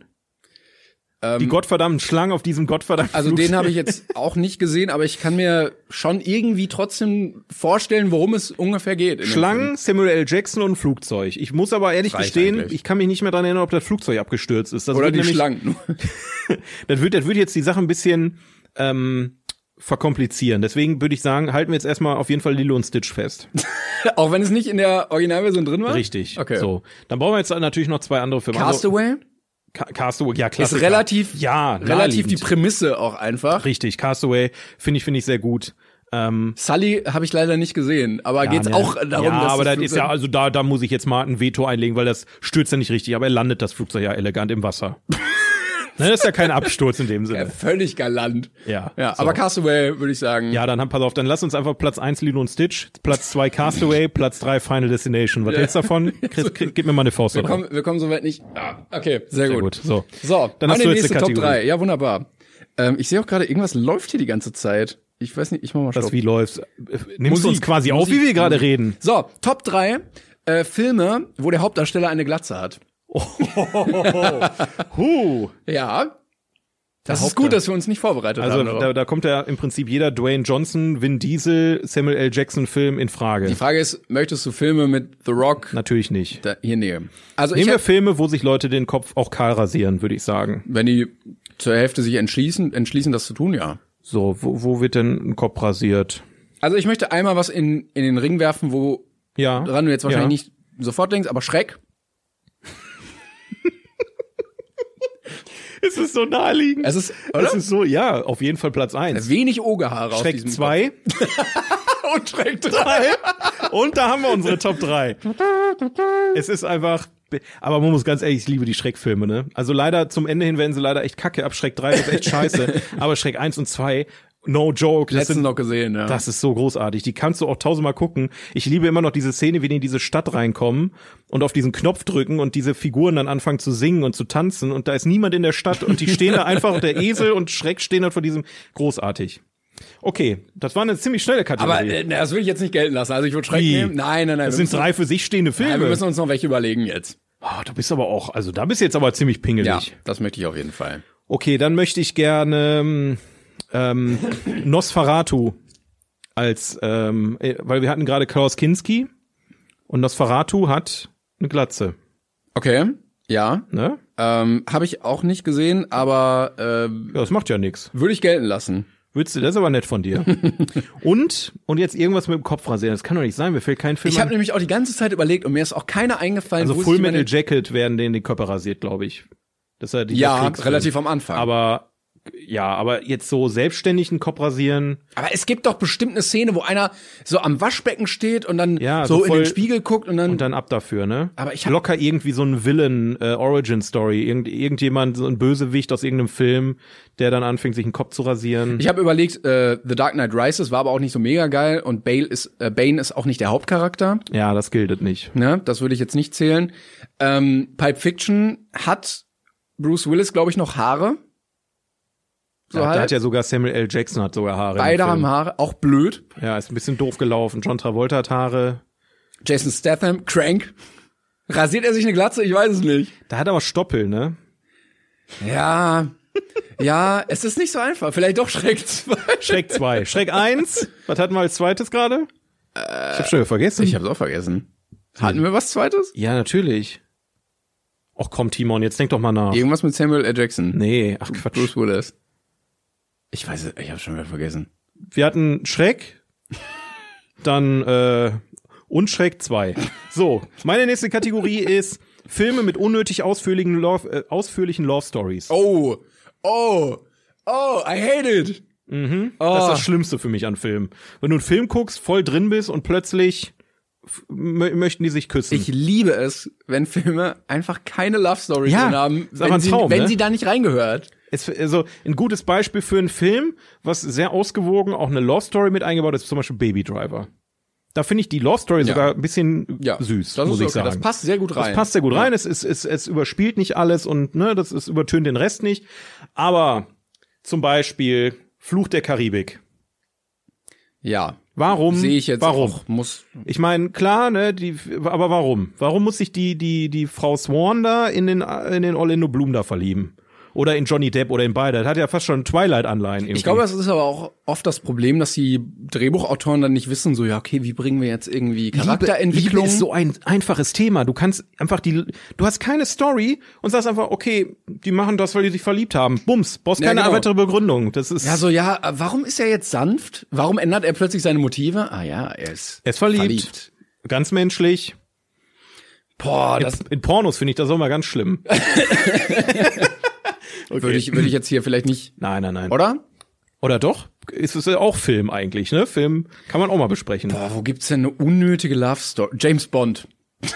[SPEAKER 2] die gottverdammten Schlangen auf diesem gottverdammten
[SPEAKER 1] Ähm, Also
[SPEAKER 2] Flugzeug.
[SPEAKER 1] den habe
[SPEAKER 2] <laughs>
[SPEAKER 1] ich jetzt auch nicht gesehen, aber ich kann mir schon irgendwie trotzdem vorstellen, worum es ungefähr geht. in dem Film.
[SPEAKER 2] Schlangen, Samuel L. Jackson und ein Flugzeug. Ich muss aber ehrlich
[SPEAKER 1] Reicht
[SPEAKER 2] gestehen,
[SPEAKER 1] eigentlich.
[SPEAKER 2] ich kann mich nicht mehr dran erinnern, ob das Flugzeug abgestürzt ist. Das
[SPEAKER 1] Oder
[SPEAKER 2] wird
[SPEAKER 1] die
[SPEAKER 2] nämlich-
[SPEAKER 1] Schlangen. <laughs>
[SPEAKER 2] Das wird, das wird jetzt die Sache ein bisschen ähm, verkomplizieren. Deswegen würde ich sagen, halten wir jetzt erstmal auf jeden Fall Lilo und Stitch fest.
[SPEAKER 1] auch wenn es nicht in der Originalversion drin war?
[SPEAKER 2] Richtig.
[SPEAKER 1] Ah, Okay.
[SPEAKER 2] So, dann brauchen wir jetzt natürlich noch zwei andere Filme.
[SPEAKER 1] Castaway
[SPEAKER 2] Also, Ca- Castaway, ja klar.
[SPEAKER 1] ist relativ,
[SPEAKER 2] ja,
[SPEAKER 1] relativ die
[SPEAKER 2] naheliegend.
[SPEAKER 1] Prämisse auch einfach.
[SPEAKER 2] richtig. Castaway finde ich finde ich sehr gut. Ähm,
[SPEAKER 1] Sully habe ich leider nicht gesehen, aber geht's
[SPEAKER 2] ja, ne.
[SPEAKER 1] auch darum,
[SPEAKER 2] ja,
[SPEAKER 1] dass
[SPEAKER 2] aber das ist ja
[SPEAKER 1] Flugzeug-
[SPEAKER 2] also da da muss ich jetzt mal ein Veto einlegen, weil das stürzt ja nicht richtig, aber er landet das Flugzeug ja elegant im
[SPEAKER 1] <laughs>
[SPEAKER 2] Wasser. ne, das ist ja kein Absturz in dem
[SPEAKER 1] ja
[SPEAKER 2] Sinne.
[SPEAKER 1] völlig galant.
[SPEAKER 2] Ja,
[SPEAKER 1] Ja,
[SPEAKER 2] so.
[SPEAKER 1] aber Castaway würde ich sagen.
[SPEAKER 2] Ja, dann haben, pass auf, dann lass uns einfach Platz 1 Lilo und Stitch, Platz 2
[SPEAKER 1] <laughs>
[SPEAKER 2] Castaway, Platz 3 Final Destination. Was hältst du davon? Chris, krieg- gib mir mal eine Faust
[SPEAKER 1] Wir
[SPEAKER 2] oder?
[SPEAKER 1] kommen, wir kommen soweit nicht. Ah, okay, sehr,
[SPEAKER 2] Sehr
[SPEAKER 1] gut.
[SPEAKER 2] gut. So.
[SPEAKER 1] So,
[SPEAKER 2] Dann hast du
[SPEAKER 1] meine
[SPEAKER 2] jetzt
[SPEAKER 1] nächste
[SPEAKER 2] eine
[SPEAKER 1] Top
[SPEAKER 2] Kategorie.
[SPEAKER 1] 3. Ja, wunderbar. Ähm, ich sehe auch gerade, irgendwas läuft hier die ganze Zeit. Ich weiß nicht, ich mach mal Stopp.
[SPEAKER 2] Das wie läuft's? Äh, Nimmst du uns
[SPEAKER 1] Musik,
[SPEAKER 2] quasi auf,
[SPEAKER 1] Musik,
[SPEAKER 2] wie wir gerade
[SPEAKER 1] Musik.
[SPEAKER 2] reden?
[SPEAKER 1] So, Top 3 äh, Filme, wo der Hauptdarsteller eine Glatze hat.
[SPEAKER 2] Huh.
[SPEAKER 1] Ja. Das ist
[SPEAKER 2] Hauptdarsteller.
[SPEAKER 1] gut, dass wir uns nicht vorbereitet
[SPEAKER 2] Also
[SPEAKER 1] haben. darauf.
[SPEAKER 2] da, da kommt ja im Prinzip jeder Dwayne Johnson, Vin Diesel, Samuel L. Jackson Film in Frage.
[SPEAKER 1] Die Frage ist, möchtest du Filme mit The Rock
[SPEAKER 2] Natürlich nicht.
[SPEAKER 1] da, hier nehmen? Also ich
[SPEAKER 2] Nehmen wir
[SPEAKER 1] hab,
[SPEAKER 2] Filme, wo sich Leute den Kopf auch kahl rasieren, würde ich sagen.
[SPEAKER 1] wenn die zur Hälfte sich entschließen, entschließen das zu tun, ja.
[SPEAKER 2] So, wo, wo wird denn ein Kopf rasiert?
[SPEAKER 1] Also ich möchte einmal was in, in den Ring werfen, wo
[SPEAKER 2] Ja.
[SPEAKER 1] dran du jetzt wahrscheinlich
[SPEAKER 2] ja.
[SPEAKER 1] nicht sofort denkst, aber Schreck.
[SPEAKER 2] Es ist so naheliegend.
[SPEAKER 1] Es ist, oder?
[SPEAKER 2] Es ist so, ja, auf jeden Fall Platz eins.
[SPEAKER 1] Wenig Ogehaare auf
[SPEAKER 2] Schreck
[SPEAKER 1] diesem
[SPEAKER 2] zwei
[SPEAKER 1] Kopf. <laughs> und Schreck 3.
[SPEAKER 2] Und da haben wir unsere Top drei. Es ist einfach. Aber man muss ganz ehrlich, ich liebe die Schreckfilme, ne? Also leider zum Ende hin werden sie leider echt kacke ab. Schreck 3 ist echt
[SPEAKER 1] <laughs>
[SPEAKER 2] scheiße. Aber Schreck 1 und 2, no joke, das,
[SPEAKER 1] Letztens
[SPEAKER 2] sind,
[SPEAKER 1] noch gesehen, ja.
[SPEAKER 2] das ist so großartig. Die kannst du auch tausendmal gucken. Ich liebe immer noch diese Szene, wie die in diese Stadt reinkommen und auf diesen Knopf drücken und diese Figuren dann anfangen zu singen und zu tanzen und da ist niemand in der Stadt und die stehen da einfach der Esel und Schreck stehen dort vor diesem. Großartig. Okay, das war eine ziemlich schnelle Kategorie.
[SPEAKER 1] aber äh, das will ich jetzt nicht gelten lassen. Also ich würde Schreck
[SPEAKER 2] Wie?
[SPEAKER 1] nehmen. Nein, nein, nein.
[SPEAKER 2] Das
[SPEAKER 1] wir
[SPEAKER 2] sind
[SPEAKER 1] müssen-
[SPEAKER 2] drei für sich stehende Filme.
[SPEAKER 1] nein, wir müssen uns noch welche überlegen jetzt.
[SPEAKER 2] Ah, du bist aber auch, also da bist du jetzt aber ziemlich pingelig.
[SPEAKER 1] Ja, das möchte ich auf jeden Fall.
[SPEAKER 2] Okay, dann möchte ich gerne ähm, <laughs> ähm, Nosferatu als, ähm, äh, weil wir hatten gerade Klaus Kinski und Nosferatu hat eine Glatze,
[SPEAKER 1] Okay, ja.
[SPEAKER 2] ne?
[SPEAKER 1] Ähm, Habe ich auch nicht gesehen, aber ähm,
[SPEAKER 2] Ja, das macht ja nichts.
[SPEAKER 1] würde ich gelten lassen.
[SPEAKER 2] Würdest du, das ist aber nett von <laughs> dir. und, und jetzt irgendwas mit dem Kopf rasieren, das kann doch nicht sein, mir fällt kein Film
[SPEAKER 1] Ich habe
[SPEAKER 2] ein.
[SPEAKER 1] nämlich auch die ganze Zeit überlegt und mir ist auch keiner eingefallen.
[SPEAKER 2] Also
[SPEAKER 1] wo
[SPEAKER 2] Full
[SPEAKER 1] sich
[SPEAKER 2] Metal
[SPEAKER 1] meine-
[SPEAKER 2] Jacket werden denen die Köpfe rasiert, glaube ich. Das ist ja, dieser
[SPEAKER 1] Ja,
[SPEAKER 2] Kriegsfilm.
[SPEAKER 1] relativ am Anfang.
[SPEAKER 2] Aber, ja, aber jetzt so selbstständig einen Kopf rasieren,
[SPEAKER 1] Aber es gibt doch bestimmt eine Szene, wo einer so am Waschbecken steht und dann
[SPEAKER 2] Ja,
[SPEAKER 1] so
[SPEAKER 2] so
[SPEAKER 1] in den
[SPEAKER 2] voll-
[SPEAKER 1] Spiegel guckt und dann,
[SPEAKER 2] Und dann ab dafür, ne?
[SPEAKER 1] Aber ich hab-
[SPEAKER 2] locker irgendwie so einen Villain äh, Origin Story, irgend irgendjemand so ein Bösewicht aus irgendeinem Film, der dann anfängt sich den Kopf zu rasieren.
[SPEAKER 1] ich habe überlegt, äh, The Dark Knight Rises war aber auch nicht so mega geil und Bale ist, äh, Bane ist auch nicht der Hauptcharakter.
[SPEAKER 2] ja, das gilt nicht.
[SPEAKER 1] Ne? Das würde ich jetzt nicht zählen. Ähm, Pipe Fiction hat Bruce Willis, glaube ich, noch Haare. So
[SPEAKER 2] da, da
[SPEAKER 1] halt.
[SPEAKER 2] hat ja sogar Samuel L. Jackson hat sogar Haare. im
[SPEAKER 1] Beide
[SPEAKER 2] Film.
[SPEAKER 1] haben Haare, auch blöd.
[SPEAKER 2] Ja, ist ein bisschen doof gelaufen. John Travolta hat Haare.
[SPEAKER 1] Jason Statham, Crank. Rasiert er sich eine Glatze? Ich weiß es nicht.
[SPEAKER 2] Da hat er aber Stoppel, ne?
[SPEAKER 1] Ja. Ja, es ist nicht so einfach. Vielleicht doch Schreck 2.
[SPEAKER 2] Schreck
[SPEAKER 1] <laughs>
[SPEAKER 2] 2. Schreck 1. Was hatten wir als zweites gerade? ich hab schon vergessen.
[SPEAKER 1] hab's auch vergessen. Hatten wir was zweites?
[SPEAKER 2] ja, natürlich. Och komm, Timon, jetzt denk doch mal nach.
[SPEAKER 1] Irgendwas mit Samuel L. Jackson.
[SPEAKER 2] Nee, ach Quatsch.
[SPEAKER 1] Bruce Willis. Ich weiß es, ich hab's schon wieder vergessen.
[SPEAKER 2] wir hatten Schreck, dann äh, und Schreck 2. So, meine nächste Kategorie ist Filme mit unnötig ausführlichen Love, äh, ausführlichen Love Stories.
[SPEAKER 1] Oh. Oh. Oh, I hate it.
[SPEAKER 2] Das ist das Schlimmste für mich an Filmen. Wenn du einen Film guckst, voll drin bist und plötzlich f- mö- möchten die sich küssen.
[SPEAKER 1] Ich liebe es, wenn Filme einfach keine Love Story
[SPEAKER 2] Ja,
[SPEAKER 1] drin haben,
[SPEAKER 2] ist aber
[SPEAKER 1] wenn,
[SPEAKER 2] ein
[SPEAKER 1] sie,
[SPEAKER 2] Traum,
[SPEAKER 1] wenn
[SPEAKER 2] ne?
[SPEAKER 1] sie da nicht reingehört.
[SPEAKER 2] Es, also ein gutes Beispiel für einen Film, was sehr ausgewogen auch eine Love Story mit eingebaut ist, ist zum Beispiel Baby Driver. Da finde ich die Love Story sogar ein bisschen
[SPEAKER 1] Ja,
[SPEAKER 2] süß,
[SPEAKER 1] das ist
[SPEAKER 2] muss ich
[SPEAKER 1] okay,
[SPEAKER 2] sagen.
[SPEAKER 1] das passt sehr gut rein.
[SPEAKER 2] Das passt sehr gut rein. Es, es, es, es überspielt nicht alles und ne, das es übertönt den Rest nicht. Aber zum Beispiel Fluch der Karibik.
[SPEAKER 1] Ja.
[SPEAKER 2] Warum?
[SPEAKER 1] Sehe ich jetzt.
[SPEAKER 2] Warum?
[SPEAKER 1] auch, muss.
[SPEAKER 2] Ich meine, klar, ne, die, aber warum? Warum muss sich die, die, die Frau Swan da in den, in den Orlando Bloom da verlieben? Oder in Johnny Depp oder in beide. Das hat ja fast schon Twilight-Anleihen irgendwie.
[SPEAKER 1] Ich glaube, das ist aber auch oft das Problem, dass die Drehbuchautoren dann nicht wissen, so, ja, okay, wie bringen wir jetzt irgendwie Charakterentwicklung?
[SPEAKER 2] Liebe ist so ein einfaches Thema. Du kannst einfach die, du hast keine Story und sagst einfach, okay, die machen das, weil die sich verliebt haben. Bums, brauchst
[SPEAKER 1] Ja,
[SPEAKER 2] keine
[SPEAKER 1] genau.
[SPEAKER 2] weitere Begründung. Das ist
[SPEAKER 1] ja, so, ja, äh, warum ist er jetzt sanft? Warum ändert er plötzlich seine Motive? Ah ja, er ist,
[SPEAKER 2] Er ist verliebt. Ganz menschlich.
[SPEAKER 1] Boah, das
[SPEAKER 2] In Pornos finde ich das auch mal ganz
[SPEAKER 1] <laughs>
[SPEAKER 2] schlimm.
[SPEAKER 1] würde ich, würde ich jetzt hier vielleicht nicht,
[SPEAKER 2] Nein, nein, nein.
[SPEAKER 1] oder?
[SPEAKER 2] Oder doch? Ist es ja auch Film eigentlich, ne? Film kann man auch mal besprechen.
[SPEAKER 1] Boah, wo gibt's denn eine unnötige Love Story? James Bond. Je-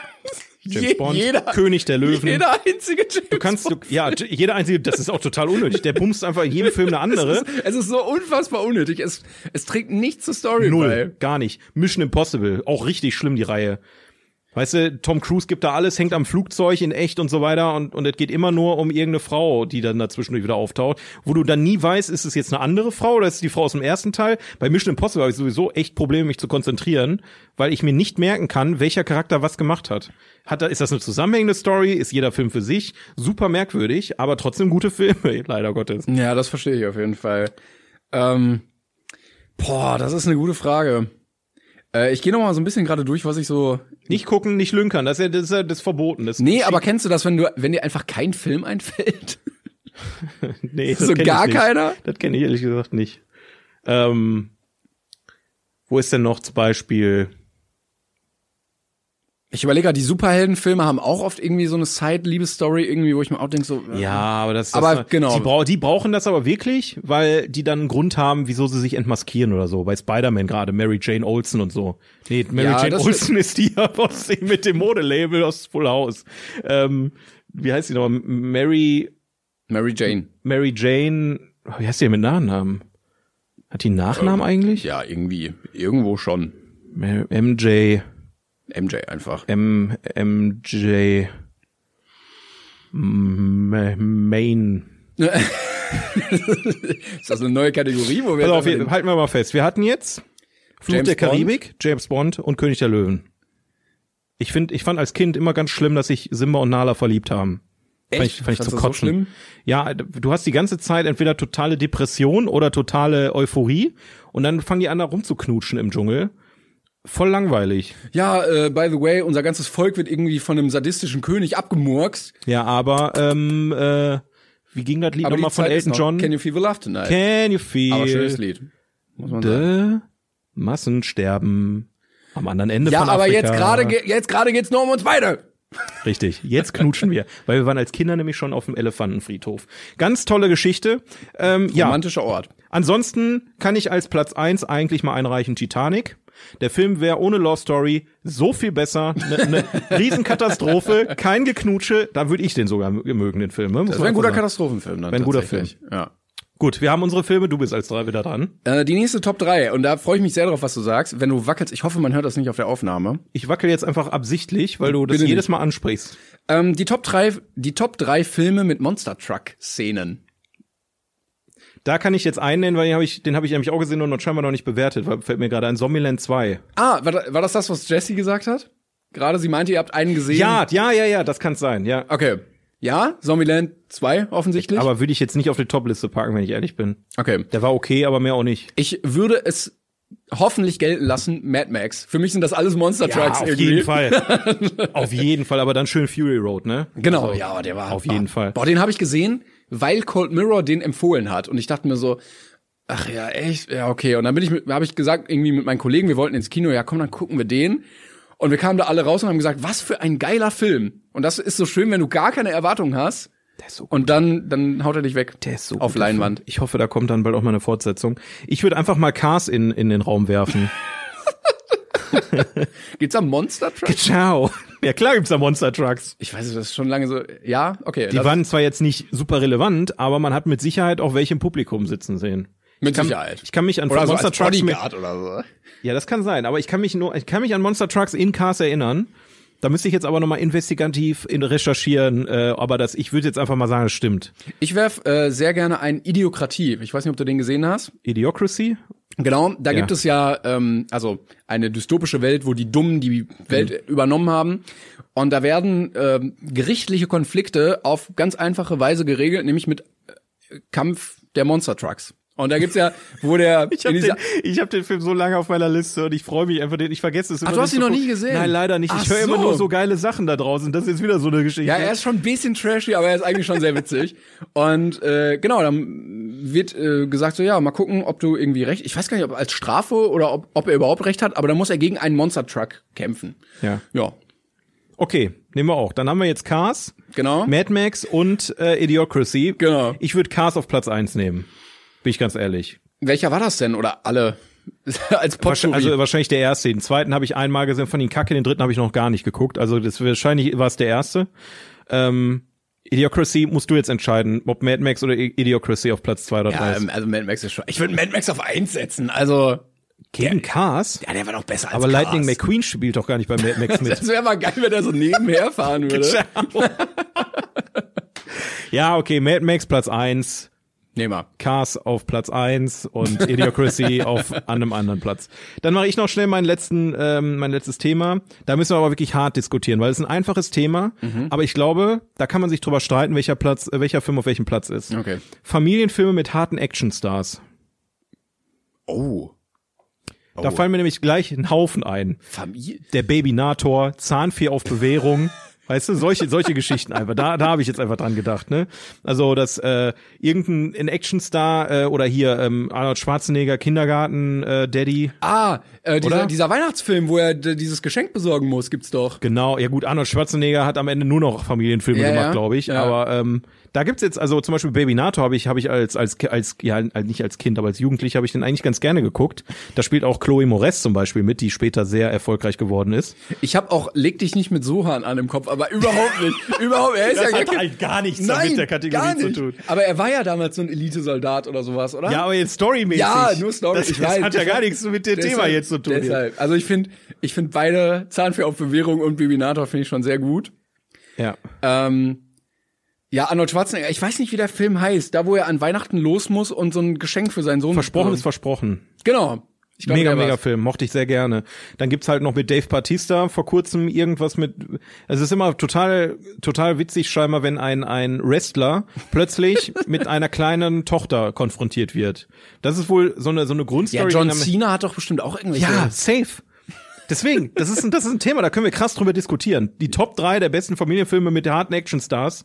[SPEAKER 2] <laughs> James Bond,
[SPEAKER 1] jeder-
[SPEAKER 2] König der Löwen.
[SPEAKER 1] Jeder einzige James
[SPEAKER 2] Du kannst, du, ja, j- jeder einzige, das ist auch total unnötig. Der bumst einfach in jedem Film
[SPEAKER 1] <laughs>
[SPEAKER 2] eine andere.
[SPEAKER 1] Es ist so unfassbar unnötig. Es, es trägt nichts zur Story
[SPEAKER 2] Null,
[SPEAKER 1] bei.
[SPEAKER 2] gar nicht. Mission Impossible, auch richtig schlimm die Reihe. Weißt du, Tom Cruise gibt da alles, hängt am Flugzeug in echt und so weiter und, und es geht immer nur um irgendeine Frau, die dann dazwischendurch wieder auftaucht, wo du dann nie weißt, ist es jetzt eine andere Frau oder ist es die Frau aus dem ersten Teil? Bei Mission Impossible habe ich sowieso echt Probleme, mich zu konzentrieren, weil ich mir nicht merken kann, welcher Charakter was gemacht hat. hat da, ist das eine zusammenhängende Story? Ist jeder Film für sich? Super merkwürdig, aber trotzdem gute Filme, <laughs> leider Gottes.
[SPEAKER 1] Ja, das verstehe ich auf jeden Fall. Ähm, boah, das ist eine gute Frage. Äh, ich gehe noch mal so ein bisschen gerade durch, was ich so.
[SPEAKER 2] Nicht gucken, nicht lünkern, das ist ja das, ist ja das Verboten. Das
[SPEAKER 1] Nee, aber kennst du das, wenn du, wenn dir einfach kein Film <laughs> einfällt?
[SPEAKER 2] nee,
[SPEAKER 1] <laughs> so
[SPEAKER 2] kenn
[SPEAKER 1] gar
[SPEAKER 2] ich nicht.
[SPEAKER 1] keiner?
[SPEAKER 2] Das kenne ich ehrlich gesagt nicht. Ähm, wo ist denn noch zum Beispiel?
[SPEAKER 1] Ich überlege gerade, die Superheldenfilme haben auch oft irgendwie so eine Side-Liebesstory irgendwie, wo ich mir auch denke so. äh,
[SPEAKER 2] Ja, aber das, das
[SPEAKER 1] Aber genau.
[SPEAKER 2] Die, brau die brauchen das aber wirklich, weil die dann einen Grund haben, wieso sie sich entmaskieren oder so. Bei Spider-Man gerade, Mary Jane Olsen und so. Nee, Mary
[SPEAKER 1] Ja,
[SPEAKER 2] Jane
[SPEAKER 1] das-
[SPEAKER 2] Olsen <laughs> ist die aus dem- mit dem Modelabel aus Full House. Ähm, wie heißt die nochmal? Mary
[SPEAKER 1] Mary Jane.
[SPEAKER 2] Mary Jane, wie heißt die denn mit Nachnamen? Hat die einen Nachnamen eigentlich?
[SPEAKER 1] Ja, irgendwie. Irgendwo schon.
[SPEAKER 2] Mar- MJ,
[SPEAKER 1] MJ einfach.
[SPEAKER 2] M, MJ, M- Main.
[SPEAKER 1] Ist das eine neue Kategorie, wo
[SPEAKER 2] Pass
[SPEAKER 1] wir.
[SPEAKER 2] Also auf,
[SPEAKER 1] jetzt einfach
[SPEAKER 2] wir, halten wir mal fest. Wir hatten jetzt Fluch
[SPEAKER 1] James
[SPEAKER 2] der
[SPEAKER 1] Bond.
[SPEAKER 2] Karibik, James Bond und König der Löwen. Ich finde, ich fand als Kind immer ganz schlimm, dass sich Simba und Nala verliebt haben. Fand ich,
[SPEAKER 1] Echt?
[SPEAKER 2] fand ich
[SPEAKER 1] Fandst
[SPEAKER 2] zu
[SPEAKER 1] du das so
[SPEAKER 2] kotzen.
[SPEAKER 1] schlimm?
[SPEAKER 2] Ja, du hast die ganze Zeit entweder totale Depression oder totale Euphorie und dann fangen die an da rumzuknutschen im Dschungel. Voll langweilig.
[SPEAKER 1] den- ja, äh, by the way, unser ganzes Volk wird irgendwie von einem sadistischen König abgemurkst.
[SPEAKER 2] Ja, aber ähm, äh, wie ging das Lied
[SPEAKER 1] Aber die
[SPEAKER 2] nochmal von
[SPEAKER 1] Zeit ist
[SPEAKER 2] Elton
[SPEAKER 1] noch.
[SPEAKER 2] John?
[SPEAKER 1] Can you feel the love tonight?
[SPEAKER 2] Can you feel
[SPEAKER 1] Äh, Aber schönes Lied.
[SPEAKER 2] the Massensterben am anderen Ende
[SPEAKER 1] Ja,
[SPEAKER 2] von
[SPEAKER 1] aber
[SPEAKER 2] Afrika?
[SPEAKER 1] jetzt gerade, ge- jetzt gerade geht's nur um uns beide.
[SPEAKER 2] Richtig, jetzt knutschen wir, weil wir waren als Kinder nämlich schon auf dem Elefantenfriedhof. Ganz tolle Geschichte. Ähm, ja,
[SPEAKER 1] Romantischer Ort.
[SPEAKER 2] ansonsten kann ich als Platz eins eigentlich mal einreichen Titanic. Der Film wäre ohne Love Story so viel besser. Eine
[SPEAKER 1] <laughs>
[SPEAKER 2] ne Riesenkatastrophe, kein Geknutsche. Da würde ich den sogar mögen, den Film. Ne? Muss
[SPEAKER 1] Das
[SPEAKER 2] man
[SPEAKER 1] wäre ein guter
[SPEAKER 2] einfach sagen.
[SPEAKER 1] Katastrophenfilm dann.
[SPEAKER 2] Wär ein guter
[SPEAKER 1] tatsächlich. Ja.
[SPEAKER 2] Gut, wir haben unsere Filme, du bist als drei wieder dran.
[SPEAKER 1] Äh, die nächste Top 3, und da freue ich mich sehr drauf, was du sagst. Wenn du wackelst, ich hoffe, man hört das nicht auf der Aufnahme.
[SPEAKER 2] Ich wackel jetzt einfach absichtlich, weil du das
[SPEAKER 1] Bitte
[SPEAKER 2] jedes Mal ansprichst.
[SPEAKER 1] Ähm, die Top 3, die Top 3 Filme mit Monster Truck Szenen.
[SPEAKER 2] Da kann ich jetzt einen nennen, weil den habe ich, den hab ich nämlich auch gesehen und scheinbar noch nicht bewertet, weil fällt mir gerade ein Zombieland 2.
[SPEAKER 1] Ah, war, da- war das das, was Jessie gesagt hat? Gerade sie meinte, ihr habt einen gesehen.
[SPEAKER 2] Ja, ja, ja, ja, das kann's sein, ja.
[SPEAKER 1] Okay. Ja, Zombieland 2 offensichtlich.
[SPEAKER 2] Aber würde ich jetzt nicht auf die Topliste packen, wenn ich ehrlich bin.
[SPEAKER 1] okay.
[SPEAKER 2] Der war okay, aber mehr auch nicht.
[SPEAKER 1] Ich würde es hoffentlich gelten lassen, Mad Max. Für mich sind das alles Monster Trucks
[SPEAKER 2] auf
[SPEAKER 1] irgendwie.
[SPEAKER 2] jeden Fall. <laughs> auf jeden Fall, aber dann schön Fury Road, ne?
[SPEAKER 1] Genau, ja, aber der war
[SPEAKER 2] auf jeden Fall.
[SPEAKER 1] Boah, den habe ich gesehen, weil Cold Mirror den empfohlen hat und ich dachte mir so, ach ja, echt, ja okay. Und dann bin ich, mit- habe ich gesagt irgendwie mit meinen Kollegen, wir wollten ins Kino, ja komm, dann gucken wir den. Und wir kamen da alle raus und haben gesagt, was für ein geiler Film. Und das ist so schön, wenn du gar keine Erwartungen hast.
[SPEAKER 2] Der ist so
[SPEAKER 1] Und dann, dann haut er dich weg.
[SPEAKER 2] Der ist so
[SPEAKER 1] auf
[SPEAKER 2] gut, der
[SPEAKER 1] Leinwand.
[SPEAKER 2] Film. Ich hoffe, da kommt dann bald auch mal eine Fortsetzung. Ich würde einfach mal Cars in, in den Raum <laughs> werfen.
[SPEAKER 1] Geht's am Monster Truck?
[SPEAKER 2] Ciao. Ja, klar gibt's da Monster Trucks.
[SPEAKER 1] Ich weiß, das ist schon lange so. Ja, okay.
[SPEAKER 2] Die
[SPEAKER 1] lass-
[SPEAKER 2] waren zwar jetzt nicht super relevant, aber man hat mit Sicherheit auch welche im Publikum sitzen sehen.
[SPEAKER 1] mit
[SPEAKER 2] kann,
[SPEAKER 1] Sicherheit.
[SPEAKER 2] Ich kann mich an
[SPEAKER 1] oder so
[SPEAKER 2] Monster
[SPEAKER 1] als
[SPEAKER 2] Trucks. mit-
[SPEAKER 1] Bodyguard oder so.
[SPEAKER 2] Ja, das kann sein, aber ich kann mich nur, ich kann mich an Monster Trucks in Cars erinnern. Da müsste ich jetzt aber nochmal investigativ in recherchieren, äh, aber das, ich würde jetzt einfach mal sagen, es stimmt.
[SPEAKER 1] Ich werf äh, sehr gerne ein Idiokratie. Ich weiß nicht, ob du den gesehen hast.
[SPEAKER 2] Idiocracy?
[SPEAKER 1] Genau, da gibt es ja ähm, also eine dystopische Welt, wo die Dummen die Welt
[SPEAKER 2] Mhm.
[SPEAKER 1] übernommen haben. Und da werden ähm, gerichtliche Konflikte auf ganz einfache Weise geregelt, nämlich mit äh, Kampf der Monster Trucks. Und da gibt's ja, wo der
[SPEAKER 2] <laughs> Ich habe
[SPEAKER 1] in dieser-
[SPEAKER 2] den, ich hab den Film so lange auf meiner Liste und ich freue mich einfach, den, ich vergesse es immer.
[SPEAKER 1] du hast
[SPEAKER 2] den
[SPEAKER 1] ihn
[SPEAKER 2] zu
[SPEAKER 1] noch
[SPEAKER 2] gucken.
[SPEAKER 1] nie gesehen?
[SPEAKER 2] Nein, leider nicht.
[SPEAKER 1] Ach
[SPEAKER 2] ich höre immer
[SPEAKER 1] so.
[SPEAKER 2] nur so geile Sachen da draußen. Das ist jetzt wieder so eine Geschichte.
[SPEAKER 1] Ja, er ist schon ein bisschen trashy, aber er ist eigentlich schon sehr witzig. Und äh, genau, dann wird äh, gesagt so, ja, mal gucken, ob du irgendwie recht. Ich weiß gar nicht, ob als Strafe oder ob, ob er überhaupt recht hat, aber dann muss er gegen einen Monster Truck kämpfen.
[SPEAKER 2] Ja.
[SPEAKER 1] Ja,
[SPEAKER 2] Okay, nehmen wir auch. Dann haben wir jetzt Cars,
[SPEAKER 1] genau.
[SPEAKER 2] Mad Max und äh, Idiocracy.
[SPEAKER 1] Genau.
[SPEAKER 2] Ich würde Cars auf Platz eins nehmen. Bin ich ganz ehrlich.
[SPEAKER 1] Welcher war das denn oder alle? <laughs> Als Potpourri.
[SPEAKER 2] Also wahrscheinlich der erste. Den zweiten habe ich einmal gesehen, von den Kacke, den dritten habe ich noch gar nicht geguckt. Also das wahrscheinlich war es der erste. Ähm, Idiocracy musst du jetzt entscheiden, ob Mad Max oder I- Idiocracy auf Platz zwei oder drei
[SPEAKER 1] ja,
[SPEAKER 2] ist.
[SPEAKER 1] ähm, also Mad Max ist schon. Ich würde Mad Max auf eins setzen. Also
[SPEAKER 2] Gegen Cars?
[SPEAKER 1] Ja, der war doch besser als
[SPEAKER 2] Aber Lightning
[SPEAKER 1] Cars.
[SPEAKER 2] McQueen spielt doch gar nicht bei Mad
[SPEAKER 1] <laughs>
[SPEAKER 2] Max mit.
[SPEAKER 1] Das wäre mal geil, wenn er so nebenher
[SPEAKER 2] <laughs>
[SPEAKER 1] fahren würde.
[SPEAKER 2] ja, okay, Mad Max Platz eins,
[SPEAKER 1] Nehmen wir.
[SPEAKER 2] Cars auf Platz eins und Idiocracy auf an einem anderen Platz. Dann mache ich noch schnell meinen letzten, ähm, mein letztes Thema. Da müssen wir aber wirklich hart diskutieren, weil es ist ein einfaches Thema, aber ich glaube, da kann man sich drüber streiten, welcher Platz, äh, welcher Film auf welchem Platz ist.
[SPEAKER 1] Okay.
[SPEAKER 2] Familienfilme mit harten Actionstars.
[SPEAKER 1] Oh.
[SPEAKER 2] Da fallen mir nämlich gleich ein Haufen ein.
[SPEAKER 1] Familie.
[SPEAKER 2] der Babynator, Zahnfee auf Bewährung. Weißt du, solche, solche Geschichten einfach. Da, da habe ich jetzt einfach dran gedacht, ne? Also, dass äh, irgendein ein Actionstar äh, oder hier ähm, Arnold Schwarzenegger, Kindergarten, äh, Daddy.
[SPEAKER 1] Ah, äh, dieser,
[SPEAKER 2] Oder?
[SPEAKER 1] dieser Weihnachtsfilm, wo er d- dieses Geschenk besorgen muss, gibt's doch.
[SPEAKER 2] Genau, ja gut, Arnold Schwarzenegger hat am Ende nur noch Familienfilme
[SPEAKER 1] Ja,
[SPEAKER 2] gemacht,
[SPEAKER 1] ja,
[SPEAKER 2] glaube ich.
[SPEAKER 1] ja.
[SPEAKER 2] Aber ähm, da gibt's jetzt, also zum Beispiel Babynator habe ich, habe ich als, als, Ki- als, ja, als- nicht als Kind, aber als Jugendlicher habe ich den eigentlich ganz gerne geguckt. Da spielt auch Chloe Moretz zum Beispiel mit, die später sehr erfolgreich geworden ist.
[SPEAKER 1] Ich habe auch leg dich nicht mit Sohan an im Kopf, aber überhaupt
[SPEAKER 2] <laughs>
[SPEAKER 1] nicht. überhaupt, er ist ja halt gar, kein-
[SPEAKER 2] halt gar nichts
[SPEAKER 1] Nein, gar nicht. Aber er war ja damals so ein Elitesoldat oder sowas, oder?
[SPEAKER 2] Ja, aber jetzt storymäßig.
[SPEAKER 1] Ja, nur Story.
[SPEAKER 2] Das,
[SPEAKER 1] ich
[SPEAKER 2] das
[SPEAKER 1] weiß.
[SPEAKER 2] hat ja gar nichts mit dem
[SPEAKER 1] Deshalb-
[SPEAKER 2] Thema jetzt zu tun. hier.
[SPEAKER 1] Deshalb. Also ich finde, ich finde beide Zahnfee auf Bewährung und Bibinator finde ich schon sehr gut.
[SPEAKER 2] Ja.
[SPEAKER 1] Ähm, ja, Arnold Schwarzenegger. Ich weiß nicht, wie der Film heißt. Da, wo er an Weihnachten los muss und so ein Geschenk für seinen Sohn.
[SPEAKER 2] Versprochen ist versprochen.
[SPEAKER 1] Genau. Ich glaub,
[SPEAKER 2] mega,
[SPEAKER 1] der war's.
[SPEAKER 2] mega Film. Mochte ich sehr gerne. Dann gibt's halt noch mit Dave Batista vor kurzem irgendwas mit, es ist immer total, total witzig scheinbar, wenn ein, ein Wrestler
[SPEAKER 1] <laughs>
[SPEAKER 2] plötzlich mit einer kleinen Tochter konfrontiert wird. Das ist wohl so eine, so eine Grundstory.
[SPEAKER 1] Ja, John
[SPEAKER 2] die-
[SPEAKER 1] Cena hat doch bestimmt auch irgendwelche.
[SPEAKER 2] Ja, safe. Deswegen, das ist, ein, das ist ein Thema, da können wir krass drüber diskutieren. Die Top 3 der besten Familienfilme mit harten Actionstars.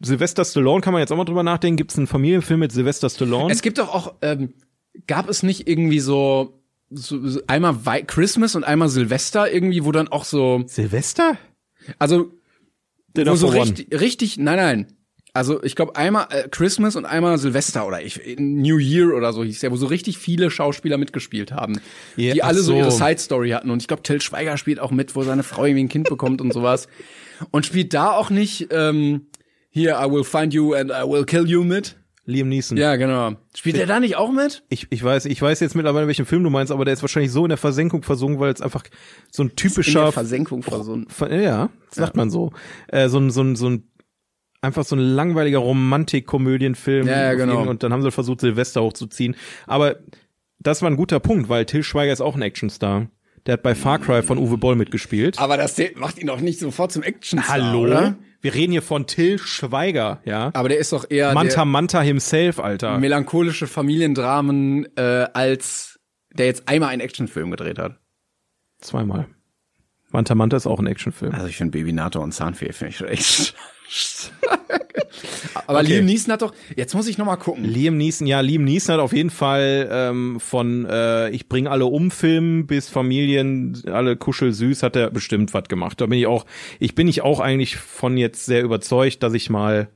[SPEAKER 2] Sylvester Stallone kann man jetzt auch mal drüber nachdenken. Gibt es einen Familienfilm mit Sylvester Stallone?
[SPEAKER 1] Es gibt doch auch, ähm, gab es nicht irgendwie so, so, so einmal Wei- Christmas und einmal Silvester irgendwie, wo dann auch so,
[SPEAKER 2] Sylvester?
[SPEAKER 1] also
[SPEAKER 2] Den
[SPEAKER 1] wo so
[SPEAKER 2] so
[SPEAKER 1] richtig, richtig, nein, nein. Also ich glaube einmal äh, Christmas und einmal Silvester oder ich New Year oder so hieß der, wo so richtig viele Schauspieler mitgespielt haben,
[SPEAKER 2] Ja,
[SPEAKER 1] die alle so.
[SPEAKER 2] ach so.
[SPEAKER 1] ihre Side Story hatten. Und ich glaube, Till Schweiger spielt auch mit, wo seine Frau irgendwie ein Kind bekommt und sowas. Und spielt da auch nicht ähm, hier I will find you and I will kill you mit.
[SPEAKER 2] Liam Neeson.
[SPEAKER 1] Ja, genau. Spielt er da nicht auch mit?
[SPEAKER 2] Ich, ich weiß, ich weiß jetzt mittlerweile, welchen Film du meinst, aber der ist wahrscheinlich so in der Versenkung versunken, weil es einfach so ein
[SPEAKER 1] In der
[SPEAKER 2] typischer
[SPEAKER 1] Versenkung von so einem.
[SPEAKER 2] Ver- Ja, das sagt man so. Äh, so ein, so ein, so ein, einfach so ein langweiliger Romantik-Komödienfilm.
[SPEAKER 1] Ja, ja,
[SPEAKER 2] auf
[SPEAKER 1] genau.
[SPEAKER 2] ihn Und dann haben sie versucht, Silvester hochzuziehen. Aber das war ein guter Punkt, weil Till Schweiger ist auch ein Actionstar. Der hat bei Far Cry von Uwe Boll mitgespielt.
[SPEAKER 1] Aber das macht ihn doch nicht sofort zum Action.
[SPEAKER 2] Hallo?
[SPEAKER 1] Oder?
[SPEAKER 2] Wir reden hier von Till Schweiger, ja.
[SPEAKER 1] Aber der ist doch eher
[SPEAKER 2] Manta Manta himself, Alter.
[SPEAKER 1] der melancholische Familiendramen äh, als der jetzt einmal einen Actionfilm gedreht hat.
[SPEAKER 2] Zweimal. Manta Manta ist auch ein Actionfilm.
[SPEAKER 1] Also ich finde Baby Nato und Zahnfee finde ich schon echt. <laughs> Aber
[SPEAKER 2] Okay.
[SPEAKER 1] Liam Neeson hat doch. Jetzt muss ich noch mal gucken.
[SPEAKER 2] Liam Neeson, ja, Liam Neeson hat auf jeden Fall ähm, von äh, Ich bring alle um Film bis Familien, alle Kuschel süß, hat er bestimmt was gemacht. Da bin ich auch, ich bin ich auch eigentlich von jetzt sehr überzeugt, dass ich mal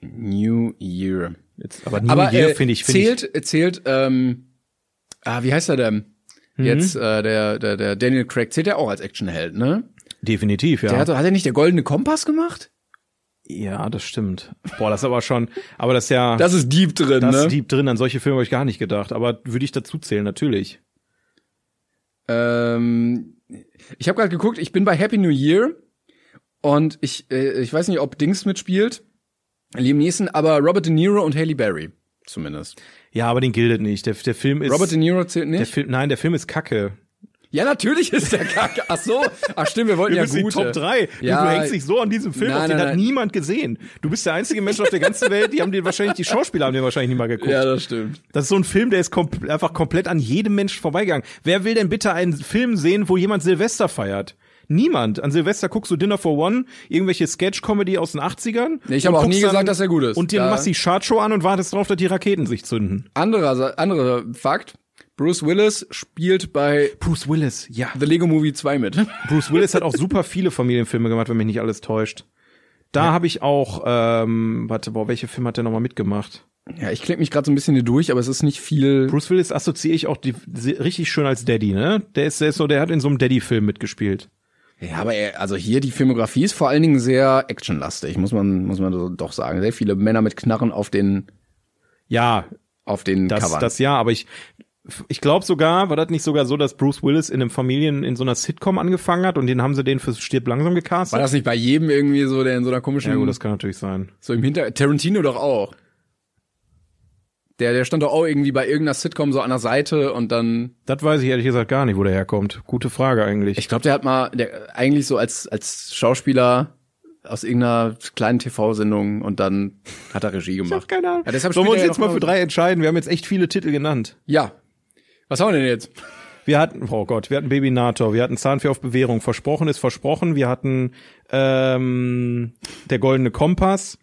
[SPEAKER 1] New Year.
[SPEAKER 2] jetzt, aber New
[SPEAKER 1] Aber
[SPEAKER 2] Year
[SPEAKER 1] äh,
[SPEAKER 2] finde ich, finde ich,
[SPEAKER 1] zählt zählt. Ähm, ah, wie heißt er denn? Jetzt äh, der, der der Daniel Craig zählt ja auch als Actionheld, ne?
[SPEAKER 2] definitiv, ja.
[SPEAKER 1] Der hat, doch- hat er nicht der goldene Kompass gemacht?
[SPEAKER 2] ja, das stimmt. Boah, das ist aber schon, aber das ist ja, das,
[SPEAKER 1] Das ist deep drin,
[SPEAKER 2] ist
[SPEAKER 1] ne?
[SPEAKER 2] deep drin, an solche Filme habe ich gar nicht gedacht, aber würde ich dazu zählen, natürlich.
[SPEAKER 1] Ähm, ich habe gerade geguckt, ich bin bei Happy New Year und ich, äh, ich weiß nicht, ob Dings mitspielt, Liam Neeson, aber Robert De Niro und Haley Berry zumindest.
[SPEAKER 2] Ja, aber den gilt nicht. Der, der Film ist,
[SPEAKER 1] Robert De Niro zählt
[SPEAKER 2] der
[SPEAKER 1] nicht?
[SPEAKER 2] Film, nein, der Film ist kacke.
[SPEAKER 1] Ja, natürlich ist der Kacke. Ach so, ach stimmt, wir wollten
[SPEAKER 2] Wir
[SPEAKER 1] ja
[SPEAKER 2] müssen die Top
[SPEAKER 1] gute.
[SPEAKER 2] 3. Du,
[SPEAKER 1] Ja,
[SPEAKER 2] du hängst dich so an diesem Film,
[SPEAKER 1] Nein,
[SPEAKER 2] auf den
[SPEAKER 1] nein,
[SPEAKER 2] hat
[SPEAKER 1] nein.
[SPEAKER 2] niemand gesehen. Du bist der einzige Mensch auf der ganzen Welt, die haben den wahrscheinlich, die Schauspieler haben den wahrscheinlich nicht mal geguckt.
[SPEAKER 1] Ja, das stimmt.
[SPEAKER 2] Das ist so ein Film, der ist komp einfach komplett an jedem Menschen vorbeigegangen. Wer will denn bitte einen Film sehen, wo jemand Silvester feiert? Niemand. An Silvester guckst du Dinner for One, irgendwelche Sketch-Comedy aus den 80ern.
[SPEAKER 1] Nee, ich
[SPEAKER 2] und
[SPEAKER 1] habe auch
[SPEAKER 2] guckst
[SPEAKER 1] nie
[SPEAKER 2] dann-
[SPEAKER 1] gesagt, dass er gut ist.
[SPEAKER 2] Und dir
[SPEAKER 1] Da-
[SPEAKER 2] machst die Chartshow an und wartest drauf, dass die Raketen sich zünden.
[SPEAKER 1] Anderer, Sa- anderer Fakt, Bruce Willis spielt bei
[SPEAKER 2] Bruce Willis, ja.
[SPEAKER 1] The Lego Movie 2 mit.
[SPEAKER 2] Bruce Willis hat auch super viele Familienfilme gemacht, wenn mich nicht alles täuscht. Da habe ich auch, ähm, warte, boah, welche Film hat der nochmal mitgemacht?
[SPEAKER 1] Ja, ich klicke mich gerade so ein bisschen hier durch, aber es ist nicht viel.
[SPEAKER 2] Bruce Willis assoziiere ich auch die, se- richtig schön als Daddy, ne? Der ist, der ist so, der hat in so einem Daddy-Film mitgespielt.
[SPEAKER 1] Ja, aber er, also hier die Filmografie ist vor allen Dingen sehr actionlastig, muss man muss man so- doch sagen. Sehr viele Männer mit Knarren auf den
[SPEAKER 2] Ja,
[SPEAKER 1] auf den
[SPEAKER 2] das,
[SPEAKER 1] Covern.
[SPEAKER 2] das ja, aber ich, ich glaube sogar, war das nicht sogar so, dass Bruce Willis in einem Familien in so einer Sitcom angefangen hat und den haben sie den fürs Stirb langsam gecastet?
[SPEAKER 1] War das Mhm. nicht bei jedem irgendwie so, der in so einer komischen,
[SPEAKER 2] ja gut, das kann natürlich sein.
[SPEAKER 1] so im Hinter, Tarantino doch auch. Der, der stand doch auch irgendwie bei irgendeiner Sitcom so an der Seite und dann,
[SPEAKER 2] Das weiß ich ehrlich gesagt gar nicht, wo der herkommt. Gute Frage eigentlich.
[SPEAKER 1] ich glaube, der hat mal, der eigentlich so als, als Schauspieler aus irgendeiner kleinen TV-Sendung und dann hat er Regie gemacht.
[SPEAKER 2] keine Ahnung.
[SPEAKER 1] Ja, deshalb
[SPEAKER 2] Sollen wir
[SPEAKER 1] spielt
[SPEAKER 2] uns
[SPEAKER 1] er
[SPEAKER 2] jetzt
[SPEAKER 1] ja
[SPEAKER 2] mal
[SPEAKER 1] noch-
[SPEAKER 2] für drei entscheiden? Wir haben jetzt echt viele Titel genannt.
[SPEAKER 1] Ja. Was haben wir denn jetzt?
[SPEAKER 2] Wir hatten, oh Gott, wir hatten Babynator, wir hatten Zahnfee auf Bewährung, versprochen ist versprochen, wir hatten ähm, der goldene Kompass,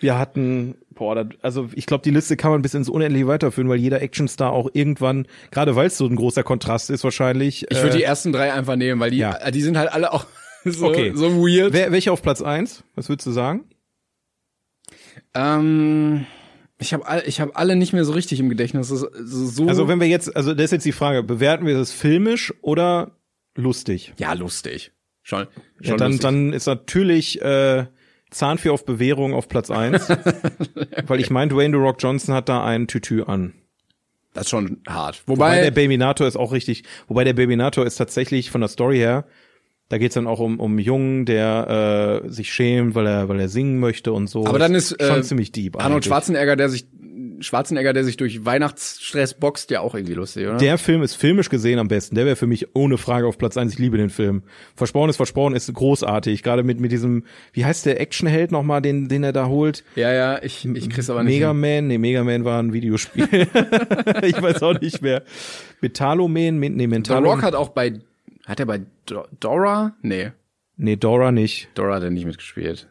[SPEAKER 2] wir hatten, boah, das, also ich glaube, die Liste kann man bis ins Unendliche weiterführen, weil jeder Actionstar auch irgendwann, gerade weil es so ein großer Kontrast ist wahrscheinlich.
[SPEAKER 1] Ich würde die ersten drei einfach nehmen, weil die,
[SPEAKER 2] Äh, ja.
[SPEAKER 1] äh, die sind halt alle auch <laughs> so,
[SPEAKER 2] Okay.
[SPEAKER 1] so weird.
[SPEAKER 2] wer, welche auf Platz eins? Was würdest du sagen?
[SPEAKER 1] Ähm, ich habe all, ich hab alle nicht mehr so richtig im Gedächtnis. Das ist so
[SPEAKER 2] Also wenn wir jetzt, also das ist jetzt die Frage, bewerten wir das filmisch oder lustig?
[SPEAKER 1] ja, lustig. Schon, schon
[SPEAKER 2] Ja, dann,
[SPEAKER 1] lustig.
[SPEAKER 2] dann ist natürlich äh, Zahnfee auf Bewährung auf Platz
[SPEAKER 1] <laughs>
[SPEAKER 2] eins, Weil ich meine, Dwayne The Rock Johnson hat da ein Tütü an.
[SPEAKER 1] das ist schon hart.
[SPEAKER 2] Wobei
[SPEAKER 1] Wobei,
[SPEAKER 2] der Babynator ist auch richtig, wobei der Babynator ist tatsächlich von der Story her, da geht's dann auch um um einen Jungen, der äh, sich schämt, weil er weil er singen möchte und so.
[SPEAKER 1] aber dann ist
[SPEAKER 2] schon
[SPEAKER 1] äh,
[SPEAKER 2] ziemlich deep.
[SPEAKER 1] Arnold
[SPEAKER 2] eigentlich.
[SPEAKER 1] Schwarzenegger, der sich Schwarzenegger, der sich durch Weihnachtsstress boxt, ja auch irgendwie lustig, oder?
[SPEAKER 2] Der Film ist filmisch gesehen am besten. Der wäre für mich ohne Frage auf Platz eins. Ich liebe den Film. Versprochen ist versprochen ist großartig, gerade mit mit diesem wie heißt der Actionheld nochmal, den den er da holt?
[SPEAKER 1] ja, ja, ich, ich krieg's aber nicht.
[SPEAKER 2] Mega
[SPEAKER 1] hin.
[SPEAKER 2] Man, nee, Mega Man war ein Videospiel. <laughs> ich weiß auch nicht mehr. Metaloman, Men- nee,
[SPEAKER 1] The
[SPEAKER 2] Mentalo.
[SPEAKER 1] Rock hat auch bei hat er bei Do Dora? Nee,
[SPEAKER 2] Nee, Dora nicht.
[SPEAKER 1] Dora hat er nicht mitgespielt.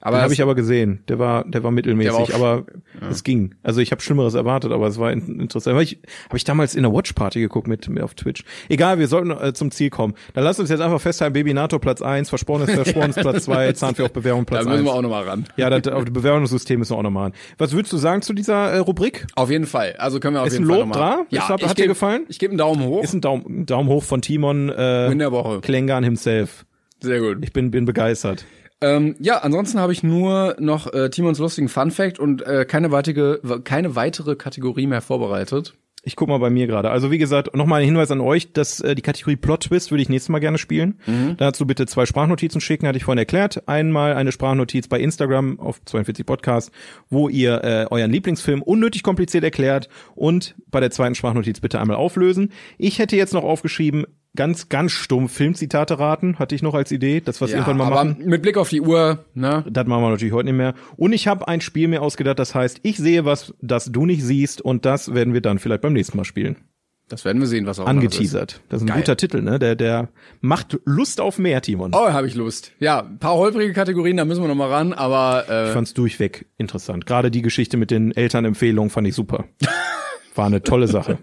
[SPEAKER 2] Den
[SPEAKER 1] Aber
[SPEAKER 2] habe
[SPEAKER 1] das-
[SPEAKER 2] ich aber gesehen. Der war, der war mittelmäßig,
[SPEAKER 1] Der war
[SPEAKER 2] aber es ging. Also ich habe Schlimmeres erwartet, aber es war in, interessant. Habe ich, hab ich damals in der Watch Party geguckt mit, mit auf Twitch. Egal, wir sollten äh, zum Ziel kommen. Dann lasst uns jetzt einfach festhalten, Baby NATO Platz eins, Verspornes
[SPEAKER 1] <laughs>
[SPEAKER 2] Verspornes Platz zwei, Zahnfee auf Bewährung
[SPEAKER 1] da
[SPEAKER 2] Platz
[SPEAKER 1] müssen
[SPEAKER 2] eins.
[SPEAKER 1] wir auch noch mal ran.
[SPEAKER 2] Ja, das, auf das Bewährungssystem müssen wir auch noch machen. Was würdest du sagen zu dieser äh, Rubrik?
[SPEAKER 1] Auf jeden Fall. Also können wir auf
[SPEAKER 2] Ist
[SPEAKER 1] jeden
[SPEAKER 2] ein
[SPEAKER 1] Fall
[SPEAKER 2] Lob
[SPEAKER 1] noch mal-
[SPEAKER 2] da? Ist- hat- hat dir
[SPEAKER 1] geb-
[SPEAKER 2] gefallen?
[SPEAKER 1] Ich gebe einen Daumen hoch.
[SPEAKER 2] Ist ein Daumen, ein Daumen hoch von Timon äh,
[SPEAKER 1] In der Woche.
[SPEAKER 2] Klengan himself.
[SPEAKER 1] Sehr gut.
[SPEAKER 2] Ich bin, bin begeistert.
[SPEAKER 1] Ähm, ja, ansonsten habe ich nur noch äh, Timons lustigen Fun Fact und äh, keine, weitige, keine weitere Kategorie mehr vorbereitet.
[SPEAKER 2] Ich guck mal bei mir gerade. Also wie gesagt, nochmal ein Hinweis an euch, dass äh, die Kategorie Plot Twist würde ich nächstes Mal gerne spielen.
[SPEAKER 1] Mhm.
[SPEAKER 2] Dazu bitte zwei Sprachnotizen schicken, hatte ich vorhin erklärt. Einmal eine Sprachnotiz bei Instagram auf 42 Podcast, wo ihr äh, euren Lieblingsfilm unnötig kompliziert erklärt und bei der zweiten Sprachnotiz bitte einmal auflösen. Ich hätte jetzt noch aufgeschrieben, ganz, ganz stumm Filmzitate raten, hatte ich noch als Idee, das was irgendwann mal
[SPEAKER 1] aber
[SPEAKER 2] machen.
[SPEAKER 1] mit Blick auf die Uhr, ne?
[SPEAKER 2] Das machen wir natürlich heute nicht mehr. Und ich habe ein Spiel mir ausgedacht, das heißt, ich sehe was, das du nicht siehst und das werden wir dann vielleicht beim nächsten Mal spielen.
[SPEAKER 1] Das werden wir sehen, was auch immer das ist.
[SPEAKER 2] Angeteasert. Das ist ein
[SPEAKER 1] Geil.
[SPEAKER 2] guter Titel, ne? Der, der macht Lust auf mehr, Timon.
[SPEAKER 1] Oh, habe ich Lust. Ja, ein paar holprige Kategorien, da müssen wir noch mal ran, aber
[SPEAKER 2] <laughs> Ich
[SPEAKER 1] äh,
[SPEAKER 2] fand's durchweg interessant. Gerade die Geschichte mit den Elternempfehlungen fand ich
[SPEAKER 1] <laughs>
[SPEAKER 2] super. War eine tolle Sache.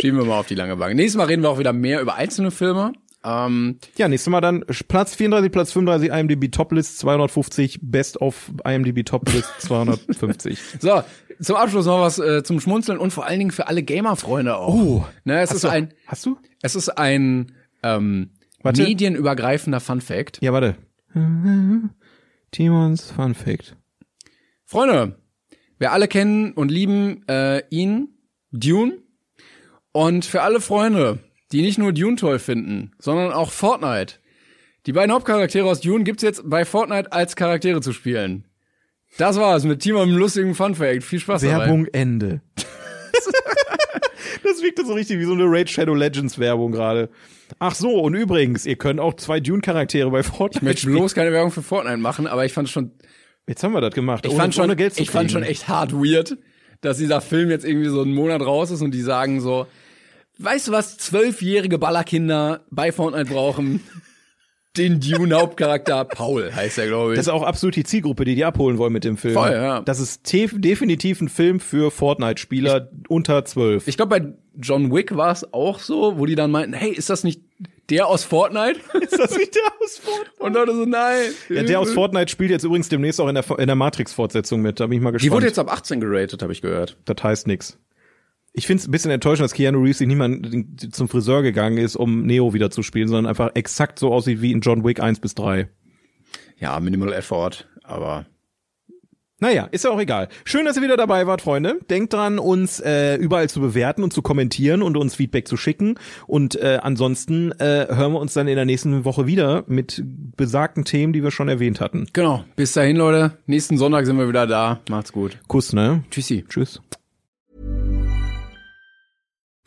[SPEAKER 1] schieben wir mal auf die lange Bank. Nächstes Mal reden wir auch wieder mehr über einzelne Filme. Ähm,
[SPEAKER 2] Ja, nächstes Mal dann Platz 34, Platz 35, IMDb Toplist 250, Best of IMDb
[SPEAKER 1] <laughs>
[SPEAKER 2] Toplist 250.
[SPEAKER 1] so, zum Abschluss noch was äh, zum Schmunzeln und vor allen Dingen für alle Gamer-Freunde auch. Oh, ne, es ist ein,
[SPEAKER 2] Hast du?
[SPEAKER 1] es ist ein ähm,
[SPEAKER 2] Warte.
[SPEAKER 1] medienübergreifender Fun Fact.
[SPEAKER 2] Ja, warte. Timons Fun Fact.
[SPEAKER 1] Freunde, wir alle kennen und lieben äh, ihn, Dune. Und für alle Freunde, die nicht nur Dune toll finden, sondern auch Fortnite. Die beiden Hauptcharaktere aus Dune gibt's jetzt bei Fortnite als Charaktere zu spielen. Das war's mit Team am lustigen Funfact. Viel Spaß dabei.
[SPEAKER 2] Werbung Ende. <laughs> das wirkt so richtig wie so eine Raid Shadow Legends Werbung gerade. Ach so, und übrigens, ihr könnt auch zwei Dune Charaktere bei
[SPEAKER 1] Ich
[SPEAKER 2] Fortnite
[SPEAKER 1] möchte
[SPEAKER 2] spielen.
[SPEAKER 1] bloß keine Werbung für Fortnite machen, aber ich fand schon,
[SPEAKER 2] Jetzt haben wir das gemacht.
[SPEAKER 1] ich
[SPEAKER 2] ohne,
[SPEAKER 1] fand schon,
[SPEAKER 2] ohne Geld zu
[SPEAKER 1] ich fand
[SPEAKER 2] kriegen.
[SPEAKER 1] schon echt hart weird, dass dieser Film jetzt irgendwie so einen Monat raus ist und die sagen so, weißt du was, zwölfjährige Ballerkinder bei Fortnite
[SPEAKER 2] <laughs>
[SPEAKER 1] brauchen? Den Dune-Hauptcharakter Paul heißt er, glaube ich.
[SPEAKER 2] Das ist auch absolut die Zielgruppe, die die abholen wollen mit dem Film.
[SPEAKER 1] Voll, ja.
[SPEAKER 2] Das ist tef- definitiv ein Film für Fortnite-Spieler unter 12.
[SPEAKER 1] ich glaube, bei John Wick war es auch so, wo die dann meinten, hey, ist das nicht der aus Fortnite? <laughs>
[SPEAKER 2] ist das nicht der aus Fortnite?
[SPEAKER 1] Und Leute so, nein.
[SPEAKER 2] Ja, der aus Fortnite spielt jetzt übrigens demnächst auch in der, in der Matrix-Fortsetzung mit. Da bin ich mal gespannt.
[SPEAKER 1] die wurde jetzt ab 18 geratet, habe ich gehört.
[SPEAKER 2] das heißt nichts. Ich find's ein bisschen enttäuschend, dass Keanu Reeves sich niemand zum Friseur gegangen ist, um Neo wieder zu spielen, sondern einfach exakt so aussieht wie in John Wick 1 bis 3.
[SPEAKER 1] Ja, Minimal Effort, aber
[SPEAKER 2] Naja, ist ja auch egal. Schön, dass ihr wieder dabei wart, Freunde. Denkt dran, uns äh, überall zu bewerten und zu kommentieren und uns Feedback zu schicken. Und äh, ansonsten äh, hören wir uns dann in der nächsten Woche wieder mit besagten Themen, die wir schon erwähnt hatten.
[SPEAKER 1] Genau. Bis dahin, Leute. Nächsten Sonntag sind wir wieder da. Macht's gut.
[SPEAKER 2] Kuss, ne?
[SPEAKER 1] Tschüssi.
[SPEAKER 2] Tschüss.